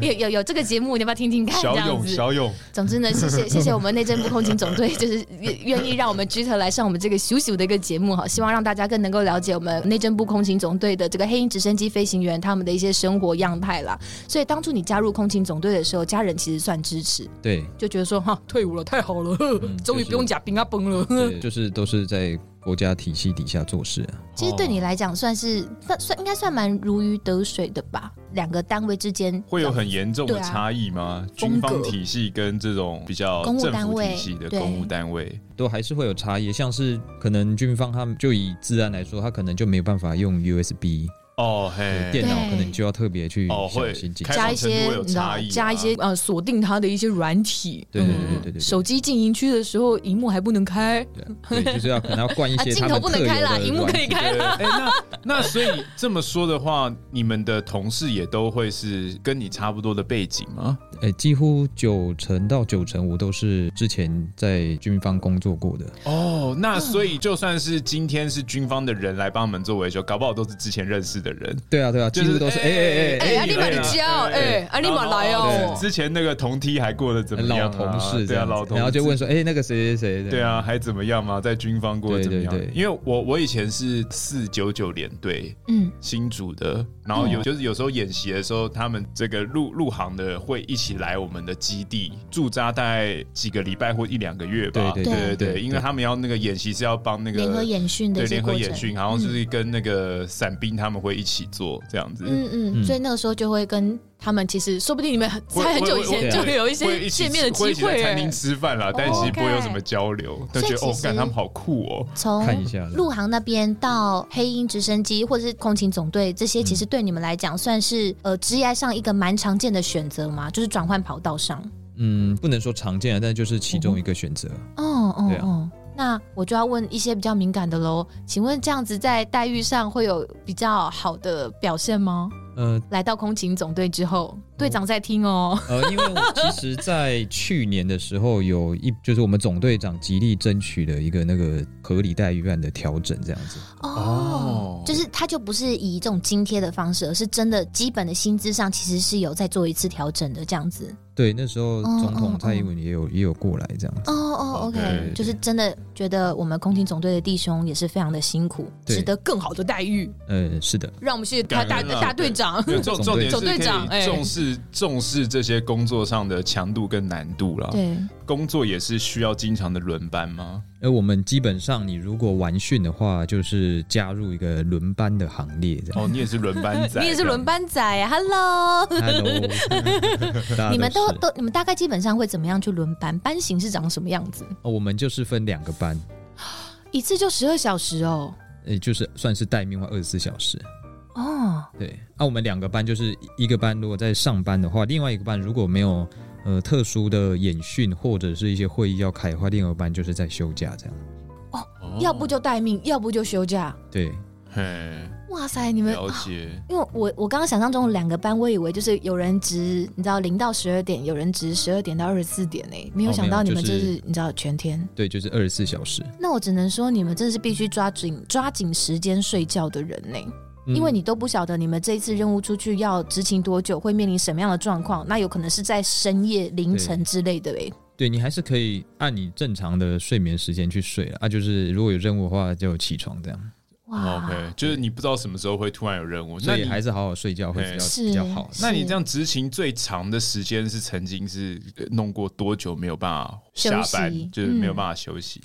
Speaker 5: 有有有这个节目，你要不要听听看？这
Speaker 2: 小
Speaker 5: 样
Speaker 2: 勇，
Speaker 5: 子。
Speaker 2: 小勇，
Speaker 5: 总之呢，谢谢谢谢我们内政部空警总队， 就是愿愿意让我们 G 特来上我们这个咻咻的一个节目哈，希望让大家更能够了解我们内政部空警总队的这个黑鹰直升机飞行员他们的一些生活样态啦。所以当初你加入空警总队的时候，家人其实算支持，
Speaker 4: 对
Speaker 5: 就觉得说哈，退伍了太好了，呵
Speaker 4: 嗯
Speaker 5: 终于不用假冰啊崩了。呵
Speaker 4: 对，就是都是在国家体系底下做事啊。
Speaker 2: 哦
Speaker 5: 其实对你来讲算是算算应该算蛮如鱼得水的吧？
Speaker 7: 两个单位之间
Speaker 2: 会有很严重的差异吗？军方体系跟这种比较
Speaker 7: 公务
Speaker 2: 政
Speaker 7: 单
Speaker 2: 府
Speaker 7: 位
Speaker 2: 体系的
Speaker 7: 对
Speaker 2: 公务单位，
Speaker 4: 都还是会有差异，像是可能军方他们就以治安来说，他可能就没有办法用 USB
Speaker 2: 哦嘿，
Speaker 4: 电脑，
Speaker 7: 对
Speaker 4: 可能就要特别去
Speaker 2: 哦
Speaker 4: 小
Speaker 2: 会
Speaker 4: 心谨
Speaker 2: 开放
Speaker 4: 慎。
Speaker 7: 加一
Speaker 2: 程度
Speaker 7: 些
Speaker 2: 会有
Speaker 7: 你知道
Speaker 2: 差异啊
Speaker 7: 加一些呃锁定它的一些软体，
Speaker 4: 对对
Speaker 7: 嗯
Speaker 4: 对对对对，
Speaker 7: 手机静音区的时候，荧幕还不能开，
Speaker 4: 对啊对，就是要可能要灌一
Speaker 7: 啊，
Speaker 4: 些
Speaker 7: 镜
Speaker 4: 他
Speaker 7: 头
Speaker 4: 们
Speaker 7: 不
Speaker 4: 特
Speaker 7: 能
Speaker 4: 有
Speaker 7: 开
Speaker 4: 的
Speaker 7: 啦，
Speaker 4: 软
Speaker 7: 荧幕可以
Speaker 4: 体
Speaker 7: 开
Speaker 2: 对，
Speaker 7: 啦。
Speaker 2: 哎、那那所以这么说的话，你们的同事也都会是跟你差不多的背景吗？
Speaker 4: 哎，几乎九成到九成五都是之前在军方工作过的。
Speaker 2: 哦，那所以就算是今天是军方的人来帮我们做维修，搞不好都是之前认识的人。
Speaker 4: 对啊，对啊，
Speaker 2: 就
Speaker 4: 几
Speaker 2: 是
Speaker 4: 乎都是哎哎
Speaker 7: 哎
Speaker 4: 哎
Speaker 7: 啊你嘛
Speaker 2: 来
Speaker 7: 你教哎啊你嘛来哦
Speaker 2: 然后之前那个同梯还过得怎
Speaker 4: 哎，
Speaker 2: 么
Speaker 4: 老
Speaker 2: 样啊？
Speaker 4: 同事这
Speaker 2: 对啊，
Speaker 4: 样子，
Speaker 2: 老同事，
Speaker 4: 然后就问说，哎，那个谁谁谁，
Speaker 2: 对，啊，还怎么样吗？在军方过得怎么样？
Speaker 4: 对对对
Speaker 2: 因为我我以前是四九九连队，
Speaker 7: 嗯，
Speaker 2: 新组的，然
Speaker 4: 嗯
Speaker 2: 后有、就是有时候演习的时候，他们这个入入行的会一起来我们的基地驻扎，大概几个礼拜或一两个月吧。
Speaker 4: 对
Speaker 7: 对
Speaker 2: 对
Speaker 4: 对对
Speaker 2: 因为他们要那个演习是要帮那个
Speaker 7: 联合演训的
Speaker 2: 对
Speaker 7: 一些
Speaker 2: 联合
Speaker 7: 过程
Speaker 2: 演训，然后就是跟那个伞兵他们会一起做这样子。
Speaker 7: 嗯嗯，
Speaker 4: 嗯
Speaker 7: 所以那个时候就会跟他们，其实说不定你们很
Speaker 2: 会
Speaker 7: 在很久以
Speaker 2: 会
Speaker 7: 前就有一
Speaker 2: 会
Speaker 7: 些
Speaker 2: 起
Speaker 7: 见面的
Speaker 2: 会
Speaker 7: 机
Speaker 2: 一起在
Speaker 7: 会
Speaker 2: 餐
Speaker 7: 哎
Speaker 2: 厅。吃饭啦，但其实不会有什么交流，都觉得
Speaker 7: 所以
Speaker 2: 哦
Speaker 7: 其，实
Speaker 2: 干他们好酷 哦。
Speaker 7: 从
Speaker 4: 看一下
Speaker 7: 陆航那边到黑鹰直升机或者是空勤总队，这些
Speaker 4: 嗯
Speaker 7: 其实对你们来讲算是呃职业上一个蛮常见的选择嘛，就是转换跑道上。
Speaker 4: 嗯，不能说常见啊，但就是其中一个选择。
Speaker 7: 哦哦
Speaker 4: 对啊
Speaker 7: 哦，那我就要问一些比较敏感的喽。请问这样子在待遇上会有比较好的表现吗？
Speaker 4: 呃
Speaker 7: 来到空勤总队之后，队长在听哦。
Speaker 4: 呃，因为我其实，在去年的时候，有一就是我们总队长极力争取的一个那个合理待遇案的调整，这样子。
Speaker 7: 哦，就是他就不是以这种津贴的方式，而是真的基本的薪资上其实是有在做一次调整的这样子。
Speaker 4: 对，那时候
Speaker 7: 哦
Speaker 4: 总
Speaker 7: 哦哦
Speaker 4: 统蔡英文也有也有过来这样子。
Speaker 7: 哦哦
Speaker 4: 对对
Speaker 7: ，OK，
Speaker 4: 对
Speaker 7: 就是真的觉得我们空勤总队的弟兄也是非常的辛苦，
Speaker 4: 对
Speaker 7: 值得更好的待遇。
Speaker 4: 呃，是的，
Speaker 7: 让我们谢谢大大
Speaker 2: 感恩啊
Speaker 7: 大队长。
Speaker 2: 没有重重点是
Speaker 7: 总
Speaker 2: 可
Speaker 7: 队长
Speaker 2: 以
Speaker 7: 哎
Speaker 2: 重视重视这些工作上的强度跟难度啦。
Speaker 7: 对，
Speaker 2: 工作也是需要经常的轮班吗？
Speaker 4: 而我们基本上，你如果完训的话，就是加入一个轮班的行列这样。
Speaker 2: 哦， 你也是轮班仔，
Speaker 7: 你也是轮。班仔啊，Hello。
Speaker 4: Hello，大家
Speaker 7: 你们都
Speaker 4: 是
Speaker 7: 都，你们大概基本上会怎么样去轮班？班型是长什么样子？
Speaker 4: 哦，我们就是分两个班，
Speaker 7: 一次就十二小时哦。
Speaker 4: 呃，就是算是待命话二十四小时。
Speaker 7: 哦，
Speaker 4: 对，那、我们两个班就是一个班如果在上班的话，另外一个班如果没有呃特殊的演训或者是一些会议要开的话，另外一个班就是在休假这样。哦
Speaker 7: 要不就待命，要不就休假。
Speaker 4: 对，
Speaker 2: 嘿，
Speaker 7: 哇塞，你们
Speaker 2: 了解。
Speaker 7: 因为我我刚刚想象中的两个班，我以为就是有人值，你知道零到十二点，有人值十二点到二十四点呢，没有
Speaker 4: 哦
Speaker 7: 想到
Speaker 4: 没
Speaker 7: 你
Speaker 4: 有
Speaker 7: 们就
Speaker 4: 就是
Speaker 7: 是、你知道全天。
Speaker 4: 对，就是二十四小时。
Speaker 7: 那我只能说你们真的是必须抓紧抓紧时间睡觉的人呢，
Speaker 4: 嗯
Speaker 7: 因为你都不晓得你们这一次任务出去要执行多久，会面临什么样的状况，那有可能是在深夜凌晨
Speaker 4: 对
Speaker 7: 之类的欸诶。
Speaker 4: 对你还是可以按你正常的睡眠时间去睡啊，就是如果有任务的话就起床这样，
Speaker 7: 哇
Speaker 2: OK，就是你不知道什么时候会突然有任务，
Speaker 4: 所
Speaker 2: 哦那
Speaker 4: 以
Speaker 2: 你哎
Speaker 4: 还是好好睡觉会比较
Speaker 7: 是
Speaker 4: 比较好。
Speaker 7: 是
Speaker 2: 那你这样执勤最长的时间是曾经是呃弄过多久没有办法下
Speaker 7: 休息
Speaker 2: 班，就是没有
Speaker 7: 嗯
Speaker 2: 办法休息？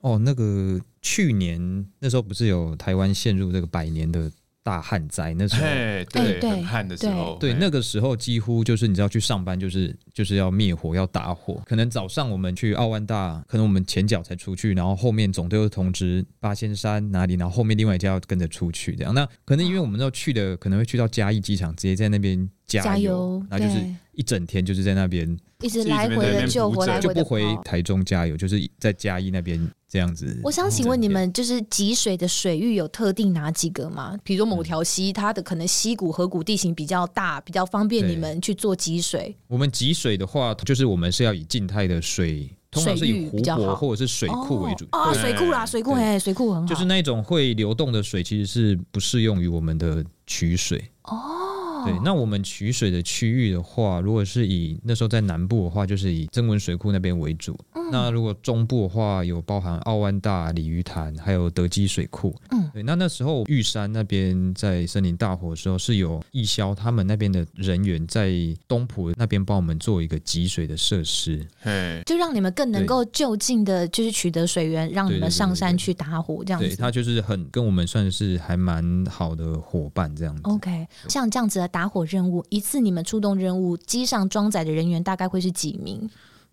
Speaker 4: 哦，那个去年那时候不是有台湾陷入这个百年的大旱灾，那时候
Speaker 2: 嘿，
Speaker 7: 哎
Speaker 2: 对，
Speaker 7: 对
Speaker 2: 很旱的时候，
Speaker 4: 对，
Speaker 2: 嘿
Speaker 4: 那个时候几乎就是你知道去上班就是就是要灭火要打火，可能早上我们去奥万大，可能我们前脚才出去，然后后面总队又通知八仙山哪里，然后后面另外一家要跟着出去这样。那可能因为我们要去的可能会去到嘉义机场，直接在那边加
Speaker 7: 加油
Speaker 4: 然后就是
Speaker 7: 对
Speaker 4: 一整天就是在那边
Speaker 7: 一直来回的救火，来
Speaker 2: 对
Speaker 4: 就
Speaker 7: 回
Speaker 4: 不
Speaker 7: 的
Speaker 4: 回
Speaker 7: 跑。
Speaker 4: 台中加油，就是在嘉义那边这样子。
Speaker 7: 我想请问你们，就是集水的水域有特定哪几个吗？比如说某条溪，它的可能溪谷、河谷地形比较大，比较方便
Speaker 4: 对
Speaker 7: 你们去做集水。
Speaker 4: 我们集水的话，就是我们是要以静态的水，通常是
Speaker 7: 水
Speaker 4: 以
Speaker 7: 域
Speaker 4: 湖
Speaker 7: 比较好
Speaker 4: 泊或者是水库为主。
Speaker 7: 哦，哦
Speaker 2: 对
Speaker 7: 水库啦，水库，
Speaker 4: 对
Speaker 7: 哎，水库很好。
Speaker 4: 就是那种会流动的水，其实是不适用于我们的取水。哦，对，那我们取水的区域的话，如果是以那时候在南部的话，就是以增文水库那边为主。嗯那如果中部的话，有包含奥湾大、鲤鱼潭，还有德基水库。嗯，对。那那时候玉山那边在森林大火的时候，是有义消他们那边的人员在东浦那边帮我们做一个集水的设施。
Speaker 8: 嘿，
Speaker 7: 就让你们更能够就近的，就是取得水源，让你
Speaker 4: 对对
Speaker 7: 们
Speaker 4: 对
Speaker 7: 上山
Speaker 4: 对
Speaker 7: 去打火这样
Speaker 4: 对，
Speaker 7: 子。
Speaker 4: 他就是很跟我们算是还蛮好的伙伴这样子。
Speaker 7: OK，像这样子的打火任务，一次你们出动任务，机上装载的人员大概会是几名？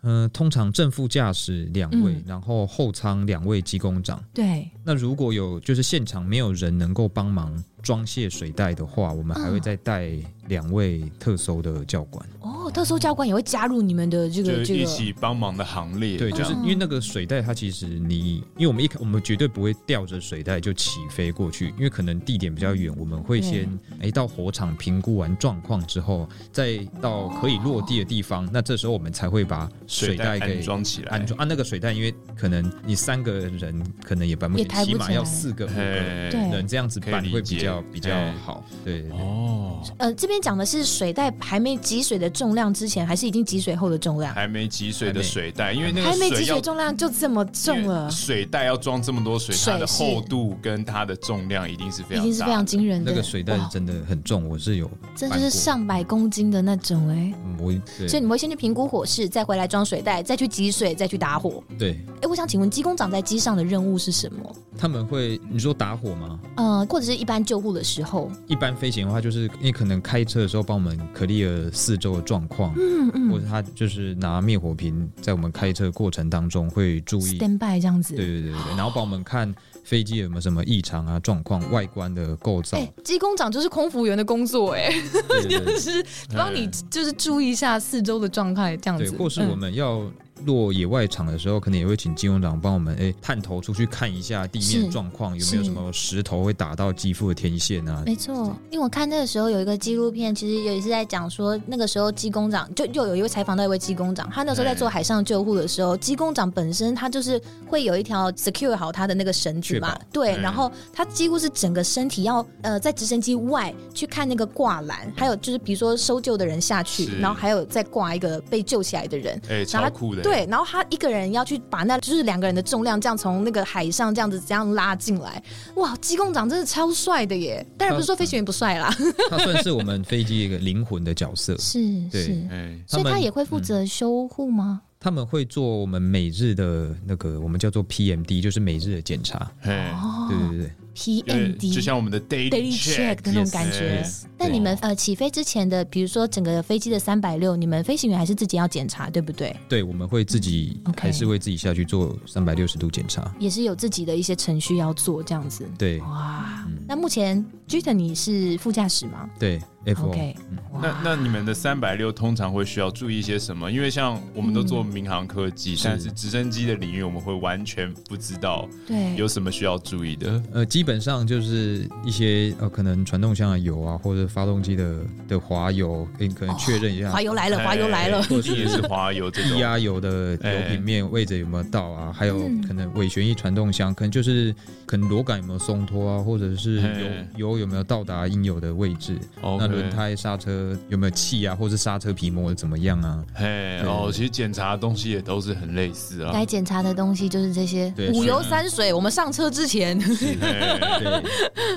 Speaker 4: 嗯、通常正副驾驶两位，
Speaker 7: 嗯
Speaker 4: 然后后舱两位机工长。
Speaker 7: 对，
Speaker 4: 那如果有就是现场没有人能够帮忙装卸水袋的话，我们还会再带两位特搜的教官。
Speaker 7: 哦，特搜教官也会加入你们的这
Speaker 2: 就
Speaker 7: 个这
Speaker 2: 一
Speaker 7: 个。
Speaker 2: 起帮忙的行列，
Speaker 4: 对，就是
Speaker 7: 哦
Speaker 4: 因为那个水袋，它其实你，因为我们一开，我们绝对不会吊着水袋就起飞过去，因为可能地点比较远，我们会先哎到火场评估完状况之后，再到可以落地的地方，那这时候我们才会把
Speaker 2: 水
Speaker 4: 水
Speaker 2: 袋
Speaker 4: 袋给
Speaker 2: 安装起来，
Speaker 4: 安装。啊，那个水袋，因为可能你三个人可能也搬不
Speaker 7: 也
Speaker 4: 起，
Speaker 7: 抬不
Speaker 4: 起码
Speaker 7: 起来
Speaker 4: 要四个五个
Speaker 2: 嘿，
Speaker 7: 对
Speaker 4: 人这样子
Speaker 2: 可以
Speaker 4: 搬
Speaker 2: 理
Speaker 4: 会比
Speaker 2: 解
Speaker 4: 较比较
Speaker 2: 嘿
Speaker 4: 好。对对对
Speaker 2: 哦，
Speaker 7: 呃，这边讲的是水袋还没集水的重量之前，还是已经集水后的重量？
Speaker 2: 还没集水的
Speaker 4: 还没
Speaker 2: 水袋，因为那个
Speaker 7: 还没集
Speaker 2: 水要
Speaker 7: 水重量就这么重
Speaker 2: 因为
Speaker 7: 了，
Speaker 2: 水袋要装这么多水，
Speaker 7: 水
Speaker 2: 它的
Speaker 7: 是
Speaker 2: 厚度跟它的重量一定是非
Speaker 7: 已
Speaker 2: 常
Speaker 7: 经是非
Speaker 2: 大
Speaker 7: 常
Speaker 2: 的
Speaker 7: 惊人的。
Speaker 4: 那个水袋
Speaker 7: 哇
Speaker 4: 真的很重，我是有
Speaker 7: 真就
Speaker 4: 搬
Speaker 7: 是
Speaker 4: 过
Speaker 7: 上百公斤的那种哎、
Speaker 4: 嗯我对
Speaker 7: 所以你们会先去评估火势，再回来装水袋，再去集水，再去打火。
Speaker 4: 对
Speaker 7: 哎、我想请问机工长在机上的任务是什么？
Speaker 4: 他们会你说打火吗？
Speaker 7: 呃，或者是一般救护的时候，
Speaker 4: 一般飞行的话，就是你可能开车的时候帮我们 clear 四周的状况，嗯嗯，或者他就是拿灭火瓶在我们开车过程当中会注意，对
Speaker 7: stand by 这样子。
Speaker 4: 对对对对，然后帮我们看飞机有没有什么异常啊、状况、外观的构造，
Speaker 7: 哎，机工长就是空服员的工作、哎，
Speaker 4: 对对对
Speaker 7: 就是帮你就是注意一下四周的状态，这样
Speaker 4: 对，
Speaker 7: 子。嗯
Speaker 4: 或是我们要落野外场的时候，可能也会请金融长帮我们哎、探头出去看一下地
Speaker 7: 是
Speaker 4: 面状况，有没有
Speaker 7: 是
Speaker 4: 什么石头会打到肌肤的天线啊
Speaker 7: 嗯、？没错，因为我看那个时候有一个纪录片，其实也是在讲说，那个时候机工长就又有一位采访到一位机工长，他那时候在做海上救护的时候，机工长本身他就是会有一条 secure 好他的那个绳子嘛
Speaker 4: 确保，
Speaker 7: 对，
Speaker 2: 嗯
Speaker 7: 然后他几乎是整个身体要呃在直升机外去看那个挂栏，还有就是比如说搜救的人下去，
Speaker 2: 是
Speaker 7: 然后还有再挂一个被救起来的人，
Speaker 2: 哎、
Speaker 7: 然后
Speaker 2: 超
Speaker 7: 他
Speaker 2: 酷的，，
Speaker 7: 对，然后他一个人要去把那就是两个人的重量这样从那个海上这样子这样拉进来，哇，机工长真的超帅的耶！当然不是说飞行员不帅啦，。
Speaker 4: 它算是我们飞机一个灵魂的角色
Speaker 7: 是
Speaker 4: 对是，
Speaker 2: 哎、
Speaker 7: 所以
Speaker 4: 他
Speaker 7: 他
Speaker 4: 们
Speaker 7: 也会负责修护吗？
Speaker 4: 他们会做我们每日的那个，我们叫做 PMD，就是每日的检查。
Speaker 2: 哎、
Speaker 7: 哦
Speaker 4: 对对对，
Speaker 2: 就是就
Speaker 7: PMD
Speaker 2: 像我们的 daily
Speaker 7: daily check 的那种感觉
Speaker 2: yes，yes。
Speaker 7: 那你们呃起飞之前的，比如说整个飞机的三百六，你们飞行员还是自己要检查，对不对？
Speaker 4: 对，我们会自己
Speaker 7: OK
Speaker 4: 还是会自己下去做三百六十度检查。
Speaker 7: 也是有自己的一些程序要做这样子。
Speaker 4: 对
Speaker 7: 哇，那目前 j u t o n 你是副驾驶吗
Speaker 4: 对，F O。
Speaker 7: ？OK，哇
Speaker 2: 那那你们的三百六通常会需要注意一些什么？因为像我们都做民航科技，但是直升机的领域我们会完全不知道
Speaker 7: 对
Speaker 2: 有什么需要注意的。
Speaker 4: 呃，基本上就是一些呃，可能传动箱的油啊，或者发动机的的滑油，诶你可能确认一下
Speaker 7: 滑油来了，滑油来了
Speaker 2: 哎。一定也是滑油这
Speaker 4: 液
Speaker 2: 种。
Speaker 4: 压油的油平面位置有没有到啊？还有
Speaker 7: 嗯
Speaker 4: 可能尾旋翼传动箱，可能就是可能螺杆有没有松脱啊，或者是
Speaker 2: 哎
Speaker 4: 油油有没有到达应有的位置？那
Speaker 2: OK
Speaker 4: 轮胎、刹车有没有气啊，或是刹车皮膜怎么样啊？
Speaker 2: 嘿，哦，其实检查的东西也都是很类似啊。
Speaker 7: 该检查的东西就是这些
Speaker 4: 对
Speaker 7: 五
Speaker 4: 是
Speaker 7: 油三水。我们上车之前，
Speaker 2: 嘿
Speaker 4: 对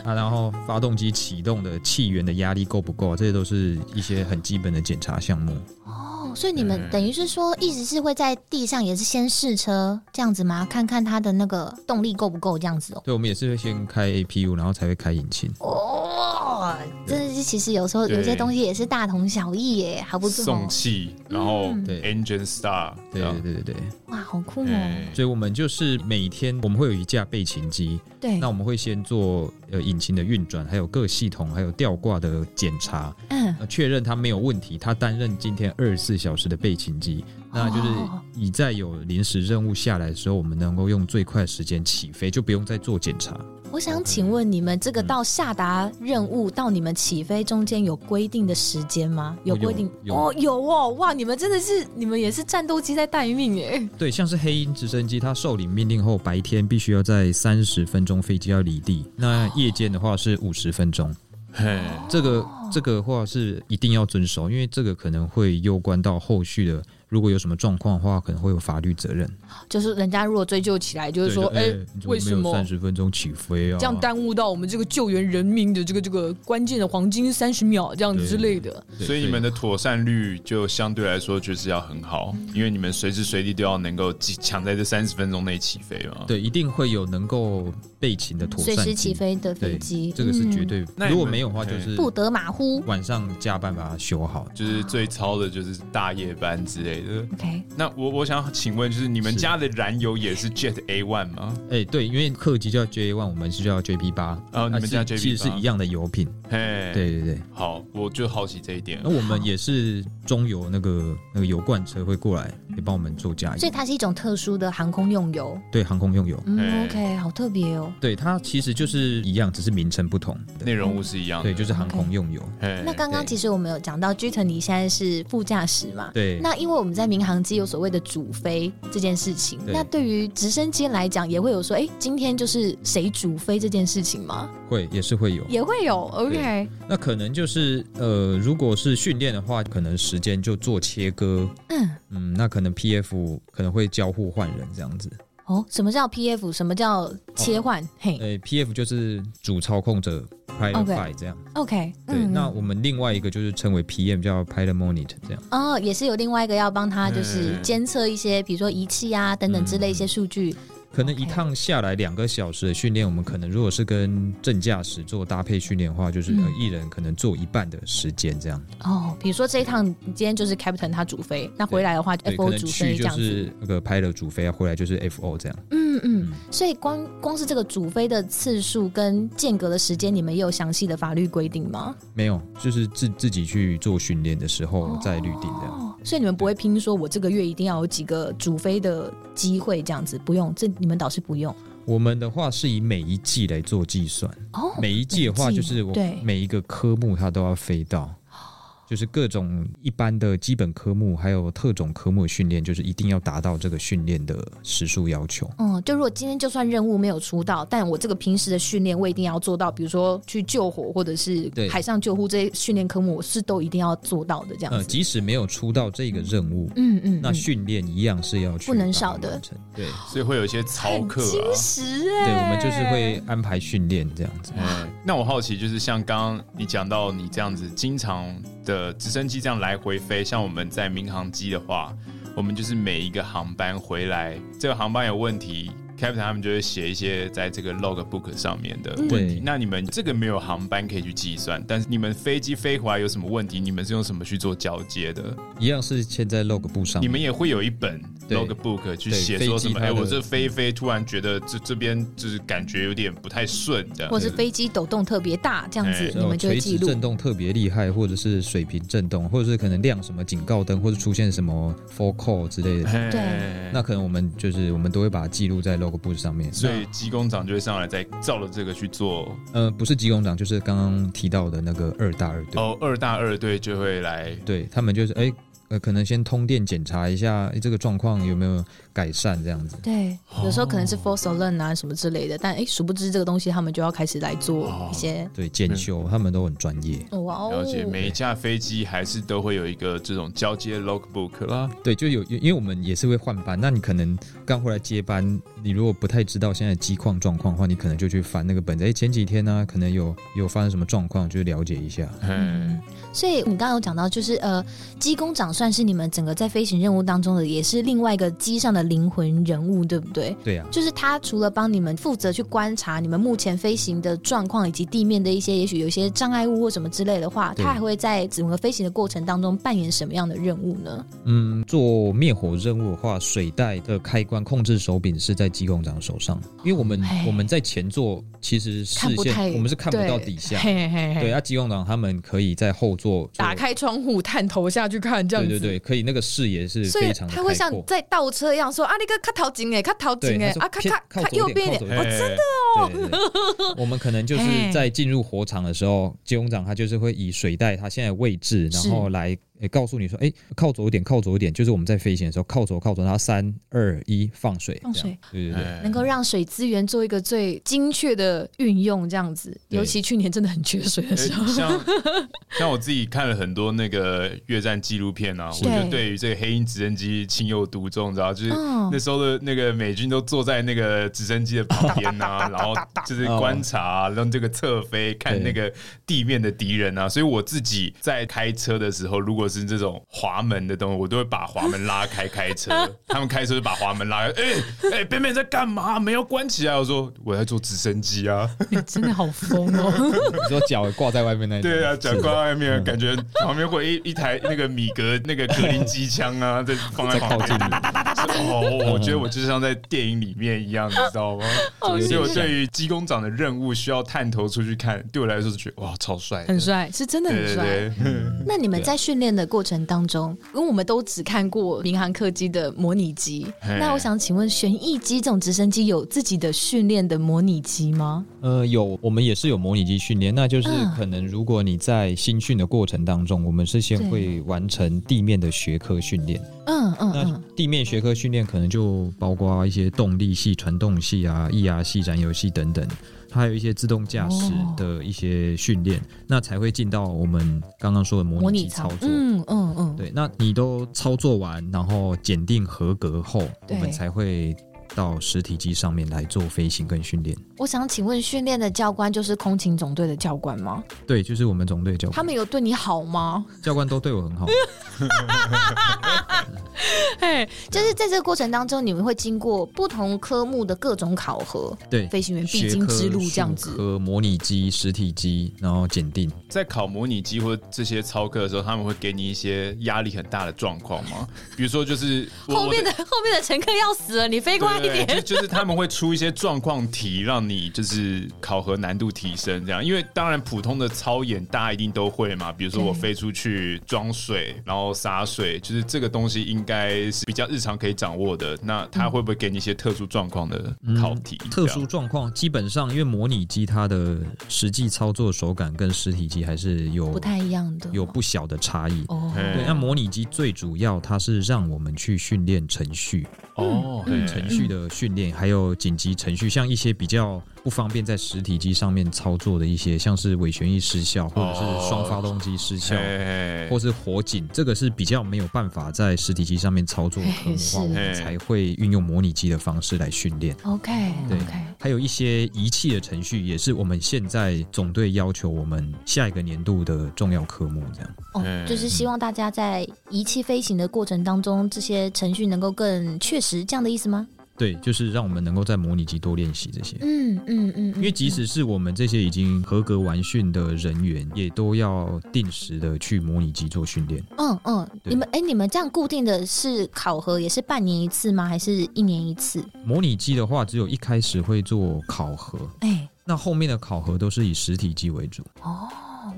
Speaker 4: 啊，然后发动机启动的气源的压力够不够啊？这些都是一些很基本的检查项目。
Speaker 7: 哦，所以你们等于是说，一直是会在地上也是先试车这样子吗？看看它的那个动力够不够这样子哦。
Speaker 4: 对，我们也是会先开 APU，然后才会开引擎。
Speaker 7: 哦，真的是，其实有时候
Speaker 2: 对
Speaker 7: 有些东西也是大同小异耶，还不错、
Speaker 2: 送
Speaker 7: 哦。
Speaker 2: 气，然后
Speaker 5: 嗯
Speaker 4: 对
Speaker 2: engine star，这
Speaker 4: 对
Speaker 2: 样
Speaker 4: 对对对对，
Speaker 7: 哇，好酷
Speaker 5: 嗯
Speaker 7: 哦。
Speaker 2: 哎
Speaker 4: 所以我们就是每天我们会有一架备勤机，
Speaker 7: 对
Speaker 4: 那，我们会先做呃引擎的运转，还有各系统，还有吊挂的检查，
Speaker 7: 嗯，
Speaker 4: 呃确认它没有问题，它担任今天二十四小时的备勤机，那就是
Speaker 7: 哦
Speaker 4: 你在有临时任务下来的时候，我们能够用最快的时间起飞，就不用再做检查。
Speaker 7: 我想请问你们这
Speaker 4: 嗯
Speaker 7: 个到下达任务到你们起飞中间有规定的时间吗？有规定
Speaker 4: 有有
Speaker 7: 哦，有哦，哇，你们真的是你们也是战斗机在待命耶。
Speaker 4: 对，像是黑鹰直升机，它受领命令后，白天必须要在三十分钟飞机要离地，那夜间的话是五十分钟。
Speaker 2: 嘿，
Speaker 5: 哦
Speaker 4: 这个这个话是一定要遵守，因为这个可能会攸关到后续的如果有什么状况的话，可能会有法律责任。
Speaker 5: 就是人家如果追究起来，就是
Speaker 4: 对
Speaker 5: 说，哎、
Speaker 4: 你怎
Speaker 5: 为什
Speaker 4: 没有
Speaker 5: 么
Speaker 4: 三十分钟起飞啊？
Speaker 5: 这样耽误到我们这个救援人民的这个这个关键的黄金三十秒这样子
Speaker 4: 对
Speaker 5: 之类的？
Speaker 4: 对
Speaker 2: 所以你们的妥善率就相对来说就是要很好，
Speaker 5: 嗯
Speaker 2: 因为你们随时随地都要能够抢在这三十分钟内起飞嘛。
Speaker 4: 对，一定会有能够备勤的妥善
Speaker 5: 随
Speaker 4: 机
Speaker 5: 时起，飞的
Speaker 4: 对
Speaker 5: 飞机，
Speaker 4: 这个是
Speaker 7: 嗯
Speaker 4: 绝对。
Speaker 2: 嗯那你们哎
Speaker 4: 如果没有的话，就是
Speaker 5: 不得马虎。
Speaker 4: 晚上加班把它修好。
Speaker 2: 就是最超的就是大夜班之类的。
Speaker 5: OK，
Speaker 2: 那我我想请问，就是你们
Speaker 4: 是
Speaker 2: 家的燃油也是 Jet A One 吗？
Speaker 4: 哎，对，因为客机叫 J One，我们是叫 JP 八，
Speaker 2: 哦你们
Speaker 4: 啊是
Speaker 2: 叫 JP8
Speaker 4: 其实是一样的油品。
Speaker 2: 嘿，，
Speaker 4: 对对对，
Speaker 2: 好，我就好奇这一点
Speaker 4: 那。我们也是中油那个那个油罐车会过来，也帮我们做加
Speaker 5: 所以
Speaker 4: 油，
Speaker 5: 它是一种特殊的航空用油。
Speaker 4: 对航空用油。
Speaker 2: 哎
Speaker 5: 嗯，OK，好特别哦。
Speaker 4: 对，它其实就是一样，只是名称不同。
Speaker 2: 内容物是一样的，
Speaker 4: 对，就是航空用油。
Speaker 2: 嘿
Speaker 5: 那刚刚
Speaker 4: 哎对
Speaker 5: 其实我们有讲到 g 腾，你现在是副驾驶嘛？
Speaker 4: 对，
Speaker 5: 那因为我们在民航机有所谓的主飞这件事情，
Speaker 4: 对
Speaker 5: 那对于直升机来讲，也会有说，哎，今天就是谁主飞这件事情吗？
Speaker 4: 会也是会有。
Speaker 5: 也会有，OK，
Speaker 4: 那可能就是呃，如果是训练的话，可能时间就做切割。
Speaker 5: 嗯，
Speaker 4: 嗯，那可能 PF 可能会交互换人这样子。
Speaker 5: 哦，什么叫 PF？什么叫切换？嘿
Speaker 4: 呃，PF 就是主操控者 pilot
Speaker 5: OK 嗯
Speaker 4: fly 这样。
Speaker 5: ，OK，
Speaker 4: 对，那我们另外一个就是称为 PM 叫 pilot monitor 这样。
Speaker 5: 哦，也是有另外一个要帮他就是
Speaker 2: 嗯
Speaker 5: 监测一些，比如说仪器啊等等之类一些数据，
Speaker 4: 可能
Speaker 5: OK
Speaker 4: 一趟下来两个小时的训练，我们可能如果是跟正驾驶做搭配训练的话，就是
Speaker 5: 嗯
Speaker 4: 呃一人可能做一半的时间这样。
Speaker 5: 哦，比如说这一趟今天就是 Captain 他主飞，那回来的话
Speaker 4: 对，可
Speaker 5: FO
Speaker 4: 能
Speaker 5: 主
Speaker 4: 去
Speaker 5: 飞这
Speaker 4: 就
Speaker 5: 样子。
Speaker 4: 是那个 pilot 主飞，啊回来就是 FO 这样。
Speaker 5: 嗯嗯
Speaker 4: 嗯，
Speaker 5: 所以光光是这个主飞的次数跟间隔的时间，你们也有详细的法律规定吗？
Speaker 4: 没有，就是自自己去做训练的时候再律定这样。
Speaker 5: 哦，所以你们不会拼说我这个月一定要有几个主飞的机会这样子，不用，这你们导师不用。
Speaker 4: 我们的话是以每一季来做计算，
Speaker 5: 哦，
Speaker 4: 每一季的话
Speaker 5: 每一季
Speaker 4: 就是我
Speaker 5: 对
Speaker 4: 每一个科目它都要飞到，就是各种一般的基本科目还有特种科目的训练，就是一定要达到这个训练的时数要求。
Speaker 5: 嗯，就如果今天就算任务没有出到，但我这个平时的训练我一定要做到，比如说去救火或者是
Speaker 4: 对
Speaker 5: 海上救护这些训练科目，我是都一定要做到的这样
Speaker 4: 呃，
Speaker 5: 子。
Speaker 4: 即使没有出到这个任务，
Speaker 5: 嗯嗯，
Speaker 4: 那
Speaker 5: 嗯
Speaker 4: 训练一样是要去
Speaker 5: 不能
Speaker 4: 把它
Speaker 5: 少的
Speaker 4: 完成。对，
Speaker 2: 所以会有一些操课啊
Speaker 5: 很。惊石哎、
Speaker 4: 对，我们就是会安排训练这样子。
Speaker 2: 嗯，那我好奇就是像刚刚你讲到你这样子经常的直升机这样来回飞，像我们在民航机的话，我们就是每一个航班回来，这个航班有问题，captain 他们就会写一些在这个 log book 上面的问题
Speaker 4: 对。
Speaker 2: 那你们这个没有航班可以去计算，但是你们飞机飞回来有什么问题，你们是用什么去做交接的？
Speaker 4: 一样是签在 log 簿上
Speaker 2: 你
Speaker 4: 面，
Speaker 2: 们也会有一本
Speaker 4: 对
Speaker 2: log book 去
Speaker 4: 对
Speaker 2: 写
Speaker 4: 飞
Speaker 2: 说
Speaker 4: 机
Speaker 2: 什么？
Speaker 4: 它
Speaker 2: 哎，
Speaker 4: 的
Speaker 2: 我这飞一飞突然觉得这这边就是感觉有点不太顺这样
Speaker 5: 或是
Speaker 2: 子
Speaker 5: 飞机抖动特别大这样子
Speaker 2: 哎，
Speaker 5: 你们就会
Speaker 4: 哦垂
Speaker 5: 记
Speaker 4: 直
Speaker 5: 录
Speaker 4: 震。动特别厉害，或者是水平震动，或者是可能亮什么警告灯，或者出现什么 four call 之类的，
Speaker 2: 对
Speaker 4: 那可能我们就是我们都会把它记录在 log 簿上面。
Speaker 2: 所以机工长就会上来再照着这个去做。
Speaker 4: 那呃，不是机工长，就是刚刚提到的那个二大二队，
Speaker 2: 哦，二大二队就会来，
Speaker 4: 对他们就是哎、呃，可能先通电检查一下、哎这个状况有没有改善这样子。
Speaker 5: 对，
Speaker 2: 呃
Speaker 5: 有时候可能是 f o r s o l e n 啊什么之类的，但哎，殊不知这个东西他们就要开始来做一些。
Speaker 4: 对
Speaker 2: 嗯
Speaker 4: 检修，他们都很专业。
Speaker 5: 哦哇哦
Speaker 2: 了解每一架飞机还是都会有一个这种交接 logbook 啦。
Speaker 4: 对，就有因为我们也是会换班，那你可能刚回来接班，你如果不太知道现在机况状况的话，你可能就去翻那个本子。哎，前几天呢、可能有有发生什么状况，就了解一下。
Speaker 2: 嗯，
Speaker 5: 所以你刚刚有讲到，就是呃，机工长算是你们整个在飞行任务当中的，也是另外一个机上的灵魂人物，对不对？
Speaker 4: 对啊，
Speaker 5: 就是他除了帮你们负责去观察你们目前飞行的状况以及地面的一些，也许有一些障碍物或什么之类的话，
Speaker 4: 对
Speaker 5: 他还会在整个飞行的过程当中扮演什么样的任务呢？
Speaker 4: 嗯，做灭火任务的话，水带的开关控制手柄是在机工长手上，因为我们
Speaker 5: 哎
Speaker 4: 我们在前座其实视
Speaker 5: 看不太
Speaker 4: 线我们是看不到
Speaker 5: 对
Speaker 4: 底下。
Speaker 5: 嘿嘿
Speaker 4: 对，啊，机工长他们可以在后座做
Speaker 5: 打，开窗户探头下去看，这样
Speaker 4: 对
Speaker 5: 子。
Speaker 4: 对对，可以那个视野是
Speaker 5: 所以
Speaker 4: 非常的
Speaker 5: 他会像
Speaker 4: 开阔。
Speaker 5: 在倒车一样说啊，那个卡头紧哎，卡头
Speaker 4: 对，
Speaker 5: 紧哎
Speaker 4: 他，说
Speaker 5: 啊，卡
Speaker 4: 偏
Speaker 5: 卡
Speaker 4: 靠
Speaker 5: 卡
Speaker 4: 左一
Speaker 5: 右边哎
Speaker 4: 点靠左，一
Speaker 2: 我
Speaker 4: 点
Speaker 2: 真的
Speaker 4: 对对 对我们可能就是在进入火场的时候，机工长他就是会以水袋他现在的位置，然后来诶、告诉你说，诶、靠左一点，靠左一点，就是我们在飞行的时候靠左靠左，然后三二一放水，
Speaker 5: 放水
Speaker 4: 这样，对对对。
Speaker 5: 能够让水资源做一个最精确的运用，这样子。
Speaker 4: 对
Speaker 5: 尤其去年真的很缺水的时候，
Speaker 2: 哎 像像我自己看了很多那个越战纪录片啊，我就对于这个黑鹰直升机情有独钟，你知道，就是
Speaker 5: 嗯
Speaker 2: 那时候的那个美军都坐在那个直升机的旁边啊，然后就是观察啊、然后这个侧飞看那个地面的敌人啊，所以我自己在开车的时候，如果是这种滑门的东西，我都会把滑门拉开开 车，他们开车就把滑门拉开，哎、哎、边边在干嘛？没有关起来，我说我在坐直升机啊。
Speaker 5: 你真的好疯哦！
Speaker 4: 你说脚挂在外面那一种
Speaker 2: 对啊，讲挂外面，感觉旁边会一一台那个米格那个格林机枪 啊，在放在
Speaker 4: 在
Speaker 2: 旁
Speaker 4: 靠近
Speaker 2: 边。
Speaker 4: 你，
Speaker 2: 哦，我觉得我就像在电影里面一样，你知 道吗？所以我对于机工长的任务需要探头出去看，对我来说是觉得哇，超帅的，
Speaker 5: 很帅，是真的很
Speaker 2: 对对
Speaker 5: 帅。嗯
Speaker 2: 对，
Speaker 5: 那你们在训练的过程当中，因为我们都只看过民航客机的模拟机，
Speaker 2: 嗯嘿
Speaker 5: 那我想请问，旋翼机这种直升机有自己的训练的模拟机吗？
Speaker 4: 呃，有，我们也是有模拟机训练，那就是
Speaker 5: 嗯
Speaker 4: 可能如果你在新训的过程当中，我们是先
Speaker 5: 对
Speaker 4: 会完成地面的学科训练。
Speaker 5: 嗯嗯
Speaker 4: 那
Speaker 5: 嗯，
Speaker 4: 地面学科训练可能就包括一些动力系、传动系啊、ER 系、燃油系等等，它还有一些自动驾驶的一些训练，那才会进到我们刚刚说的模
Speaker 5: 模
Speaker 4: 拟
Speaker 5: 拟
Speaker 4: 机
Speaker 5: 舱
Speaker 4: 操作。
Speaker 5: 嗯嗯嗯，
Speaker 4: 对，那你都操作完，然后检定合格后，我
Speaker 5: 对
Speaker 4: 们才会到实体机上面来做飞行跟训练。
Speaker 5: 我想请问，训练的教官就是空勤总队的教官吗？
Speaker 4: 对，就是我们总队教
Speaker 5: 他
Speaker 4: 官，
Speaker 5: 们有对你好吗？
Speaker 4: 教官都对我很好。
Speaker 5: 嘿，就是在这个过程当中，你们会经过不同科目的各种考核，
Speaker 4: 对，
Speaker 5: 飞行员必经之路这样
Speaker 4: 学科
Speaker 5: 子。
Speaker 4: 数科模拟机、实体机，然后检定。
Speaker 2: 在考模拟机或这些操课的时候，他们会给你一些压力很大的状况吗？比如说就是我
Speaker 5: 后面
Speaker 2: 我
Speaker 5: 的后面的乘客要死了，你飞快一
Speaker 2: 对对
Speaker 5: 点。
Speaker 2: 对就就是他们会出一些状况题，让你就是考核难度提升这样。因为当然普通的操演大家一定都会嘛，比如说我飞出去装水，然后洒水，就是这个东西应该是比较日常可以掌握的。那
Speaker 5: 嗯
Speaker 2: 他会不会给你一些特殊状况的嗯考题？
Speaker 4: 嗯特
Speaker 2: 这
Speaker 4: 殊
Speaker 2: 样
Speaker 4: 状况基本上，因为模拟机它的实际操作手感跟实体机还是有
Speaker 5: 不太一样的
Speaker 4: 有不小的差异。
Speaker 5: 哦，
Speaker 2: 嘿
Speaker 4: 对，那模拟机最主要它是让我们去训练程序，
Speaker 2: 哦，
Speaker 5: 嗯
Speaker 2: 嘿
Speaker 4: 程序的训练，还有紧急程序，像一些比较不方便在实体机上面操作的一些，像是尾旋翼失效，或者是双发动机失
Speaker 2: 哦
Speaker 4: 效，
Speaker 2: 哎嘿
Speaker 4: 或是火警，这个是比较没有办法在实体机上面操 作的科
Speaker 5: 嘿
Speaker 4: 目的话，
Speaker 5: 是
Speaker 4: 我们才会运用模拟机的方式来训练。
Speaker 5: OK，
Speaker 4: 对
Speaker 5: OK，
Speaker 4: 还有一些仪器的程序，也是我们现在总队要求我们下一个年度的重要科目。这样，
Speaker 5: 哦，就是
Speaker 4: 嗯
Speaker 5: 希望大家在仪器飞行的过程当中，这些程序能够更确实，这样的意思吗？
Speaker 4: 对，就是让我们能够在模拟机多练习这些。
Speaker 5: 嗯嗯嗯，
Speaker 4: 因为即使是我们这些已经合格完训的人员，也都要定时的去模拟机做训练。
Speaker 5: 嗯嗯，你
Speaker 4: 对
Speaker 7: 呃
Speaker 5: 们哎，你们这样固定的是考核也是半年一次吗？还是一年一次？
Speaker 4: 模拟机的话，只有一开始会做考核，
Speaker 5: 哎，
Speaker 4: 那后面的考核都是以实体机为主。
Speaker 5: 哦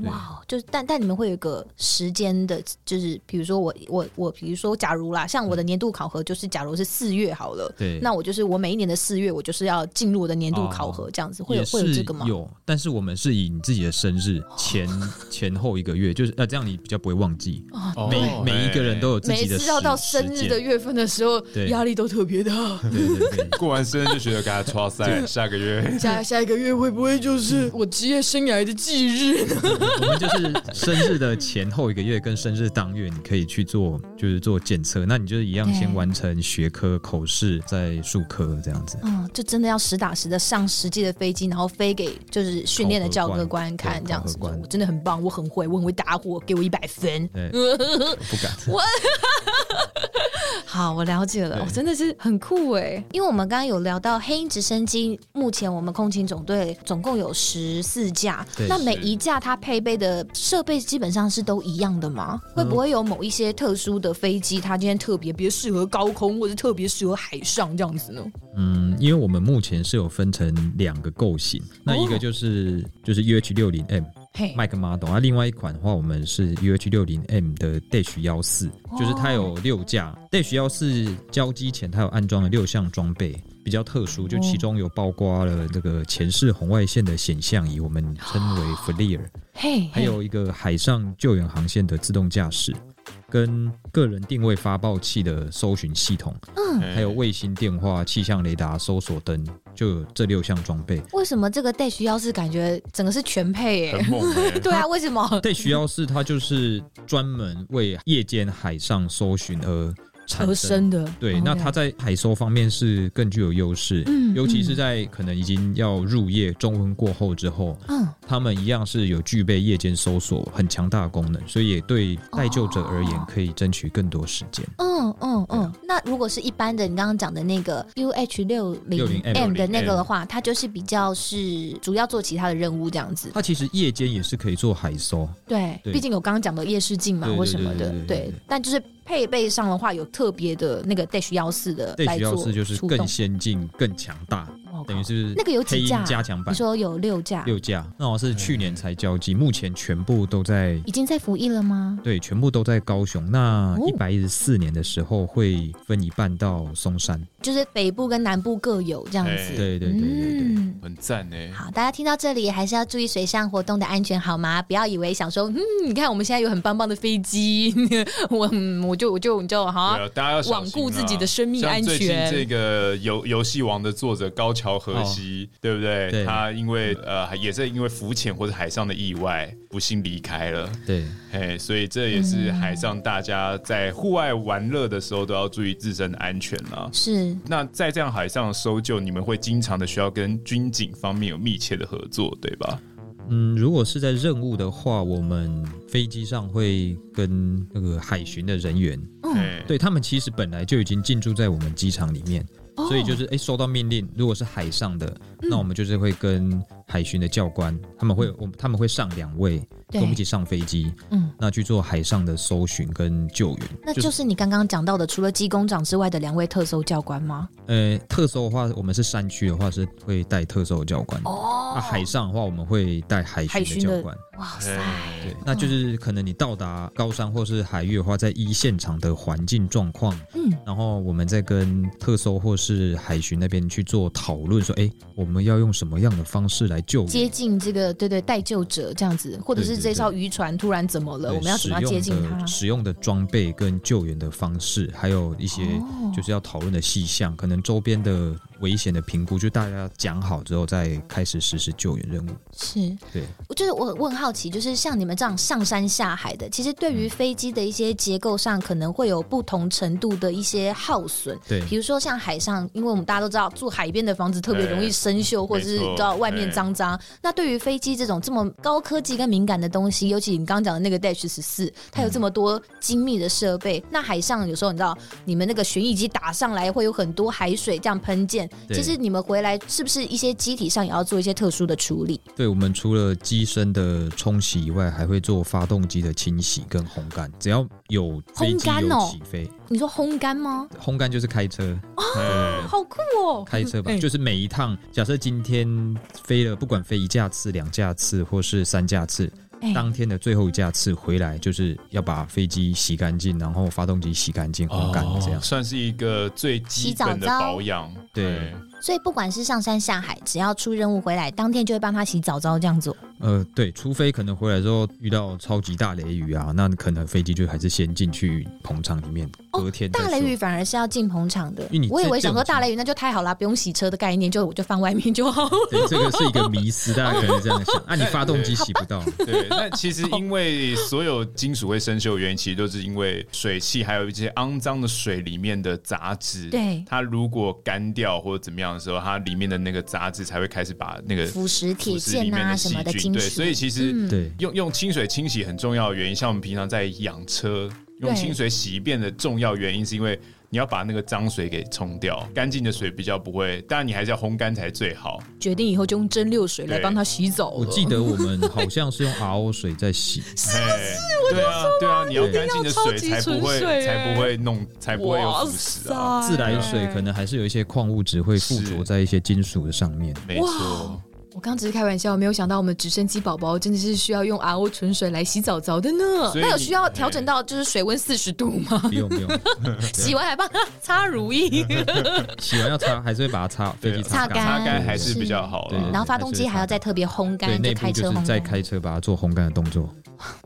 Speaker 4: 对
Speaker 5: 哇，就是但但你们会有一个时间的，就是比如说我我我，比如说假如啦，像我的年度考核就是假如是四月好了。
Speaker 4: 嗯对，
Speaker 5: 那我就是我每一年的四月，我就是要进入我的年度考核，这样子、会有
Speaker 4: 哦也
Speaker 5: 会
Speaker 4: 是
Speaker 5: 有这个吗？哦
Speaker 4: 有，但是我们是以你自己的生日前前后一个月，就是呃，这样你比较不会忘记。
Speaker 2: 哦
Speaker 4: 每每一个人都有自
Speaker 5: 每
Speaker 4: 己
Speaker 5: 一
Speaker 4: 的
Speaker 5: 次要
Speaker 4: 时
Speaker 5: 到生日的
Speaker 4: 时间
Speaker 5: 月份的时候，
Speaker 4: 对
Speaker 5: 压力都特别大。
Speaker 4: 对对对，
Speaker 2: 过完生日就觉得给他 刷塞，下个月
Speaker 5: 下下一个月会不会就是我职业生涯的忌日呢？
Speaker 4: 我们就是生日的前后一个月跟生日当月，你可以去做，就是做检测。那你就是一样
Speaker 5: 对
Speaker 4: 先完成学科、口试，再术科这样子。
Speaker 7: 哦
Speaker 5: 嗯，就真的要实打实的上实际的飞机，然后飞给就是训练的教科官看，
Speaker 4: 考核官
Speaker 5: 这样子
Speaker 4: 对考核。官
Speaker 5: 我真的很棒，我很会，我很会打火，给我一百分。
Speaker 4: 对， 不敢。
Speaker 5: 好，我了解了，
Speaker 4: 对
Speaker 5: 哦、真的是很酷
Speaker 7: 欸
Speaker 5: 哎。因为我们刚刚有聊到黑鹰直升机，目前我们空勤总队总共有十四架，
Speaker 4: 对
Speaker 5: 那每一架它配备的设备基本上是都一样的吗？
Speaker 7: 嗯
Speaker 5: 会不会有某一些特殊的飞机，它今天特别别适合高空，或者特别适合海上这样子呢？
Speaker 4: 嗯，因为我们目前是有分成两个构型，那一个就是、就是 UH 六零 M
Speaker 5: 哦嘿，
Speaker 4: Mac Model，那另外一款的话，我们是 UH 六零 M 的 Dash 幺四，
Speaker 5: 哦
Speaker 4: 就是它有六架 Dash 幺四交机前，它有安装了六项装备，比较特殊，就
Speaker 5: 哦
Speaker 4: 其中有包括了这个前视红外线的显像仪，我们称为 FLIR，
Speaker 5: 哦嘿，
Speaker 4: 还有一个海上救援航线的自动驾驶。跟个人定位发报器的搜寻系统，
Speaker 5: 嗯
Speaker 2: 哎
Speaker 4: 还有卫星电话、气象雷达、搜索灯，就有这六项装备。
Speaker 7: 为什么这个 Dash 钥匙感觉整个是全配耶、
Speaker 2: 很猛 哎、
Speaker 7: 对啊，为什么？
Speaker 4: Dash 钥匙它就是专门为夜间海上搜寻而产
Speaker 7: 合
Speaker 4: 生。
Speaker 7: 身的
Speaker 4: 对，
Speaker 7: 哦
Speaker 4: 那
Speaker 7: 了
Speaker 4: 它在海搜方面是更具有优势，
Speaker 7: 嗯
Speaker 4: 尤其是在可能已经要入夜、中昏过后之后，
Speaker 7: 嗯
Speaker 4: 他们一样是有具备夜间搜索很强大的功能，所以也对待救者而言可以争取更多时间。
Speaker 7: 嗯嗯
Speaker 4: 啊
Speaker 7: 嗯，那如果是一般的，你刚刚讲的那个 U H 六零
Speaker 4: 60M
Speaker 7: M 的那个的话，它就是比较是主要做其他的任务这样子。
Speaker 4: 它其实夜间也是可以做海搜，
Speaker 7: 对，
Speaker 4: 对
Speaker 7: 毕竟有刚刚讲的夜视镜嘛
Speaker 4: 对对
Speaker 7: 或什么
Speaker 4: 对对，
Speaker 7: 的
Speaker 4: 对对
Speaker 7: 对
Speaker 4: 对。
Speaker 7: 但就是配备上的话，有特别的那个 Dash 幺四的
Speaker 4: 对
Speaker 7: 来
Speaker 4: 主
Speaker 7: 做
Speaker 4: 要是就是
Speaker 7: 出
Speaker 4: 更
Speaker 7: 动
Speaker 4: 先进、更强大，
Speaker 7: 哦
Speaker 4: 等于是
Speaker 7: 那个有
Speaker 4: 黑
Speaker 7: 几
Speaker 4: 鹰
Speaker 7: 架？
Speaker 4: 加强
Speaker 7: 你
Speaker 4: 版
Speaker 7: 说啊有六架，
Speaker 4: 六架，那好像是去年才交机，目前全部都在
Speaker 7: 已经在服役了吗？
Speaker 4: 对，全部都在高雄。那
Speaker 7: 哦
Speaker 4: 一百一十四年的时候会分一半到松山，
Speaker 7: 就是北部跟南部各有这样子。
Speaker 2: 哎
Speaker 4: 对对对对对。
Speaker 7: 嗯
Speaker 2: 很赞哎、
Speaker 7: 好，大家听到这里还是要注意水上活动的安全，好吗？不要以为想说，嗯，你看我们现在有很棒棒的飞机， 我嗯我就我就你知道哈
Speaker 2: 对，啊，大家要小
Speaker 7: 罔
Speaker 2: 心啊
Speaker 7: 顾自己的生命
Speaker 2: 像
Speaker 7: 安
Speaker 2: 最近这
Speaker 7: 全。
Speaker 2: 个游游戏王的作者高桥和希，对不对？
Speaker 4: 对
Speaker 2: 他因为呃，也是因为浮潜或者海上的意外，不幸离开了。
Speaker 4: 对，
Speaker 2: 哎，所以这也
Speaker 7: 嗯
Speaker 2: 是海上大家在户外玩乐的时候都要注意自身的安全了。
Speaker 7: 是
Speaker 2: 那在这样海上的搜救，你们会经常的需要跟军警方面有密切的合作，对吧？
Speaker 4: 嗯，如果是在任务的话，我们飞机上会跟那个海巡的人员，
Speaker 7: 嗯
Speaker 2: 哎，
Speaker 4: 对他们其实本来就已经进驻在我们机场里面，
Speaker 7: 哦
Speaker 4: 所以就是哎、诶收到命令，如果是海上的，
Speaker 7: 嗯
Speaker 4: 那我们就是会跟海巡的教官，他们会我们他们会上两位跟我们一起上飞机，
Speaker 7: 嗯，
Speaker 4: 那去做海上的搜寻跟救援，
Speaker 7: 那就是你刚刚讲到的，除了机工长之外的两位特搜教官吗？
Speaker 4: 呃，特搜的话，我们是山区的话是会带特搜的教官。哦，那海上的话，我们会带海
Speaker 7: 海
Speaker 4: 巡
Speaker 7: 巡
Speaker 4: 的
Speaker 7: 的嗯
Speaker 4: 教官。
Speaker 7: 哇塞，
Speaker 4: 对，那就是可能你到达高山或是海域的话，在一现场的环境状况，
Speaker 7: 嗯，
Speaker 4: 然后我们再跟特搜或是海巡那边去做讨论，说，哎，我们要用什么样的方式来救
Speaker 7: 接
Speaker 4: 援？
Speaker 7: 近这个对对待救者这样子，或者是
Speaker 4: 对对
Speaker 7: 这
Speaker 4: 对
Speaker 7: 艘渔船突然怎么了，
Speaker 4: 对
Speaker 7: 我们要怎么样接近
Speaker 4: 使用
Speaker 7: 它
Speaker 4: 的？使用的装备跟救援的方式，还有一些
Speaker 7: 哦
Speaker 4: 就是要讨论的细项，可能周边的危险的评估，就大家讲好之后再开始实施救援任务。
Speaker 7: 是，
Speaker 4: 对，
Speaker 7: 我就是我我很好奇，就是像你们这样上山下海的，其实对
Speaker 2: 嗯
Speaker 7: 于飞机的一些结构上，可能会有不同程度的一些耗损。
Speaker 4: 对
Speaker 7: 比如说像海上，因为我们大家都知道住海边的房子特别容易生锈，或者是
Speaker 2: 没错
Speaker 7: 你知道外面脏脏。那对于飞机这种这么高科技跟敏感的东西，尤其你刚刚讲的那个 Dash 十四，它有这
Speaker 2: 嗯
Speaker 7: 么多精密的设备，那海上有时候你知道，你们那个旋翼机打上来会有很多海水这样喷溅，
Speaker 4: 对
Speaker 7: 其实你们回来是不是一些机体上也要做一些特殊的处理？
Speaker 4: 对，我们除了机身的冲洗以外，还会做发动机的清洗跟烘干。只要有飞
Speaker 7: 烘
Speaker 4: 机
Speaker 7: 干
Speaker 4: 有
Speaker 7: 哦
Speaker 4: 起飞，
Speaker 7: 你说烘干吗？
Speaker 4: 烘干就是开车，
Speaker 2: 哎
Speaker 7: 好酷哦！
Speaker 4: 开车吧，
Speaker 7: 嗯
Speaker 4: 就是每一趟，假设今天飞了，不管飞一架次、两架次或是三架次，
Speaker 7: 哎
Speaker 4: 当天的最后一架次回来，就是要把飞机洗干净，然后发动机洗干净、烘干这
Speaker 7: 哦
Speaker 4: 样。
Speaker 2: 哦算是一个最基本
Speaker 7: 洗
Speaker 2: 的
Speaker 7: 澡澡
Speaker 2: 保养。
Speaker 4: 对
Speaker 2: 哎
Speaker 7: 所以不管是上山下海，只要出任务回来，当天就会帮他洗澡澡这样做。
Speaker 4: 呃，对，除非可能回来之后遇到超级大雷雨啊，那可能飞机就还是先进去棚场里面，
Speaker 7: 哦
Speaker 4: 隔天再
Speaker 7: 大
Speaker 4: 说
Speaker 7: 雷雨反而是要进棚场的
Speaker 4: 因为你，
Speaker 7: 我以
Speaker 4: 这
Speaker 7: 为想说
Speaker 4: 这种
Speaker 7: 大雷雨那就太好啦，不用洗车的概念，就我就放外面就好。
Speaker 4: 对，这个是一个迷思，大家可能这样想啊，你发动机洗不到，
Speaker 2: 对，那其实因为所有金属会生锈的原因，其实都是因为水汽还有一些肮脏的水里面的杂质。
Speaker 7: 对
Speaker 2: 它如果干掉或者怎么样的时候，它里面的那个杂质才会开始把那个
Speaker 7: 腐蚀铁
Speaker 2: 腐蚀里
Speaker 7: 线
Speaker 2: 面
Speaker 7: 啊
Speaker 2: 的
Speaker 7: 什
Speaker 2: 细
Speaker 7: 么的嗯
Speaker 2: 菌。
Speaker 7: 金
Speaker 2: 对，
Speaker 7: 属，
Speaker 2: 所以其实
Speaker 4: 对
Speaker 2: 用用清水清洗很重要的原因，像我们平常在养车，用
Speaker 7: 对
Speaker 2: 清水洗一遍的重要原因，是因为你要把那个脏水给冲掉，干净的水比较不会，当然你还是要烘干才是最好。
Speaker 7: 决定以后就用蒸馏水来
Speaker 2: 对
Speaker 7: 帮他洗澡了。
Speaker 4: 我记得我们好像是用 RO 水在洗，
Speaker 2: 哎，对啊，对啊，你要干净的水才不
Speaker 7: 一定要超级纯
Speaker 2: 会
Speaker 5: 欸
Speaker 7: 水
Speaker 2: 才不会弄，才不会有
Speaker 7: 哇
Speaker 2: 腐蚀啊。
Speaker 7: 塞
Speaker 5: 哎
Speaker 4: 自来水可能还是有一些矿物质会附着在一些金属的上面。
Speaker 2: 没错，
Speaker 5: 我刚只是开玩笑，没有想到我们直升机宝宝真的是需要用 RO 纯水来洗澡澡的呢。
Speaker 2: 所以
Speaker 5: 那有
Speaker 2: 你
Speaker 5: 需要调整到就是水温四十度吗？
Speaker 4: 不用不用，
Speaker 5: 洗完还帮他擦 乳液，
Speaker 4: 洗完要擦，还是会把它擦飞机
Speaker 5: 擦
Speaker 4: 干。
Speaker 5: 干
Speaker 2: 哎擦干还是比较好
Speaker 4: 对
Speaker 2: 了。
Speaker 5: 然后发动机还要再特别烘
Speaker 4: 对，
Speaker 5: 干，
Speaker 4: 内
Speaker 5: 就
Speaker 4: 部
Speaker 5: 开
Speaker 4: 就
Speaker 5: 车
Speaker 4: 是
Speaker 5: 烘
Speaker 4: 在
Speaker 5: 干。
Speaker 4: 开车把它做烘干的动作。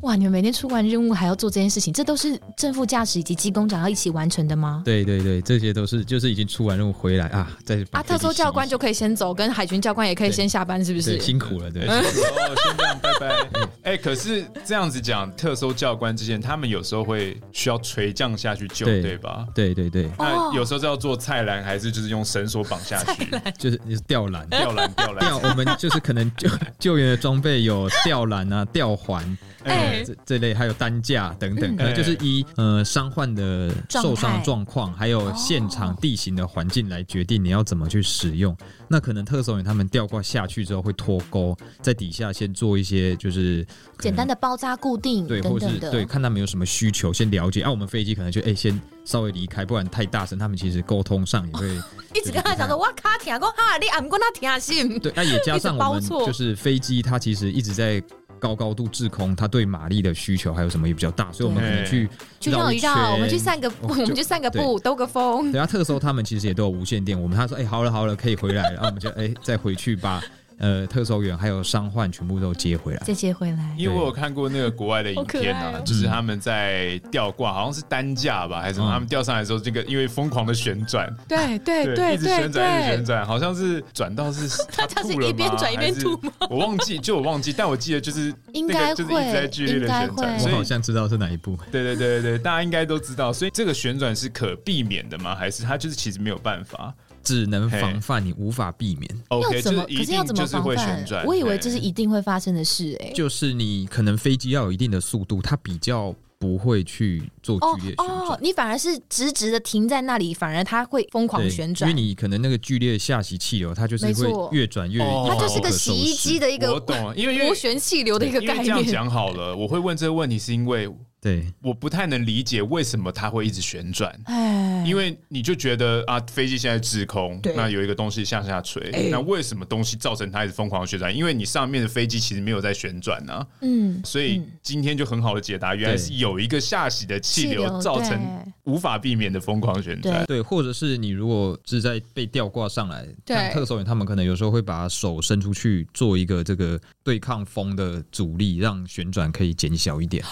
Speaker 5: 哇，你们每天出完任务还要做这件事情，这都是正副驾驶以及机工长要一起完成的吗？
Speaker 4: 对对对，这些都是就是已经出完任务回来啊，再 把
Speaker 5: 啊，
Speaker 4: 飞
Speaker 5: 特
Speaker 4: 机
Speaker 5: 搜
Speaker 4: 洗一
Speaker 5: 教官
Speaker 4: 洗
Speaker 5: 就可以先走，跟海巡教官也可以
Speaker 4: 对
Speaker 5: 先下班，是不是
Speaker 4: 对？辛苦了， 对
Speaker 2: 哎，辛苦了哦先这样，拜 拜。哎，可是这样子讲，特搜教官之前，他们有时候会需要垂降下去救，
Speaker 4: 对
Speaker 2: 对吧？
Speaker 4: 对对对，
Speaker 5: 哦
Speaker 2: 那有时候是要做菜篮，还是就是用绳索绑下去？
Speaker 4: 就是就是吊 篮。
Speaker 2: 吊篮，吊
Speaker 4: 吊
Speaker 2: 篮。
Speaker 4: 我们就是可能救救援的装备有吊篮啊、吊环，
Speaker 5: 哎
Speaker 4: 呃这这类还有担架等等，可能就是依呃伤患的受伤状况，还有现场地形的环境来决定你要怎么去使用。那可能特搜员他们吊挂下去之后会脱钩，在底下先做一些就是可能
Speaker 5: 简单的包扎固定
Speaker 4: 嗯对，
Speaker 5: 等
Speaker 4: 或
Speaker 5: 等
Speaker 4: 是
Speaker 5: 的。
Speaker 4: 对，看他们有什么需求，先了解。啊，我们飞机可能就哎、先稍微离开，不然太大声，他们其实沟通上也会
Speaker 5: 一直跟他讲说，我卡听啊讲哈，你俺过那听啊心。
Speaker 4: 对。那、也加上我
Speaker 5: 一
Speaker 4: 们
Speaker 5: 直包错
Speaker 4: 就是飞机，它其实一直在。高高度滞空，它对马力的需求还有什么也比较大，所以我们可能去
Speaker 5: 去绕一绕，
Speaker 4: 圈
Speaker 5: 我们去 散个步，
Speaker 4: 哦
Speaker 5: 我
Speaker 4: 就
Speaker 5: 们去散个步，兜个风。
Speaker 4: 对啊，特搜他们其实也都有无线电，我们他说哎、好了好了，可以回来了，然后我们就哎、再回去把呃特搜员还有伤患全部都接回来。
Speaker 5: 再接回来，
Speaker 2: 因为我有看过那个国外的影片
Speaker 5: 好可爱
Speaker 2: 啊
Speaker 5: 哦，
Speaker 2: 就是他们在吊挂，好像是担架吧，还是什么？
Speaker 4: 嗯
Speaker 2: 他们吊上来的时候，这个因为疯狂的旋转，
Speaker 5: 对对
Speaker 2: 一直旋转，一直旋，转，好像是转到是他
Speaker 5: 他是
Speaker 2: 吐了
Speaker 5: 一边
Speaker 2: 吗
Speaker 5: 转一边
Speaker 2: 还是
Speaker 5: 吐吗
Speaker 2: 我忘记，就我忘记，但我记得就是
Speaker 5: 应
Speaker 2: 那
Speaker 5: 该
Speaker 2: 个就是一直在
Speaker 5: 会
Speaker 2: 剧烈
Speaker 5: 应
Speaker 2: 的
Speaker 5: 该
Speaker 2: 旋转，
Speaker 5: 会
Speaker 4: 我
Speaker 2: 所以
Speaker 4: 好像知道是哪一部，
Speaker 2: 对对对对对，大家应该都知道，所以这个旋转是可避免的吗？还是它就是其实没有办法
Speaker 4: 只能
Speaker 2: 嘿
Speaker 4: 防范，你无法避免。
Speaker 2: ？OK，
Speaker 5: 要怎
Speaker 2: 就
Speaker 5: 么？
Speaker 2: 是一
Speaker 5: 可是要
Speaker 2: 定
Speaker 5: 怎
Speaker 2: 就
Speaker 5: 么
Speaker 2: 是
Speaker 5: 防
Speaker 2: 会旋
Speaker 5: 范
Speaker 2: 转。？
Speaker 5: 我以为
Speaker 2: 对
Speaker 5: 这是一定会发生的事，哎，
Speaker 4: 就是你可能飞机要有一定的速度，它比较不会去做
Speaker 5: 哦
Speaker 4: 剧烈旋转。
Speaker 5: 哦，你反而是直直的停在那里，反而它会疯狂
Speaker 4: 对
Speaker 5: 旋转
Speaker 4: 因为。你可能那个剧烈下洗气流，它就是
Speaker 5: 没错
Speaker 4: 会越转越，
Speaker 2: 哦
Speaker 5: 它就是个洗衣机
Speaker 4: 的。
Speaker 5: 的一
Speaker 2: 我
Speaker 5: 个
Speaker 2: 懂，因为因为
Speaker 5: 涡旋气流的一个
Speaker 2: 因为
Speaker 5: 概
Speaker 2: 这样
Speaker 5: 念。
Speaker 2: 讲好了，我会问这个问题是因为
Speaker 4: 对，
Speaker 2: 我不太能理解为什么它会一直旋转。
Speaker 5: 哎，
Speaker 2: 因为你就觉得啊，飞机现在滞空，
Speaker 5: 对
Speaker 2: 那有一个东西向下垂，
Speaker 5: 哎
Speaker 2: 那为什么东西造成它一直疯狂地旋转？因为你上面的飞机其实没有在旋转呢、
Speaker 5: 嗯，
Speaker 2: 所以今天就很好的解答，原来是有一个下洗的气
Speaker 5: 气
Speaker 2: 流
Speaker 5: 流
Speaker 2: 造成无法避免的疯狂旋转。
Speaker 4: 对，或者是你如果是在被吊挂上来，
Speaker 5: 对
Speaker 4: 像特搜员他们可能有时候会把手伸出去做一个这个对抗风的阻力，让旋转可以减小一点。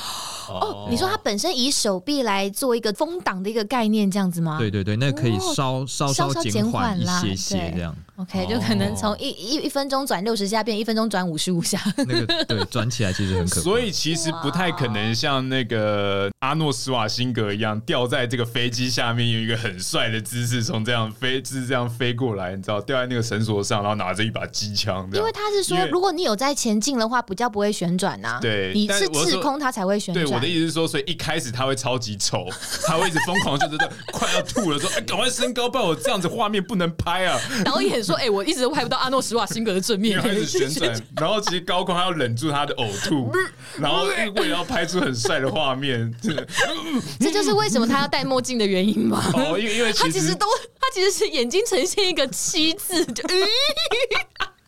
Speaker 5: 哦，你说它本身以手臂来做一个风挡的一个概念，这样子吗？
Speaker 4: 对对对，那可以
Speaker 5: 啊哦
Speaker 4: 稍、稍
Speaker 5: 稍稍
Speaker 4: 减
Speaker 5: 减
Speaker 4: 缓
Speaker 5: 缓
Speaker 4: 一
Speaker 5: 啦
Speaker 4: 些些
Speaker 5: 对
Speaker 4: 这样。
Speaker 5: ，OK，就可能从一一一分钟转六十下变一分钟转五十五下。
Speaker 4: 那个对转起来其实很可怕。
Speaker 2: 所以其实不太可能像那个阿诺·施瓦辛格一样，掉在这个飞机下面，用一个很帅的姿势从这样飞，就是这样飞过来，你知道，掉在那个绳索上，然后拿着一把机枪这
Speaker 5: 因
Speaker 2: 样，
Speaker 5: 为他是
Speaker 2: 因
Speaker 5: 说，
Speaker 2: 为
Speaker 5: 如果你有在前进的话，比较不会旋转呐、
Speaker 2: 对
Speaker 5: 你
Speaker 2: 但
Speaker 5: 是
Speaker 2: 我是
Speaker 5: 滞
Speaker 2: 说
Speaker 5: 空它才会旋
Speaker 2: 对
Speaker 5: 转。
Speaker 2: 我的意思是说，所以一开始他会超级丑，他会一直疯狂，就是在快要吐了，说哎赶、快升高，不然我这样子画面不能拍啊，
Speaker 5: 导演说：“哎、我一直都拍不到阿诺·施瓦辛格的正
Speaker 2: 因
Speaker 5: 面
Speaker 2: 为开始旋转，然后其实高空还要忍住他的呕吐，然后为了要拍出很帅的画面，真的
Speaker 5: 这就是为什么他要戴墨镜的原因吧？
Speaker 2: 哦，因为因为
Speaker 5: 他
Speaker 2: 其
Speaker 5: 其实
Speaker 2: 实
Speaker 5: 都，他其实是眼睛呈现一个七字，就、嗯、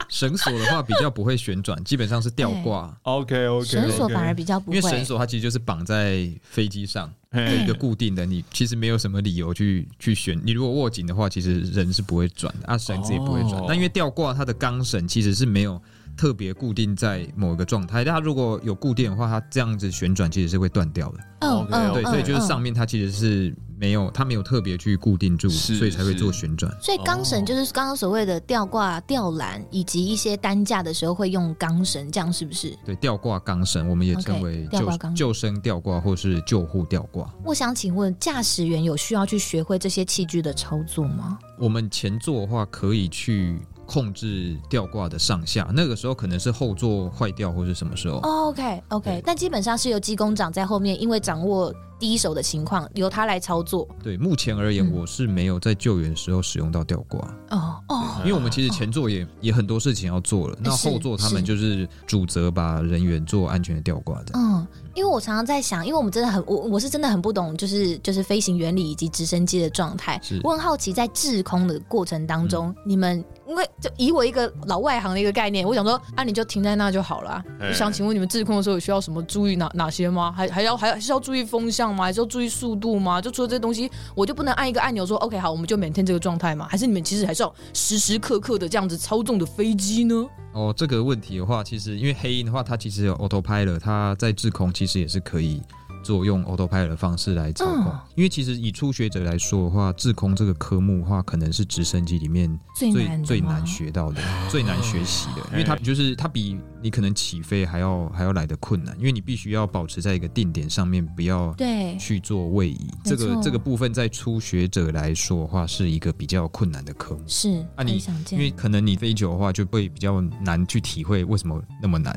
Speaker 4: 绳索的话比较不会旋转，基本上是吊 挂。
Speaker 2: OK OK，
Speaker 5: 绳索反而比哎较不
Speaker 4: 因
Speaker 5: 会。
Speaker 4: 为绳索它其实就是绑在飞机上
Speaker 2: 嘿
Speaker 4: 有一个固定的，你其实没有什么理由去去旋。你如果握紧的话，其实人是不会转的，啊，绳子也不会转
Speaker 2: 哦。
Speaker 4: 那、因为吊挂它的钢绳其实是没有特别固定在某一个状态，它如果有固定的话，它这样子旋转其实是会断掉的。
Speaker 5: 嗯嗯，
Speaker 2: 哦
Speaker 4: 对，
Speaker 5: 嗯
Speaker 4: 所以就是上。
Speaker 5: 嗯
Speaker 4: 面它其实是没有，它没有特别去固定住，
Speaker 2: 是
Speaker 4: 所以才
Speaker 2: 是
Speaker 4: 会做旋转。
Speaker 5: 所以钢
Speaker 4: 哦
Speaker 5: 绳就是刚刚所谓的吊挂、吊篮，以及一些担架的时候会用钢绳，这样是不是？
Speaker 4: 对，吊挂钢绳，我们也
Speaker 5: OK，
Speaker 4: 称为
Speaker 5: 吊挂
Speaker 4: 救
Speaker 5: 钢
Speaker 4: 救生吊挂或是救护吊挂。
Speaker 5: 我想请问，驾驶员有需要去学会这些器具的操作吗？
Speaker 4: 我们前座的话可以去控制吊挂的上下，那个时候可能是后座坏掉或是什么时候。
Speaker 5: 哦 OK
Speaker 4: 对
Speaker 5: OK，但基本上是由机工长在后面，因为掌握第一手的情况，由他来操作。
Speaker 4: 对，目前而言，
Speaker 5: 嗯
Speaker 4: 我是没有在救援时候使用到吊挂，
Speaker 5: 哦哦，
Speaker 4: 因为我们其实前座也也很多事情要做了，那
Speaker 5: 是
Speaker 4: 后座他们
Speaker 5: 是
Speaker 4: 就是主责把人员做安全的吊挂的。
Speaker 5: 嗯，因为我常常在想，因为我们真的很，我我是真的很不懂，就是就是飞行原理以及直升机的状态
Speaker 4: 是。
Speaker 5: 我很好奇，在制空的过程当中，你们因为就以我一个老外行的一个概念，我想说，啊，你就停在那就好了。
Speaker 2: 哎
Speaker 5: 我想请问你们制空的时候有需要什么注意哪哪些吗？还还要还还是要注意风向吗？还是要注意速度吗？就除了这些东西，我就不能按一个按钮说 OK 好，我们就每天这个状态吗？还是你们其实还是要时时刻刻的这样子操纵的飞机呢？
Speaker 4: 哦，这个问题的话，其实因为黑鹰的话，它其实有 autopilot，它在制空其实也是可以做用 autopilot 的方式来操控。
Speaker 5: 嗯
Speaker 4: 因为其实以初学者来说的话，制空这个科目的话，可能是直升机里面
Speaker 5: 最
Speaker 4: 最
Speaker 5: 难的
Speaker 4: 最
Speaker 5: 吗
Speaker 4: 难学到的、最难学习的，因为它就是它比你可能起飞还要还要来的困难，因为你必须要保持在一个定点上面，不要
Speaker 5: 对，
Speaker 4: 去做位移。
Speaker 5: 没
Speaker 4: 这个
Speaker 5: 错
Speaker 4: 这个部分在初学者来说的话，是一个比较困难的科目。
Speaker 5: 是
Speaker 4: 啊你
Speaker 5: 很想
Speaker 4: 因
Speaker 5: 见。
Speaker 4: 为可能你飞久的话，就会比较难去体会为什么那么难。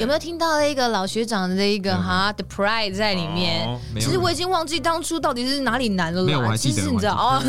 Speaker 5: 有没有听到一个老学长的一个哈 the pride 在里面？
Speaker 2: 哦
Speaker 4: 嗯没有
Speaker 5: 其实我已经忘记当初到底是哪里难了
Speaker 4: 没有我
Speaker 5: 啦。
Speaker 4: 还
Speaker 5: 其
Speaker 4: 记得
Speaker 5: 实你知道哦，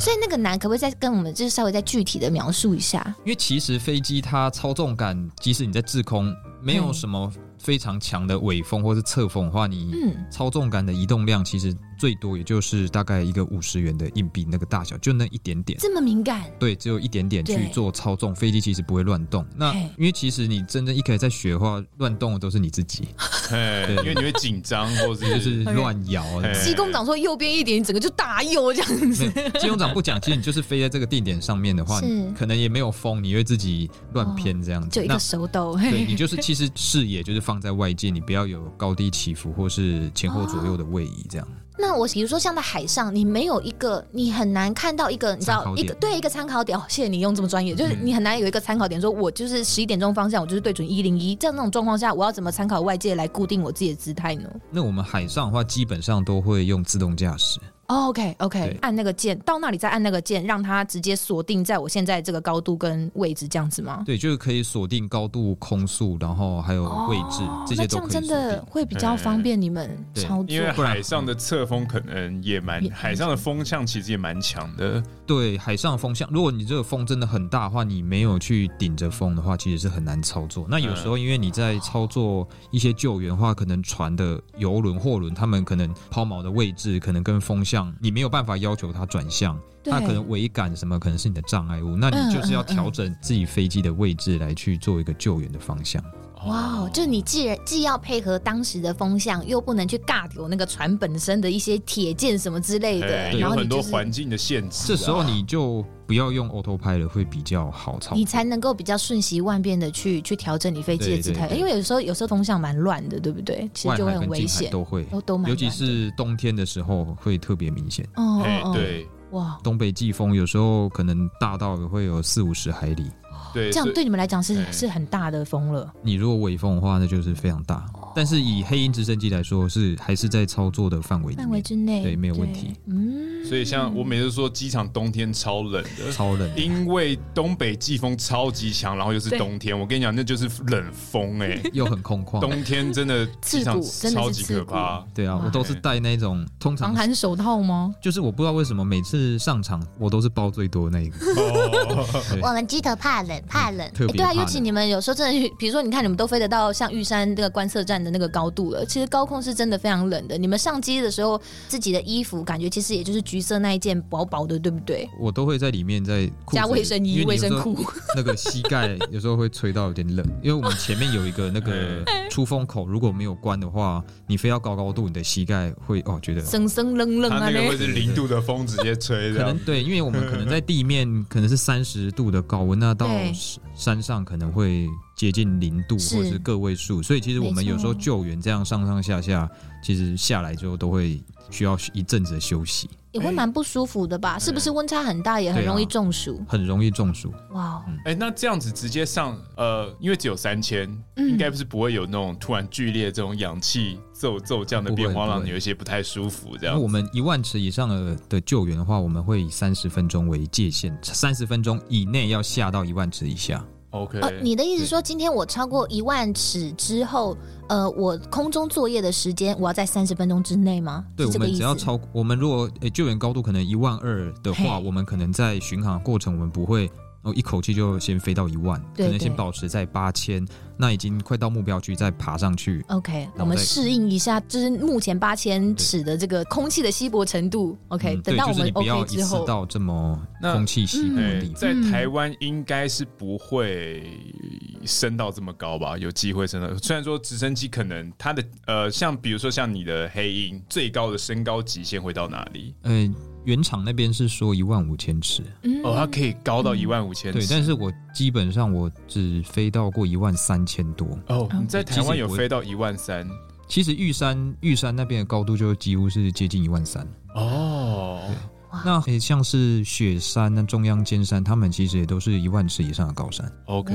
Speaker 5: 所以那个难可不可以再跟我们就是稍微再具体的描述一下？
Speaker 4: 因为其实飞机它操纵感，即使你在制空，没有什么非常强的尾风或是侧风的话，你
Speaker 5: 嗯，
Speaker 4: 操纵感的移动量其实最多也就是大概一个五十元的硬币那个大小，就那一点点。
Speaker 5: 这么敏感，
Speaker 4: 对，只有一点点去
Speaker 5: 对
Speaker 4: 做操纵，飞机其实不会乱动。那
Speaker 5: 嘿
Speaker 4: 因为其实你真正一开始在学的话，乱动的都是你自 己，
Speaker 2: 哎，因为你会紧张，或者
Speaker 4: 就是是乱摇。啊
Speaker 2: 哎
Speaker 5: 鸡公长说右边一点，你整个就大右这样子。
Speaker 4: 没有金融长不讲，其实你就是飞在这个定点上面的话，
Speaker 5: 是哦
Speaker 4: 你可能也没有风，你会自己乱偏这样子。
Speaker 5: 就一
Speaker 4: 那
Speaker 5: 个手抖，
Speaker 4: 对你就是其实视野就是放在外界，你不要有高低起伏或是前后左右的位移这样。
Speaker 5: 那我比如说像在海上，你没有一个，你很难看到一个，你知
Speaker 4: 参
Speaker 5: 道
Speaker 4: 考
Speaker 5: 一
Speaker 4: 点
Speaker 5: 个对一个参考点。哦，谢谢你用这么专业，就是
Speaker 4: 嗯
Speaker 5: 你很难有一个参考点，说我就是十一点钟方向，我就是对准一零一。这样那种状况下，我要怎么参考外界来固定我自己的姿态呢、
Speaker 4: 那我们海上的话，基本上都会用自动驾驶。
Speaker 5: 哦 o k OK，
Speaker 4: 对
Speaker 5: 按那个键，到那里再按那个键，让它直接锁定在我现在这个高度跟位置，这样子吗？
Speaker 4: 对，就是可以锁定高度、空速，然后还有位置，
Speaker 5: 哦
Speaker 4: 这些都
Speaker 5: 那
Speaker 4: 可
Speaker 5: 这样真
Speaker 4: 以锁定
Speaker 5: 的。会
Speaker 7: 嗯
Speaker 5: 比较方便你们
Speaker 4: 对
Speaker 5: 操作。
Speaker 2: 因为
Speaker 4: 不然
Speaker 2: 海上的侧风可能也蛮
Speaker 5: 也，
Speaker 2: 海上的风向其实也蛮强的。
Speaker 4: 对，海上风向，如果你这个风真的很大的话，你没有去顶着风的话，其实是很难操作。那有时候因为你在操作一些救援的话，可能船的游轮、货轮，他们可能抛锚的位置，可能跟风向，你没有办法要求它转向，
Speaker 5: 对嗯
Speaker 4: 它可能桅杆什么可能是你的障碍物，那你就是要调整自己飞机的位置来去做一个救援的方向。
Speaker 5: 哇
Speaker 2: 啊
Speaker 5: 哦，就你既然既要配合当时的风向，又不能去尬掉那个船本身的一些铁剑什么之类的
Speaker 2: 哎，
Speaker 5: 然
Speaker 2: 有
Speaker 5: 后你
Speaker 2: 很多
Speaker 5: 就是
Speaker 2: 环境的限制啊。
Speaker 4: 这时候你就不要用 autopilot 会比较好操
Speaker 5: 你
Speaker 4: 作。
Speaker 5: 才能够比较瞬息万变的去去调整你飞机的姿态，
Speaker 4: 对对对
Speaker 5: 因为有时候有时候风向蛮乱的，对不对？其
Speaker 4: 外
Speaker 5: 实就会
Speaker 4: 海
Speaker 5: 很
Speaker 4: 跟
Speaker 5: 危
Speaker 4: 近海
Speaker 5: 险，
Speaker 4: 都会，
Speaker 5: 都都蛮
Speaker 4: 尤其
Speaker 5: 乱的
Speaker 4: 是冬天的时候会特别明显。
Speaker 5: 哦
Speaker 2: 哎，
Speaker 5: 哦，
Speaker 2: 对
Speaker 5: 哇，
Speaker 4: 东北季风有时候可能大到也会有四五十海里，
Speaker 2: 对，
Speaker 5: 这样
Speaker 2: 所以
Speaker 5: 对你们来讲是
Speaker 2: 哎
Speaker 5: 是很大的风了，
Speaker 4: 你如果尾风的话，那就是非常大。但是以黑鹰直升机来说，是还是在操作的范围里
Speaker 5: 范围
Speaker 4: 面，
Speaker 5: 之内，
Speaker 4: 对没有问题。
Speaker 5: 嗯，
Speaker 2: 所以像我每次说机场冬天超冷的，
Speaker 4: 超冷。
Speaker 2: 因为东北季风超级强，然后又是
Speaker 5: 对
Speaker 2: 冬天，我跟你讲，那就是冷风哎、
Speaker 4: 又很空旷，
Speaker 2: 冬天真的机场
Speaker 5: 刺骨
Speaker 2: 超级可怕。
Speaker 4: 对啊，
Speaker 5: 哇
Speaker 4: 我都是戴那种，通
Speaker 5: 防
Speaker 4: 常
Speaker 5: 寒手套吗？
Speaker 4: 就是我不知道为什么每次上场我都是包最 多那一个，对嗯
Speaker 6: 我们鸡头怕冷，怕冷。
Speaker 4: 特
Speaker 5: 欸
Speaker 4: 别
Speaker 5: 对啊，
Speaker 4: 怕
Speaker 5: 尤其
Speaker 4: 冷
Speaker 5: 你们有时候真的去，比如说你看你们都飞得到像玉山这个观测站的那个高度了，其实高空是真的非常冷的。你们上机的时候，自己的衣服感觉其实也就是橘色那一件薄薄的，对不对？
Speaker 4: 我都会在里面在裤子
Speaker 5: 加
Speaker 4: 里
Speaker 5: 卫生衣、卫生，
Speaker 4: 因为
Speaker 5: 裤
Speaker 4: 你有时， 候那个膝盖有时候会吹到有点冷，因为我们前面有一个 那个
Speaker 5: 哎
Speaker 4: 出风口，如果没有关的话，你飞到高高度，你的膝盖会哦觉得
Speaker 5: 生生 冷冷
Speaker 2: 它
Speaker 5: 啊
Speaker 2: 那个会
Speaker 5: 嘞。
Speaker 2: 是零度的风直接 吹
Speaker 4: 可
Speaker 2: 的
Speaker 4: 能，对，因为我们可能在地面可能是三十度的高温，那到
Speaker 5: 对
Speaker 4: 山上可能会接近零度
Speaker 5: 是
Speaker 4: 或者是个位数，所以其实我们
Speaker 5: 没错
Speaker 4: 有时候救援这样上上下下，其实下来之后都会需要一阵子的休息，
Speaker 5: 也会蛮不舒服的
Speaker 4: 啊
Speaker 5: 吧？是不是温差很大，也很
Speaker 4: 对啊
Speaker 5: 容易中暑？
Speaker 4: 很容易中暑。
Speaker 5: 哇哦，
Speaker 2: 哎、那这样子直接上，呃，因为只有三千、
Speaker 7: 嗯
Speaker 2: 应该不是不会有那种突然剧烈这种氧气骤骤降的变化，
Speaker 4: 不会不会
Speaker 2: 让你有一些不太舒服这
Speaker 4: 那
Speaker 2: 样
Speaker 4: 我。们一万尺以上的的救援的话，我们会以三十分钟为界限，三十分钟以内要下到一万尺以下。
Speaker 2: OK，、
Speaker 4: 啊
Speaker 7: 哦，你的意思说，今天我超过一万尺之后，呃，我空中作业的时间，我要在三十分钟之内吗？
Speaker 4: 对，
Speaker 7: 是
Speaker 4: 我
Speaker 7: 这个
Speaker 4: 们
Speaker 7: 意
Speaker 4: 只
Speaker 7: 思。
Speaker 4: 要超，我们如果诶救援高度可能一万二的话，
Speaker 7: 嘿
Speaker 4: 我们可能在巡航过程，我们不会哦一口气就先飞到一万，
Speaker 7: 对
Speaker 4: 可能先
Speaker 7: 对
Speaker 4: 保持在八千，那已经快到目标区，再爬上去。
Speaker 7: OK，
Speaker 4: 那
Speaker 7: 我
Speaker 4: 我
Speaker 7: 们
Speaker 4: 再
Speaker 7: 适应一下，就是目前八千尺的这个空气的稀薄程度。OK，、
Speaker 4: 嗯
Speaker 7: 等
Speaker 4: 对，
Speaker 7: 到我
Speaker 4: 就是
Speaker 7: 们
Speaker 4: 你不要
Speaker 7: OK
Speaker 4: 一
Speaker 7: 之
Speaker 4: 次
Speaker 7: 后，
Speaker 4: 到这么
Speaker 2: 那
Speaker 4: 空气稀薄的
Speaker 2: 哎
Speaker 4: 地方。
Speaker 2: 在台湾应该是不会升到这么高吧？有机会升到，虽然说直升机可能它的呃，像比如说像你的黑鹰，最高的升高极限会到哪里？
Speaker 4: 呃，原厂那边是说一万五千尺，
Speaker 7: 嗯
Speaker 2: 哦，它可以高到一万五千
Speaker 4: 对，
Speaker 2: 尺。
Speaker 4: 但是我基本上我只飞到过一万三千多。
Speaker 2: 哦，你在台湾有
Speaker 4: 其实我
Speaker 2: 飞到一万三
Speaker 4: 其实玉山玉山那边的高度就几乎是接近一万三。
Speaker 2: 哦，
Speaker 4: 那诶、像是雪山、那中央尖山，他们其实也都是一万尺以上的高山。
Speaker 2: OK，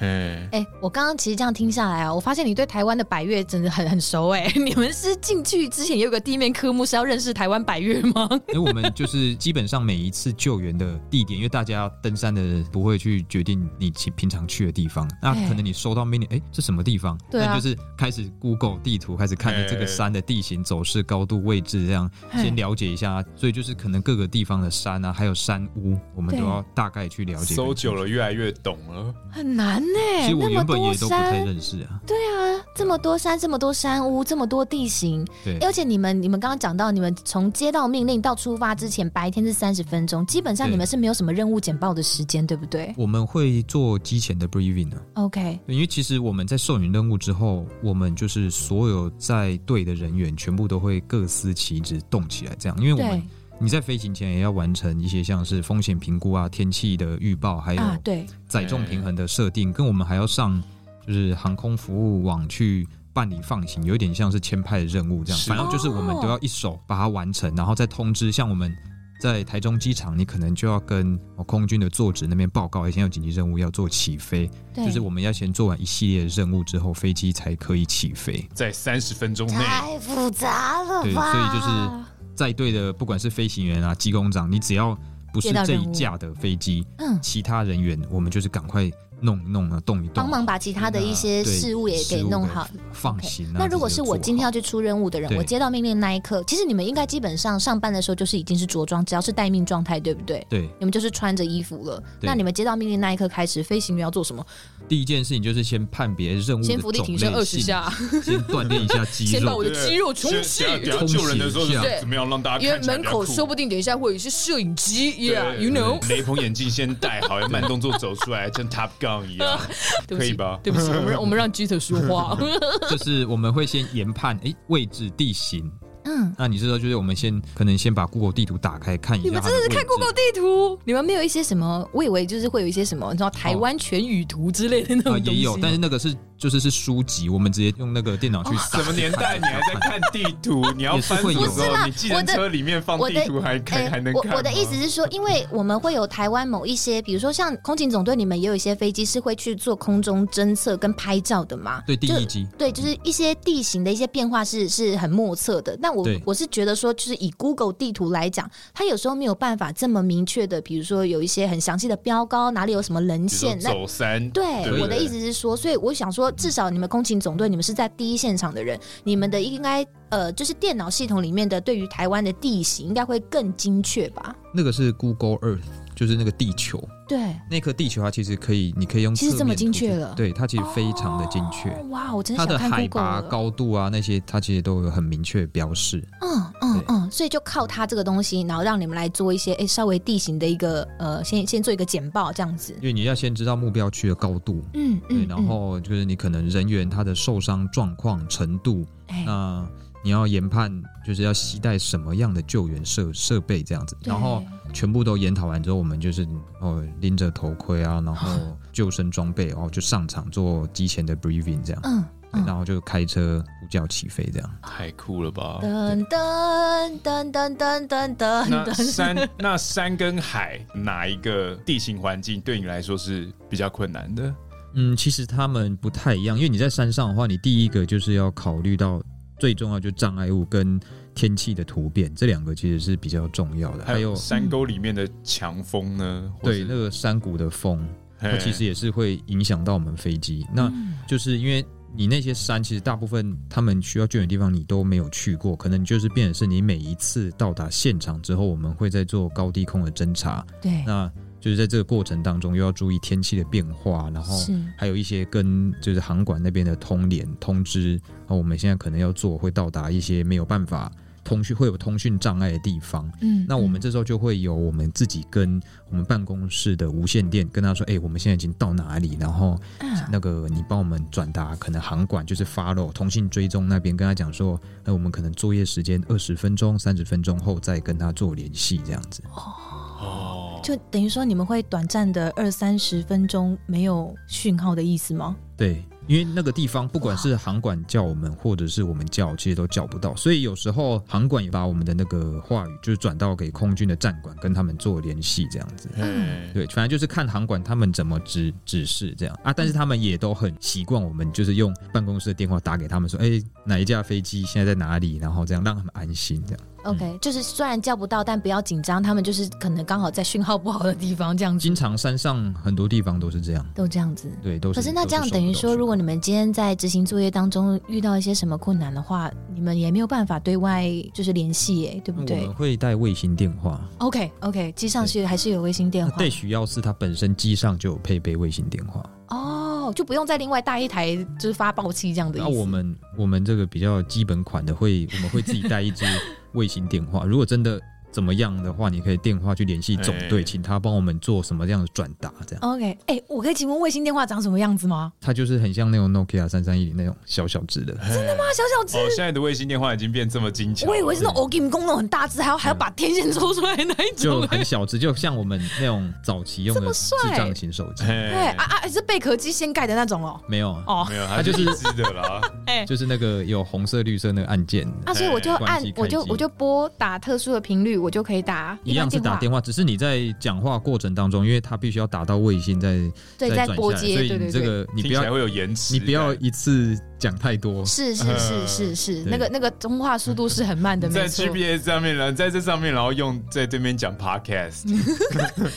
Speaker 2: 哎，
Speaker 7: 哎、我刚刚其实这样听下来啊，我发现你对台湾的百越真的很很熟哎、 你们是进去之前有个地面科目是要认识台湾百越吗？
Speaker 4: 因为我们就是基本上每一次救援的地点，因为大家登山的不会去决定你其平常去的地方，那
Speaker 7: 哎
Speaker 4: 可能你收到命令，哎、这什么地方？
Speaker 7: 对啊
Speaker 4: 那就是开始 Google 地图，开始看
Speaker 2: 哎
Speaker 4: 这个山的地形、走势、高度、位置，这样
Speaker 7: 哎
Speaker 4: 先了解一下。所以就是可能各个地方的山啊，还有山屋，我们都
Speaker 7: 对
Speaker 4: 要大概去了解。
Speaker 2: 搜久，了越来越懂了。
Speaker 7: 很难哎、
Speaker 4: 其实我
Speaker 7: 那么
Speaker 4: 原本
Speaker 7: 多
Speaker 4: 也都不太
Speaker 7: 山，
Speaker 4: 认识啊。
Speaker 7: 对啊，这么多山，这么多山屋，这么多地形，
Speaker 4: 对，
Speaker 7: 而且你们你们刚刚讲到，你们从接到命令到出发之前，白天是三十分钟，基本上
Speaker 4: 对
Speaker 7: 你们是没有什么任务简报的时间，对不对
Speaker 4: 我们会做机前的 briefing 啊。
Speaker 7: ？OK，
Speaker 4: 对因为其实我们在授予任务之后，我们就是所有在队的人员全部都会各司其职动起来，这样。因为我们
Speaker 7: 对
Speaker 4: 你在飞行前也要完成一些像是风险评估啊、天气的预报，还有
Speaker 7: 啊，对，
Speaker 4: 载重平衡的设定，跟我们还要上就是航空服务网去。办理放行有一点像是签派的任务这样，
Speaker 2: 是
Speaker 4: 反正就是我们都
Speaker 7: 哦
Speaker 4: 要一手把它完成，然后再通知。像我们在台中机场，你可能就要跟哦空军的坐值那边报告，哎现在有紧急任务要做起飞，
Speaker 7: 对，
Speaker 4: 就是我们要先做完一系列的任务之后，飞机才可以起飞。
Speaker 2: 在三十分钟内，
Speaker 9: 太复杂了
Speaker 4: 对，所
Speaker 9: 吧？
Speaker 4: 以就是在队的不管是飞行员啊、机工长，你只要不是
Speaker 7: 接到
Speaker 4: 这
Speaker 7: 任务
Speaker 4: 一架的飞机，
Speaker 7: 嗯，
Speaker 4: 其他人员我们就是赶快弄一弄啊，动一动
Speaker 7: 帮
Speaker 4: 啊，
Speaker 7: 忙把其他的一些
Speaker 4: 对
Speaker 7: 事物也给
Speaker 4: 事物
Speaker 7: 弄
Speaker 4: 给
Speaker 7: 好。
Speaker 4: 放
Speaker 7: OK，
Speaker 4: 行啊。
Speaker 7: 那如果
Speaker 4: 这些
Speaker 7: 是
Speaker 4: 都
Speaker 7: 我
Speaker 4: 做
Speaker 7: 今天
Speaker 4: 好
Speaker 7: 要去出任务的人，
Speaker 4: 对
Speaker 7: 我接到命令那一刻，其实你们应该基本上上班的时候就是已经是着装，只要是待命状态，对不对？
Speaker 4: 对
Speaker 7: 你们就是穿着衣服了。
Speaker 4: 对
Speaker 7: 那你们接到命令那一刻开始，飞行员要做什么？
Speaker 4: 第一件事情就是先判别任务
Speaker 7: 先
Speaker 4: 的
Speaker 7: 伏
Speaker 4: 种
Speaker 7: 地
Speaker 4: 类
Speaker 7: 挺身二十
Speaker 4: 性，
Speaker 7: 下，
Speaker 4: 先锻炼一下肌
Speaker 7: 先把我
Speaker 4: 肉。
Speaker 7: 的肌肉充
Speaker 2: 先
Speaker 7: 气。
Speaker 2: 等下等下
Speaker 4: 充
Speaker 2: 救人的时候
Speaker 4: 气一下
Speaker 2: 是怎么样让大家
Speaker 7: 因为
Speaker 2: 看起来
Speaker 7: 门
Speaker 2: 比较
Speaker 7: 口
Speaker 2: 酷
Speaker 7: 说不定等一下会有一些摄影机
Speaker 2: 对
Speaker 7: ，Yeah，you know。
Speaker 2: 雷朋眼镜先戴好，慢动作走出来，像 Top Gun 一 样，
Speaker 7: 对不
Speaker 2: 可
Speaker 7: 起
Speaker 2: 以吧？
Speaker 7: 对不起，我 们我们让 Jeter 说话。
Speaker 4: 就是我们会先研判诶位置、地形。
Speaker 7: 嗯，
Speaker 4: 那你知道，就是我们先可能先把 Google 地图打开看一下。
Speaker 7: 你们真的是看 Google
Speaker 4: 地
Speaker 7: 地图？你们没有一些什么？我以为就是会有一些什么，你知道台湾全语图之类的那
Speaker 4: 啊、
Speaker 7: 种东
Speaker 4: 也
Speaker 7: 西。
Speaker 4: 有，但是那个是就是是书籍，我们直接用那个电脑去
Speaker 7: 哦
Speaker 4: 打。
Speaker 2: 什 么年代你还在看地图？你要翻
Speaker 4: 也是会有
Speaker 2: 的时
Speaker 7: 不是
Speaker 2: 候，
Speaker 7: 啦
Speaker 2: 你计程车里面放地图还看还能看
Speaker 7: 哎我
Speaker 2: 吗
Speaker 7: 我的意思是说，因为我们会有台湾某一些，比如说像空警总队，你们也有一些飞机是会去做空中侦测跟拍照的嘛？
Speaker 4: 对，第
Speaker 7: 就
Speaker 4: 一集
Speaker 7: 对，就是一些地形的一些变化是是很莫测的。那我
Speaker 4: 对
Speaker 7: 我是觉得说，就是以 Google 地图来讲，它有时候没有办法这么明确的，比如说有一些很详细的标高，哪里有什么人
Speaker 2: 比如说
Speaker 7: 线，那
Speaker 2: 走山，
Speaker 7: 对，
Speaker 2: 对
Speaker 7: 我的
Speaker 2: 对
Speaker 7: 意思是说，所以我想说，至少你们空勤总队，你们是在第一现场的人，你们的应该呃，就是电脑系统里面的对于台湾的地形应该会更精确吧？
Speaker 4: 那个是 Google Earth，就是那个地球，
Speaker 7: 对，
Speaker 4: 那颗地球它其实可以，你可以用
Speaker 7: 其实
Speaker 4: 侧
Speaker 7: 这么
Speaker 4: 面
Speaker 7: 精
Speaker 4: 图去
Speaker 7: 确了
Speaker 4: 对，它其实非常的精确。
Speaker 7: 哦哇，我真的
Speaker 4: 它
Speaker 7: 想
Speaker 4: 的
Speaker 7: 看
Speaker 4: 海
Speaker 7: Google
Speaker 4: 拔
Speaker 7: 了。
Speaker 4: 高度啊，那些它其实都有很明确的标示。
Speaker 7: 嗯嗯
Speaker 4: 对
Speaker 7: 嗯，所以就靠它这个东西，然后让你们来做一些哎稍微地形的一个呃，先先做一个简报这样子。
Speaker 4: 因为你要先知道目标区的高度，
Speaker 7: 嗯
Speaker 4: 对，
Speaker 7: 嗯，
Speaker 4: 然后就是你可能人员他的受伤状况程度，
Speaker 7: 哎
Speaker 4: 那你要研判就是要携带什么样的救援设设备这样子，然后全部都研讨完之后，我们就是哦拎着头盔啊，然后救生装备，然后就上场做机前的 briefing 这样，
Speaker 7: 嗯
Speaker 4: 对然后就开车呼叫起飞这样。
Speaker 2: 太酷了 吧？
Speaker 7: 噔噔噔噔噔噔噔
Speaker 2: 那
Speaker 7: 噔，
Speaker 2: 山 那山跟海哪一个地形环境对你来说是比较困难的？
Speaker 4: 嗯，其实他们不太一样，因为你在山上的话，你第一个就是要考虑到最重要就障碍物跟天气的突变，这两个其实是比较重要的，还有
Speaker 5: 嗯
Speaker 2: 山沟里面的强风呢？或
Speaker 4: 对
Speaker 2: 是
Speaker 4: 那个山谷的风。
Speaker 2: 嘿
Speaker 4: 它其实也是会影响到我们飞机。那
Speaker 5: 嗯
Speaker 4: 就是因为你那些山，其实大部分他们需要救援的地方你都没有去过，可能就是变成是你每一次到达现场之后，我们会在做高低空的侦查。
Speaker 5: 对，
Speaker 4: 那就是在这个过程当中，又要注意天气的变化，然后
Speaker 5: 是
Speaker 4: 还有一些跟就是航管那边的通联通知，啊，我们现在可能要做会到达一些没有办法通讯会有通讯障碍的地方。
Speaker 5: 嗯
Speaker 4: 那我们这时候就会有我们自己跟我们办公室的无线电跟他说，哎、我们现在已经到哪里，然后那个你帮我们转达，可能航管就是 follow 通信追踪那边跟他讲说，哎、我们可能作业时间二十分钟、三十分钟后再跟他做联系，这样子。哦
Speaker 5: 就等于说你们会短暂的二三十分钟没有讯号的意思吗？
Speaker 4: 对，因为那个地方不管是航管叫我们，或者是我们叫，其实都叫不到，所以有时候航管也把我们的那个话语就是转到给空军的站管，跟他们做联系这样子。
Speaker 2: 嘿
Speaker 4: 对，反正就是看航管他们怎么指指示这样啊，但是他们也都很习惯我们就是用办公室的电话打给他们说，哎，哪一架飞机现在在哪里，然后这样让他们安心这样。
Speaker 5: OK，、就是虽然叫不到，但不要紧张，他们就是可能刚好在讯号不好的地方，这样子
Speaker 4: 经常山上很多地方都是这样，
Speaker 5: 都这样子。
Speaker 4: 对，都是。
Speaker 5: 可是那
Speaker 4: 都
Speaker 5: 这样
Speaker 4: 收不
Speaker 5: 等于
Speaker 4: 到
Speaker 5: 说，
Speaker 4: 讯
Speaker 5: 如果
Speaker 4: 号
Speaker 5: 你们今天在执行作业当中遇到一些什么困难的话，你们也没有办法对外就是联系，耶，对不
Speaker 4: 嗯我
Speaker 5: 对
Speaker 4: 们会带卫星电话，
Speaker 5: ？OK OK，机上是还是有卫星电
Speaker 4: 那
Speaker 5: 话
Speaker 4: 啊对许要是它本身机上就有配备卫星电话。
Speaker 5: 哦，就不用再另外带一台就是发报器这样的意
Speaker 4: 那
Speaker 5: 思。
Speaker 4: 我们我们这个比较基本款的会， 我们会自己带一支卫星电话。如果真的怎么样的话，你可以电话去联系总队，
Speaker 2: 哎
Speaker 4: 请他帮我们做什么样的转达，这样。
Speaker 5: OK，哎、我可以请问卫星电话长什么样子吗？
Speaker 4: 它就是很像那种 Nokia 三三一零那种小小只 的，
Speaker 5: 啊，小小只。
Speaker 2: 哦，现在的卫星电话已经变这么精巧
Speaker 4: 哦
Speaker 2: 了，
Speaker 5: 我以为是那种 O Game 功能很大只，还要
Speaker 4: 嗯
Speaker 5: 还要把天线抽出来那一
Speaker 4: 就
Speaker 5: 种、
Speaker 4: 很
Speaker 5: 欸。
Speaker 4: 小只，就像我们那种早期用
Speaker 5: 这
Speaker 4: 的
Speaker 5: 么
Speaker 4: 智
Speaker 5: 帅
Speaker 4: 障型手机。
Speaker 2: 嘿
Speaker 5: 对啊啊，是贝壳机掀盖的那种哦。
Speaker 4: 没有啊，
Speaker 5: 哦
Speaker 2: 没有，
Speaker 4: 它
Speaker 2: 它
Speaker 4: 就
Speaker 2: 就是是是的啦。
Speaker 4: 就是那个有红色、绿色那个按键，
Speaker 5: 啊，所以我就
Speaker 4: 关
Speaker 5: 按
Speaker 4: 机，
Speaker 5: 我就
Speaker 4: 开机
Speaker 5: 我就拨打特殊的频率，我就可以打
Speaker 4: 一样是打电
Speaker 5: 话，
Speaker 4: 话，只是你在讲话过程当中，因为它必须要打到卫星再
Speaker 5: 对，
Speaker 4: 再
Speaker 5: 在
Speaker 4: 转
Speaker 5: 拨
Speaker 4: 下来
Speaker 5: 接，
Speaker 4: 所
Speaker 5: 对
Speaker 4: 以
Speaker 5: 对
Speaker 4: 你这
Speaker 5: 对。
Speaker 4: 个 你
Speaker 2: 听
Speaker 4: 不
Speaker 2: 起
Speaker 4: 要
Speaker 2: 来会有啊延迟，
Speaker 4: 你不要一次讲太多。
Speaker 5: 是是
Speaker 4: 呃
Speaker 5: 是是是，那个那个通话速度是很慢的，
Speaker 2: 在
Speaker 5: 没错，
Speaker 2: GPS 上面，然后在这上面，然后用在对面讲 Podcast，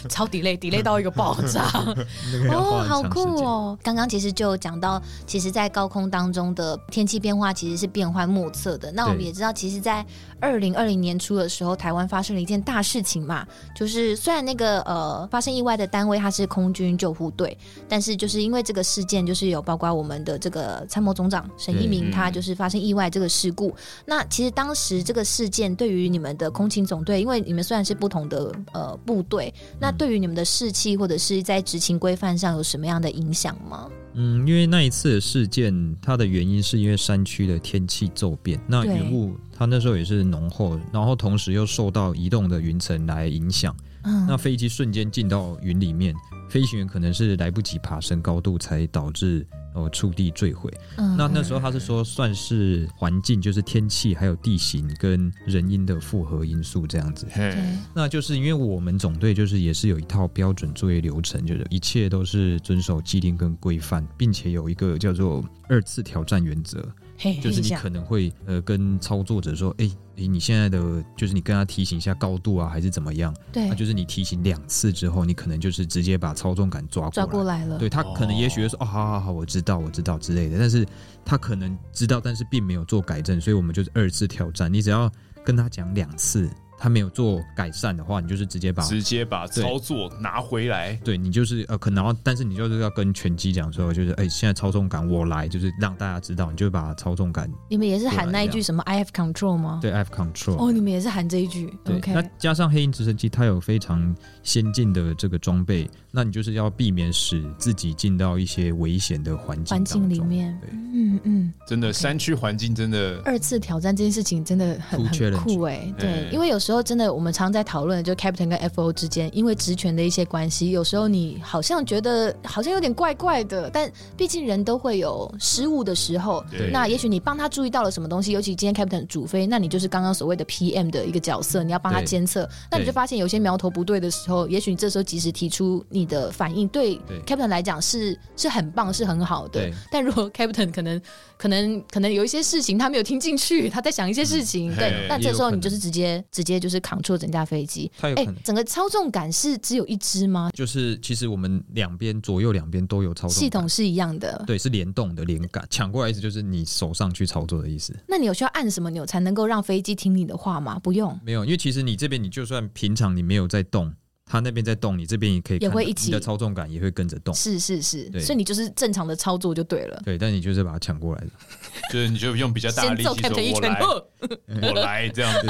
Speaker 5: 超 delay delay 到一个爆炸。
Speaker 4: 那个要花
Speaker 5: 哦，
Speaker 4: 很
Speaker 5: 好
Speaker 4: 长时
Speaker 5: 酷
Speaker 4: 间！
Speaker 5: 哦！
Speaker 3: 刚刚其实就有讲到，其实，在高空当中的天气变化其实是变幻莫测的。那我们
Speaker 4: 对
Speaker 3: 也知道，其实，在二零二零年初的时候，台湾发生了一件大事情嘛，就是虽然那个呃发生意外的单位它是空军救护队，但是就是因为这个事件，就是有包括我们的这个参谋总长沈一鸣，
Speaker 2: 嗯
Speaker 3: 他就是发生意外这个事故。那其实当时这个事件对于你们的空勤总队，因为你们虽然是不同的呃部队，那对于你们的士气或者是在执勤规范上有什么样的影响吗？
Speaker 4: 嗯，因为那一次的事件，它的原因是因为山区的天气骤变，那
Speaker 3: 对
Speaker 4: 云雾它那时候也是浓厚，然后同时又受到移动的云层来影响，
Speaker 3: 嗯
Speaker 4: 那飞机瞬间进到云里面，飞行员可能是来不及爬升高度，才导致呃触地坠毁。
Speaker 3: 嗯
Speaker 4: 那那时候他是说算是环境，就是天气还有地形跟人因的复合因素这样子。
Speaker 1: 嗯
Speaker 2: 嘿
Speaker 4: 那就是因为我们总队就是也是有一套标准作业流程，就是一切都是遵守既定跟规范，并且有一个叫做二次挑战原则，
Speaker 5: 嘿，
Speaker 4: 就是你可能会呃跟操作者说，哎、诶你现在的就是你跟他提醒一下高度啊，还是怎么样？
Speaker 5: 对
Speaker 4: 那就是你提醒两次之后，你可能就是直接把操纵杆抓
Speaker 5: 抓
Speaker 4: 过
Speaker 5: 过
Speaker 4: 来。
Speaker 5: 来了，
Speaker 4: 对他可能也许会说哦，好好好，我知道我知道之类的，但是他可能知道，但是并没有做改正，所以我们就是二次挑战。你只要跟他讲两次，他没有做改善的话，你就是直接把
Speaker 2: 直接把操作拿回来。
Speaker 4: 对你就是呃，可能要但是你就是要跟拳击讲说，就是哎、现在操纵杆我来，就是让大家知道，你就把操纵杆
Speaker 5: 你们也是喊那一句什么 I have control 吗？
Speaker 4: 啊对 F control。
Speaker 5: 哦，你们也是喊这一句
Speaker 4: 对
Speaker 5: ，OK？
Speaker 4: 那加上黑鹰直升机，它有非常先进的这个装备，那你就是要避免使自己进到一些危险的环境
Speaker 5: 环境
Speaker 4: 当
Speaker 5: 里
Speaker 4: 中
Speaker 5: 面
Speaker 4: 对，
Speaker 5: 嗯嗯，
Speaker 2: 真的，山区环境真的
Speaker 5: 二次挑战这件事情真的很
Speaker 4: Cool
Speaker 5: 很
Speaker 4: challenge
Speaker 5: 酷哎，对
Speaker 2: 哎，
Speaker 5: 因为有时候真的我们常在讨论，就 Captain 跟 FO 之间，因为职权的一些关系，有时候你好像觉得好像有点怪怪的，但毕竟人都会有失误的时候。
Speaker 2: 对
Speaker 5: 那也许你帮他注意到了什么东西，尤其今天 Captain 主飞，那你就是刚刚所谓的 PM 的一个角色，你要帮他
Speaker 4: 对
Speaker 5: 监测。那你
Speaker 4: 对
Speaker 5: 就发现有些苗头不对的时候，也许你这时候及时提出你的反应，对
Speaker 4: 对
Speaker 5: Captain 来讲是是很棒，是很好的
Speaker 4: 对。
Speaker 5: 但如果 Captain 可能可能可能有一些事情他没有听进去，他在想一些事情，
Speaker 2: 嗯
Speaker 5: 对
Speaker 2: 嘿，
Speaker 5: 那这时候
Speaker 4: 也有可能
Speaker 5: 你就是直接直接就是 control 整架飞机。哎
Speaker 4: 它有可能
Speaker 5: 整个操纵杆是只有一只吗？
Speaker 4: 就是其实我们两边左右两边都有操纵
Speaker 5: 系统
Speaker 4: 杆
Speaker 5: 是一样的。
Speaker 4: 对，是联动的连杆，抢过来意思就是你手上去操作的意思。
Speaker 5: 那你有需要按什么钮才能够让飞机听你的话吗？不用，
Speaker 4: 没有，因为其实你这边你就算平常你没有在动，它那边在动，你这边也可以
Speaker 5: 也
Speaker 4: 看
Speaker 5: 会
Speaker 4: 到
Speaker 5: 一起
Speaker 4: 你的操纵杆也会跟着动。
Speaker 5: 是是是，
Speaker 4: 对
Speaker 5: 所以你就是正常的操作就对了。
Speaker 4: 对，但你就是把它抢过来的，
Speaker 2: 就是你就用比较大的
Speaker 5: 先
Speaker 2: 力
Speaker 5: 揍
Speaker 2: 气
Speaker 5: Captain 哦一
Speaker 2: 说“我
Speaker 5: 拳
Speaker 2: 来，，我来”这样子，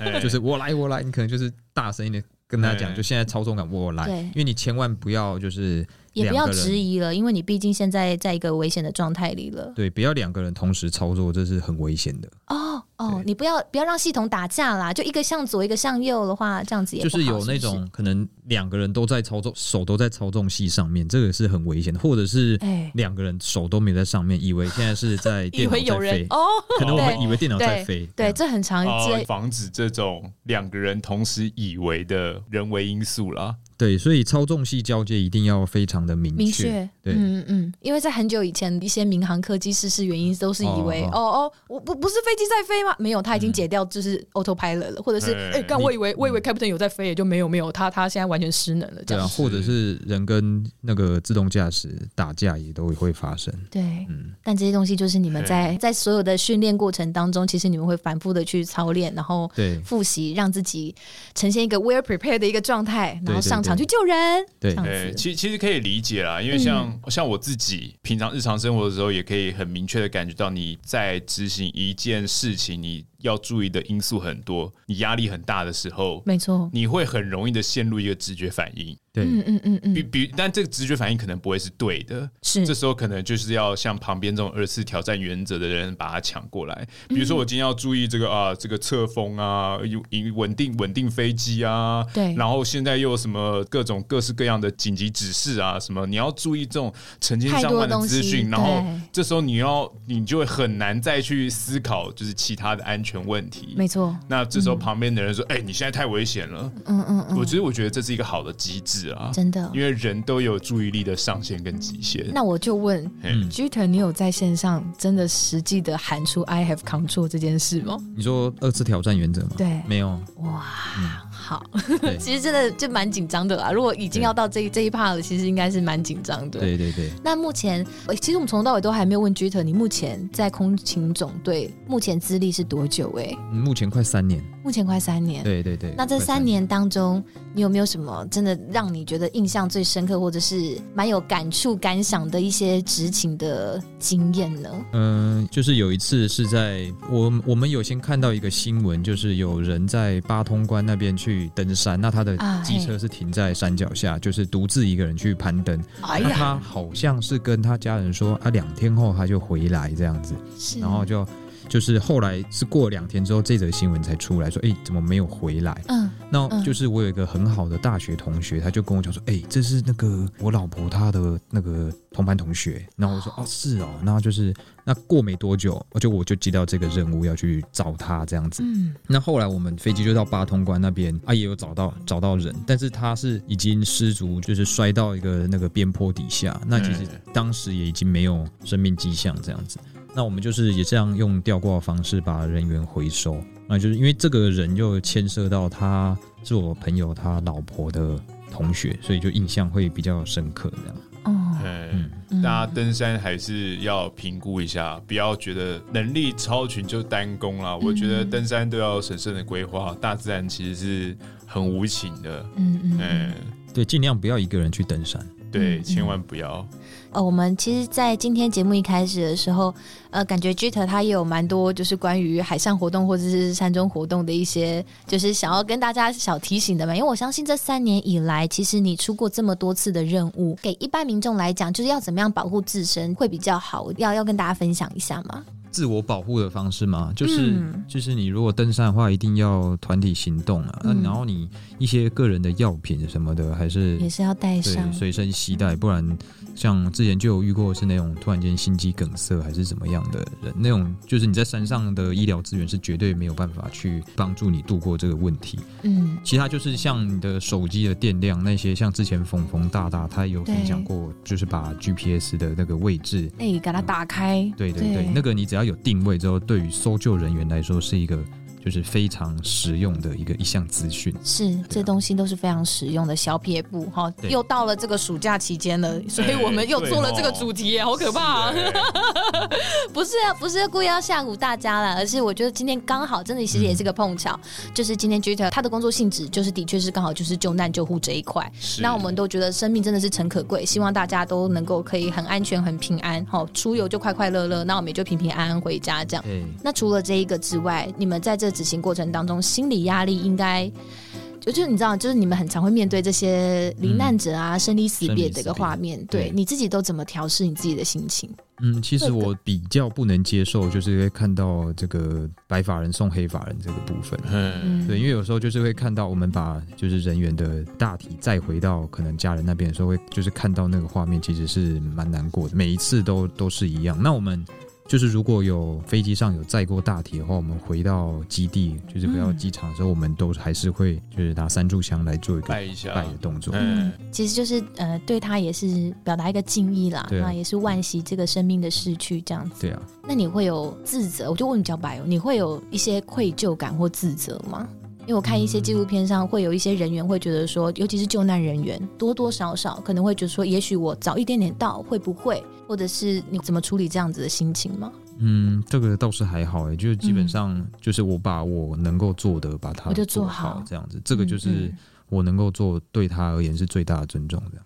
Speaker 2: 哎
Speaker 4: 就是我来我来，你可能就是大声一点跟他讲，
Speaker 2: 对
Speaker 4: 就现在操纵杆我来
Speaker 5: 对，
Speaker 4: 因为你千万不要就是
Speaker 5: 也不
Speaker 4: 两
Speaker 5: 要
Speaker 4: 个人
Speaker 5: 质疑了，因为你毕竟现在在一个危险的状态里了。
Speaker 4: 对，不要两个人同时操作，这是很危险的。
Speaker 5: 哦哦
Speaker 4: 对，
Speaker 5: 你不要不要让系统打架啦，就一个向左一个向右的话，这样子也
Speaker 4: 就
Speaker 5: 不好
Speaker 4: 是有那
Speaker 5: 是不
Speaker 4: 种
Speaker 5: 是
Speaker 4: 可能两个人都在操纵，手都在操纵系上面，这个是很危险的，或者是
Speaker 5: 哎
Speaker 4: 两个人手都没有在上面，以为现在是 在
Speaker 5: 以
Speaker 4: 电脑
Speaker 5: 为有
Speaker 4: 在
Speaker 5: 人
Speaker 4: 飞，
Speaker 5: 哦，
Speaker 4: 可能我们
Speaker 5: 对
Speaker 4: 以为电脑在飞，
Speaker 5: 对，
Speaker 4: 这
Speaker 5: 这
Speaker 4: 样
Speaker 5: 很常
Speaker 2: 哦
Speaker 5: 见，。
Speaker 2: 防止这种两个人同时以为的人为因素啦。
Speaker 4: 对，所以操纵系交接一定要非常的明
Speaker 5: 明
Speaker 4: 确
Speaker 5: 确，，
Speaker 4: 对。
Speaker 5: 嗯嗯，因为在很久以前，一些民航客机失事原因都是以为，
Speaker 4: 哦嗯
Speaker 5: 哦哦，我不不是飞机在飞吗？没有，他已经解掉就是 autopilot 了，或者是，
Speaker 2: 哎
Speaker 5: 哎，刚我以为我以为 captain 有在飞，也就没有没有，他他现在完全失能了，这
Speaker 4: 对啊，
Speaker 5: 样，
Speaker 4: 或者是人跟那个自动驾驶打架也都会发生。
Speaker 5: 对，
Speaker 4: 嗯，
Speaker 5: 但这些东西就是你们在在所有的训练过程当中，其实你们会反复的去操练，然后
Speaker 4: 对
Speaker 5: 复习，让自己呈现一个 well prepared 的一个状态，然后
Speaker 4: 对对
Speaker 5: 上场
Speaker 4: 对
Speaker 5: 去救人，
Speaker 4: 对
Speaker 5: 这样
Speaker 2: 对，
Speaker 5: 子。
Speaker 2: 哎
Speaker 5: 嗯
Speaker 2: 其其实可以理解啦，因为像、像我自己平常日常生活的时候，也可以很明确的感觉到你在执行一件事情，你要注意的因素很多，你压力很大的时候，
Speaker 5: 没错，
Speaker 2: 你会很容易的陷入一个直觉反应，
Speaker 4: 对，
Speaker 5: 嗯嗯嗯
Speaker 2: 比
Speaker 5: 嗯，
Speaker 2: 比，但这个直觉反应可能不会是对的，
Speaker 5: 是
Speaker 2: 这时候可能就是要像旁边这种二次挑战原则的人把它抢过来。比如说，
Speaker 5: 嗯
Speaker 2: 我今天要注意这个啊、这个侧风啊，有有稳定稳定飞机啊，
Speaker 5: 对
Speaker 2: 然后现在又有什么各种各式各样的紧急指示啊，什么你要注意这种成千上万的资讯，然
Speaker 5: 太多东
Speaker 2: 后
Speaker 5: 西对
Speaker 2: 这时候你要你就会很难再去思考就是其他的安全问题。
Speaker 5: 没错，
Speaker 2: 那这时候旁边的人说：“哎、你现在太危险了。
Speaker 5: 嗯嗯嗯，
Speaker 2: 我其实我觉得这是一个好的机制啊，
Speaker 5: 真的
Speaker 2: 因。为人都有注意力的上限跟极限。
Speaker 5: 那我就问
Speaker 2: 嗯
Speaker 5: g t e r 你有在线上真的实际的喊出 “I have control” 这件事吗？
Speaker 4: 你说二次挑战原则吗？
Speaker 5: 对
Speaker 4: 没有，
Speaker 5: 哇，好，
Speaker 4: 嗯对
Speaker 5: 其实真的就蛮紧张的啦。如果已经要到这这一 part 了，其实应该是蛮紧张的。
Speaker 4: 对对对，
Speaker 5: 那目前，呃其实我们从头到尾都还没有问 g t e r 你目前在空勤总队目前资历是多久、欸？哎，
Speaker 4: 嗯目前快三年，
Speaker 5: 目前快三年。
Speaker 4: 对对对。
Speaker 5: 那这
Speaker 4: 快
Speaker 5: 三年当中，你有没有什么真的让你觉得印象最深刻，或者是蛮有感触、感想的一些执勤的经验呢？
Speaker 4: 嗯，就是有一次是在我我们有先看到一个新闻，就是有人在八通关那边去登山，那他的
Speaker 5: 啊
Speaker 3: 哎
Speaker 4: 机车是停在山脚下，就是独自一个人去攀登。
Speaker 5: 哎
Speaker 4: 那，他好像是跟他家人说，啊，两天后他就回来这样子，
Speaker 5: 是
Speaker 4: 然后就就是后来是过两天之后，这则新闻才出来说，哎，怎么没有回来？
Speaker 5: 嗯，
Speaker 4: 那
Speaker 5: 嗯
Speaker 4: 就是我有一个很好的大学同学，他就跟我讲说，哎、这是那个我老婆她的那个同班同学。然后我说，哦，是哦。然后就是那过没多久，我就我就接到这个任务要去找他这样子。
Speaker 5: 嗯，
Speaker 4: 那后来我们飞机就到八通关那边啊，也有找到找到人，但是他是已经失足，就是摔到一个那个边坡底下。那其实当时也已经没有生命迹象这样子。那我们就是也这样用吊挂的方式把人员回收。那就是因为这个人又牵涉到他是我朋友他老婆的同学，所以就印象会比较深刻这样。
Speaker 5: 哦，
Speaker 2: 嗯
Speaker 4: 嗯，
Speaker 2: 大家登山还是要评估一下，不要觉得能力超群就单攻
Speaker 5: 嗯
Speaker 2: 啦。我觉得登山都要审慎的规划，大自然其实是很无情的。
Speaker 5: 嗯嗯嗯
Speaker 2: 嗯，
Speaker 4: 对，尽量不要一个人去登山。
Speaker 2: 对，
Speaker 5: 嗯
Speaker 2: 千万不要。
Speaker 5: 呃，我们其实，在今天节目一开始的时候，呃，感觉 Jeter 他也有蛮多就是关于海上活动或者是山中活动的一些，就是想要跟大家小提醒的嘛。因为我相信这三年以来，其实你出过这么多次的任务，给一般民众来讲，就是要怎么样保护自身会比较好，要要跟大家分享一下嘛。
Speaker 4: 自我保护的方式吗？就是、
Speaker 5: 嗯
Speaker 4: 就是你如果登山的话，一定要团体行动啊。那、
Speaker 5: 嗯
Speaker 4: 然后你一些个人的药品什么的，还是
Speaker 5: 也是要带上嗯
Speaker 4: 对，随身携带，不然像之前就有遇过是那种突然间心肌梗塞还是怎么样的人，那种就是你在山上的医疗资源是绝对没有办法去帮助你度过这个问题。
Speaker 5: 嗯，
Speaker 4: 其他就是像你的手机的电量那些，像之前冯冯大大他有分享
Speaker 5: 对
Speaker 4: 过，就是把 GPS 的那个位置
Speaker 5: 哎、给它打开，
Speaker 4: 对对对，
Speaker 5: 对
Speaker 4: 那个你只要有定位之后，对于搜救人员来说是一个就是非常实用的一个一项资讯。
Speaker 5: 是，这东西都是非常实用的小撇步哈、
Speaker 4: 对
Speaker 5: 又到了这个暑假期间了，所以我们又做了这个主题耶，好可怕、啊！不是啊，不是故意要吓唬大家啦，而是我觉得今天刚好真的其实也是个碰巧，
Speaker 4: 嗯
Speaker 5: 就是今天 Jeter 他的工作性质就是的确是刚好就是救难救护这一块，
Speaker 2: 是
Speaker 5: 那我们都觉得生命真的是诚可贵，希望大家都能够可以很安全、很平安，好、出游就快快乐乐，那我们也就平平安安回家这样。
Speaker 4: 对，
Speaker 5: 那除了这一个之外，你们在这执行过程当中，心理压力应该，就就你知道，就是你们很常会面对这些罹难者啊、生离死别这个画面，
Speaker 4: 别
Speaker 5: 对
Speaker 4: 对
Speaker 5: 你自己都怎么调试你自己的心情？
Speaker 4: 嗯，其实我比较不能接受，就是会看到这个白发人送黑发人这个部分。啊
Speaker 2: 嗯，
Speaker 5: 嗯，
Speaker 4: 对，因为有时候就是会看到我们把就是人员的大体再回到可能家人那边的时候，会就是看到那个画面，其实是蛮难过的。每一次都都是一样。那我们就是如果有飞机上有载过大体的话，我们回到基地，就是回到
Speaker 5: 嗯
Speaker 4: 机场的时候，我们都还是会就是拿三炷香来做一个
Speaker 2: 拜一下
Speaker 4: 拜，的动作。
Speaker 5: 嗯
Speaker 2: 嗯，，
Speaker 5: 其实就是呃，对他也是表达一个敬意啦，
Speaker 4: 对啊
Speaker 5: 那也是惋惜这个生命的逝去这样子。
Speaker 4: 对啊，
Speaker 5: 那你会有自责？我就问你小白哦，你会有一些愧疚感或自责吗？因为我看一些纪录片上会有一些人员会觉得说，尤其是救难人员，多多少少可能会觉得说，也许我早一点点到会不会，或者是你怎么处理这样子的心情吗？
Speaker 4: 嗯，这个倒是还好诶、就是基
Speaker 5: 嗯
Speaker 4: 本上就是我把我能够做的把它
Speaker 5: 我就做
Speaker 4: 做
Speaker 5: 好
Speaker 4: 这样子，这个就
Speaker 5: 嗯
Speaker 4: 是
Speaker 5: 嗯
Speaker 4: 我能够做对他而言是最大的尊重的。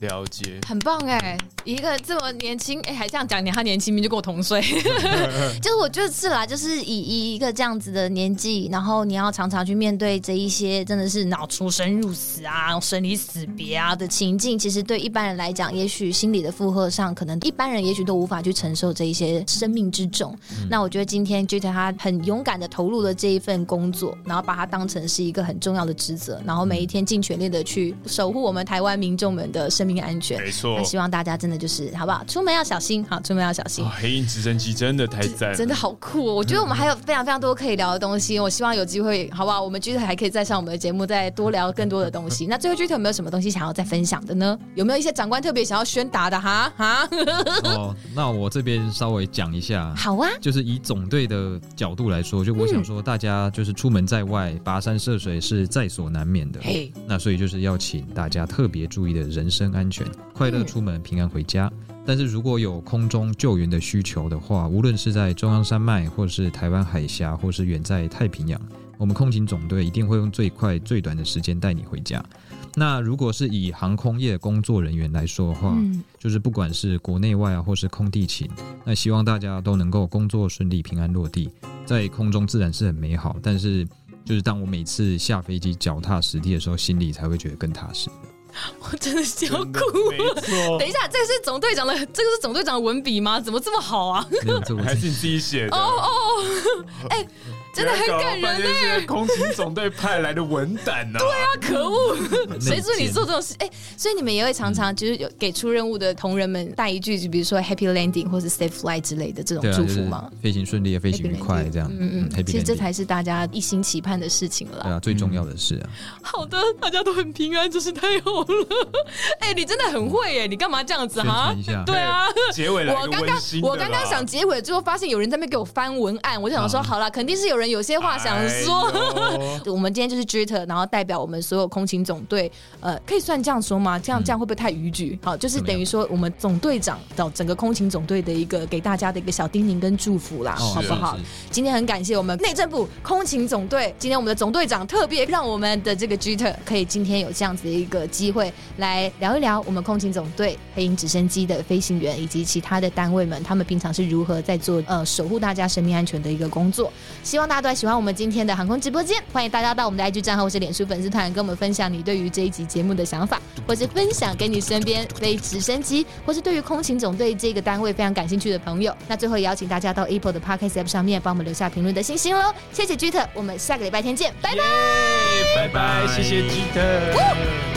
Speaker 2: 了解。
Speaker 5: 很棒哎、一个这么年轻哎、还这样讲你，他年轻明明就跟我同岁，就是我觉得是啦，就是以以一个这样子的年纪，然后你要常常去面对这一些真的是脑出生入死啊、生离死别啊的情境，其实对一般人来讲，也许心理的负荷上，可能一般人也许都无法去承受这一些生命之重。那我觉得今天 j t 他很勇敢的投入了这一份工作，然后把它当成是一个很重要的职责，然后每一天尽全力的去守护我们台湾民众们的生命安全。
Speaker 2: 没错
Speaker 5: 那，希望大家真的就是好不好？出门要小心，好，出门要小心
Speaker 2: 啊。黑鹰直升机真的太赞了，
Speaker 5: 真的好酷、哦！我觉得我们还有非常非常多可以聊的东西。我希望有机会，好不好？我们 Gito 还可以再上我们的节目，再多聊更多的东 西。那最后 Gito 有没有什么东西想要再分享的呢？有没有一些长官特别想要宣达的？哈 哈，
Speaker 4: 哦，那我这边稍微讲一下。
Speaker 5: 好啊，嗯
Speaker 4: 就是以总队的角度来说，就我想说，大家就是出门在外，跋山涉水是在所难免的。
Speaker 5: 嘿，
Speaker 4: 那所以就是要请大家特别注意的人身安全，
Speaker 5: 嗯
Speaker 4: 快乐出门，平安回家。但是如果有空中救援的需求的话，无论是在中央山脉，或是台湾海峡，或是远在太平洋，我们空勤总队一定会用最快、最短的时间带你回家。那如果是以航空业工作人员来说的话，
Speaker 5: 嗯，
Speaker 4: 就是不管是国内外啊，或是空地勤，那希望大家都能够工作顺利、平安落地。在空中自然是很美好，但是就是当我每次下飞机脚踏实地的时候，心里才会觉得更踏实。
Speaker 5: 我真的是要
Speaker 2: 真的
Speaker 5: 哭。
Speaker 2: 没错
Speaker 5: 等一，下，这个是总队长的，这个是总队长的文笔吗？怎么这么好啊？
Speaker 4: 没有这我
Speaker 2: 还是你自己写的，啊
Speaker 5: 哦哦，哎、真的很感人欸呢、
Speaker 2: 呢。空勤总队派来的文胆呐，对啊，
Speaker 5: 可恶！ 谁准你
Speaker 4: 内奸
Speaker 5: 做这种事？哎、所以你们也会常常就是有给出任务的同仁们带一句，就比如说 “Happy Landing” 或是 “Safe Flight” 之类的这种
Speaker 4: 对啊，
Speaker 5: 祝
Speaker 4: 就
Speaker 5: 福
Speaker 4: 是
Speaker 5: 吗？
Speaker 4: 飞行顺利、啊飞行愉快这样。
Speaker 5: 嗯嗯，
Speaker 4: ，Happy
Speaker 5: 其实这
Speaker 4: landing
Speaker 5: 才是大家一心期盼的事情
Speaker 4: 对
Speaker 5: 啦。
Speaker 4: 啊，最重要的是啊，
Speaker 5: 好的，大家都很平安，真是太好了。 哎、你真的很会哎，你干嘛这样子
Speaker 4: 宣
Speaker 5: 哈
Speaker 4: 传一？下
Speaker 5: 对啊。
Speaker 2: 结尾来
Speaker 5: 我
Speaker 2: 个
Speaker 5: 刚
Speaker 2: 温
Speaker 5: 刚
Speaker 2: 馨的啦哎
Speaker 5: 我刚刚想结尾，最后发现有人在那边给我翻文案，我就
Speaker 4: 啊
Speaker 5: 想说，好啦，肯定是有人有些话想说。
Speaker 2: 哎
Speaker 5: 我们今天就是 Jeter，然后代表我们所有空勤总队，呃，可以算这样说吗？这样
Speaker 4: 嗯
Speaker 5: 这样会不会太逾矩？好，就是等于说我们总队长到整个空勤总队的一个给大家的一个小叮咛跟祝福啦，
Speaker 4: 哦
Speaker 5: 好不好
Speaker 4: 是是？
Speaker 5: 今天很感谢我们内政部空勤总队，今天我们的总队长特别让我们的这个 Jeter 可以今天有这样子的一个机会来聊一聊我们空勤总队黑鹰直升机的飞行员以及其他的单位们，他们平常是如何在做呃守护大家生命安全的一个工作。希望大家都还喜欢我们今天的航空直播间，欢迎大家到我们的 IG 账号或是脸书粉丝团跟我们分享你对于这一集节目的想法，或是分享给你身边飞直升机或是对于空勤总队这个单位非常感兴趣的朋友。那最后也邀请大家到 Apple 的 Podcast App 上面帮我们留下评论的星星喽，谢谢 Git，我们下个礼拜天见，拜拜。
Speaker 2: 拜拜，谢谢基特。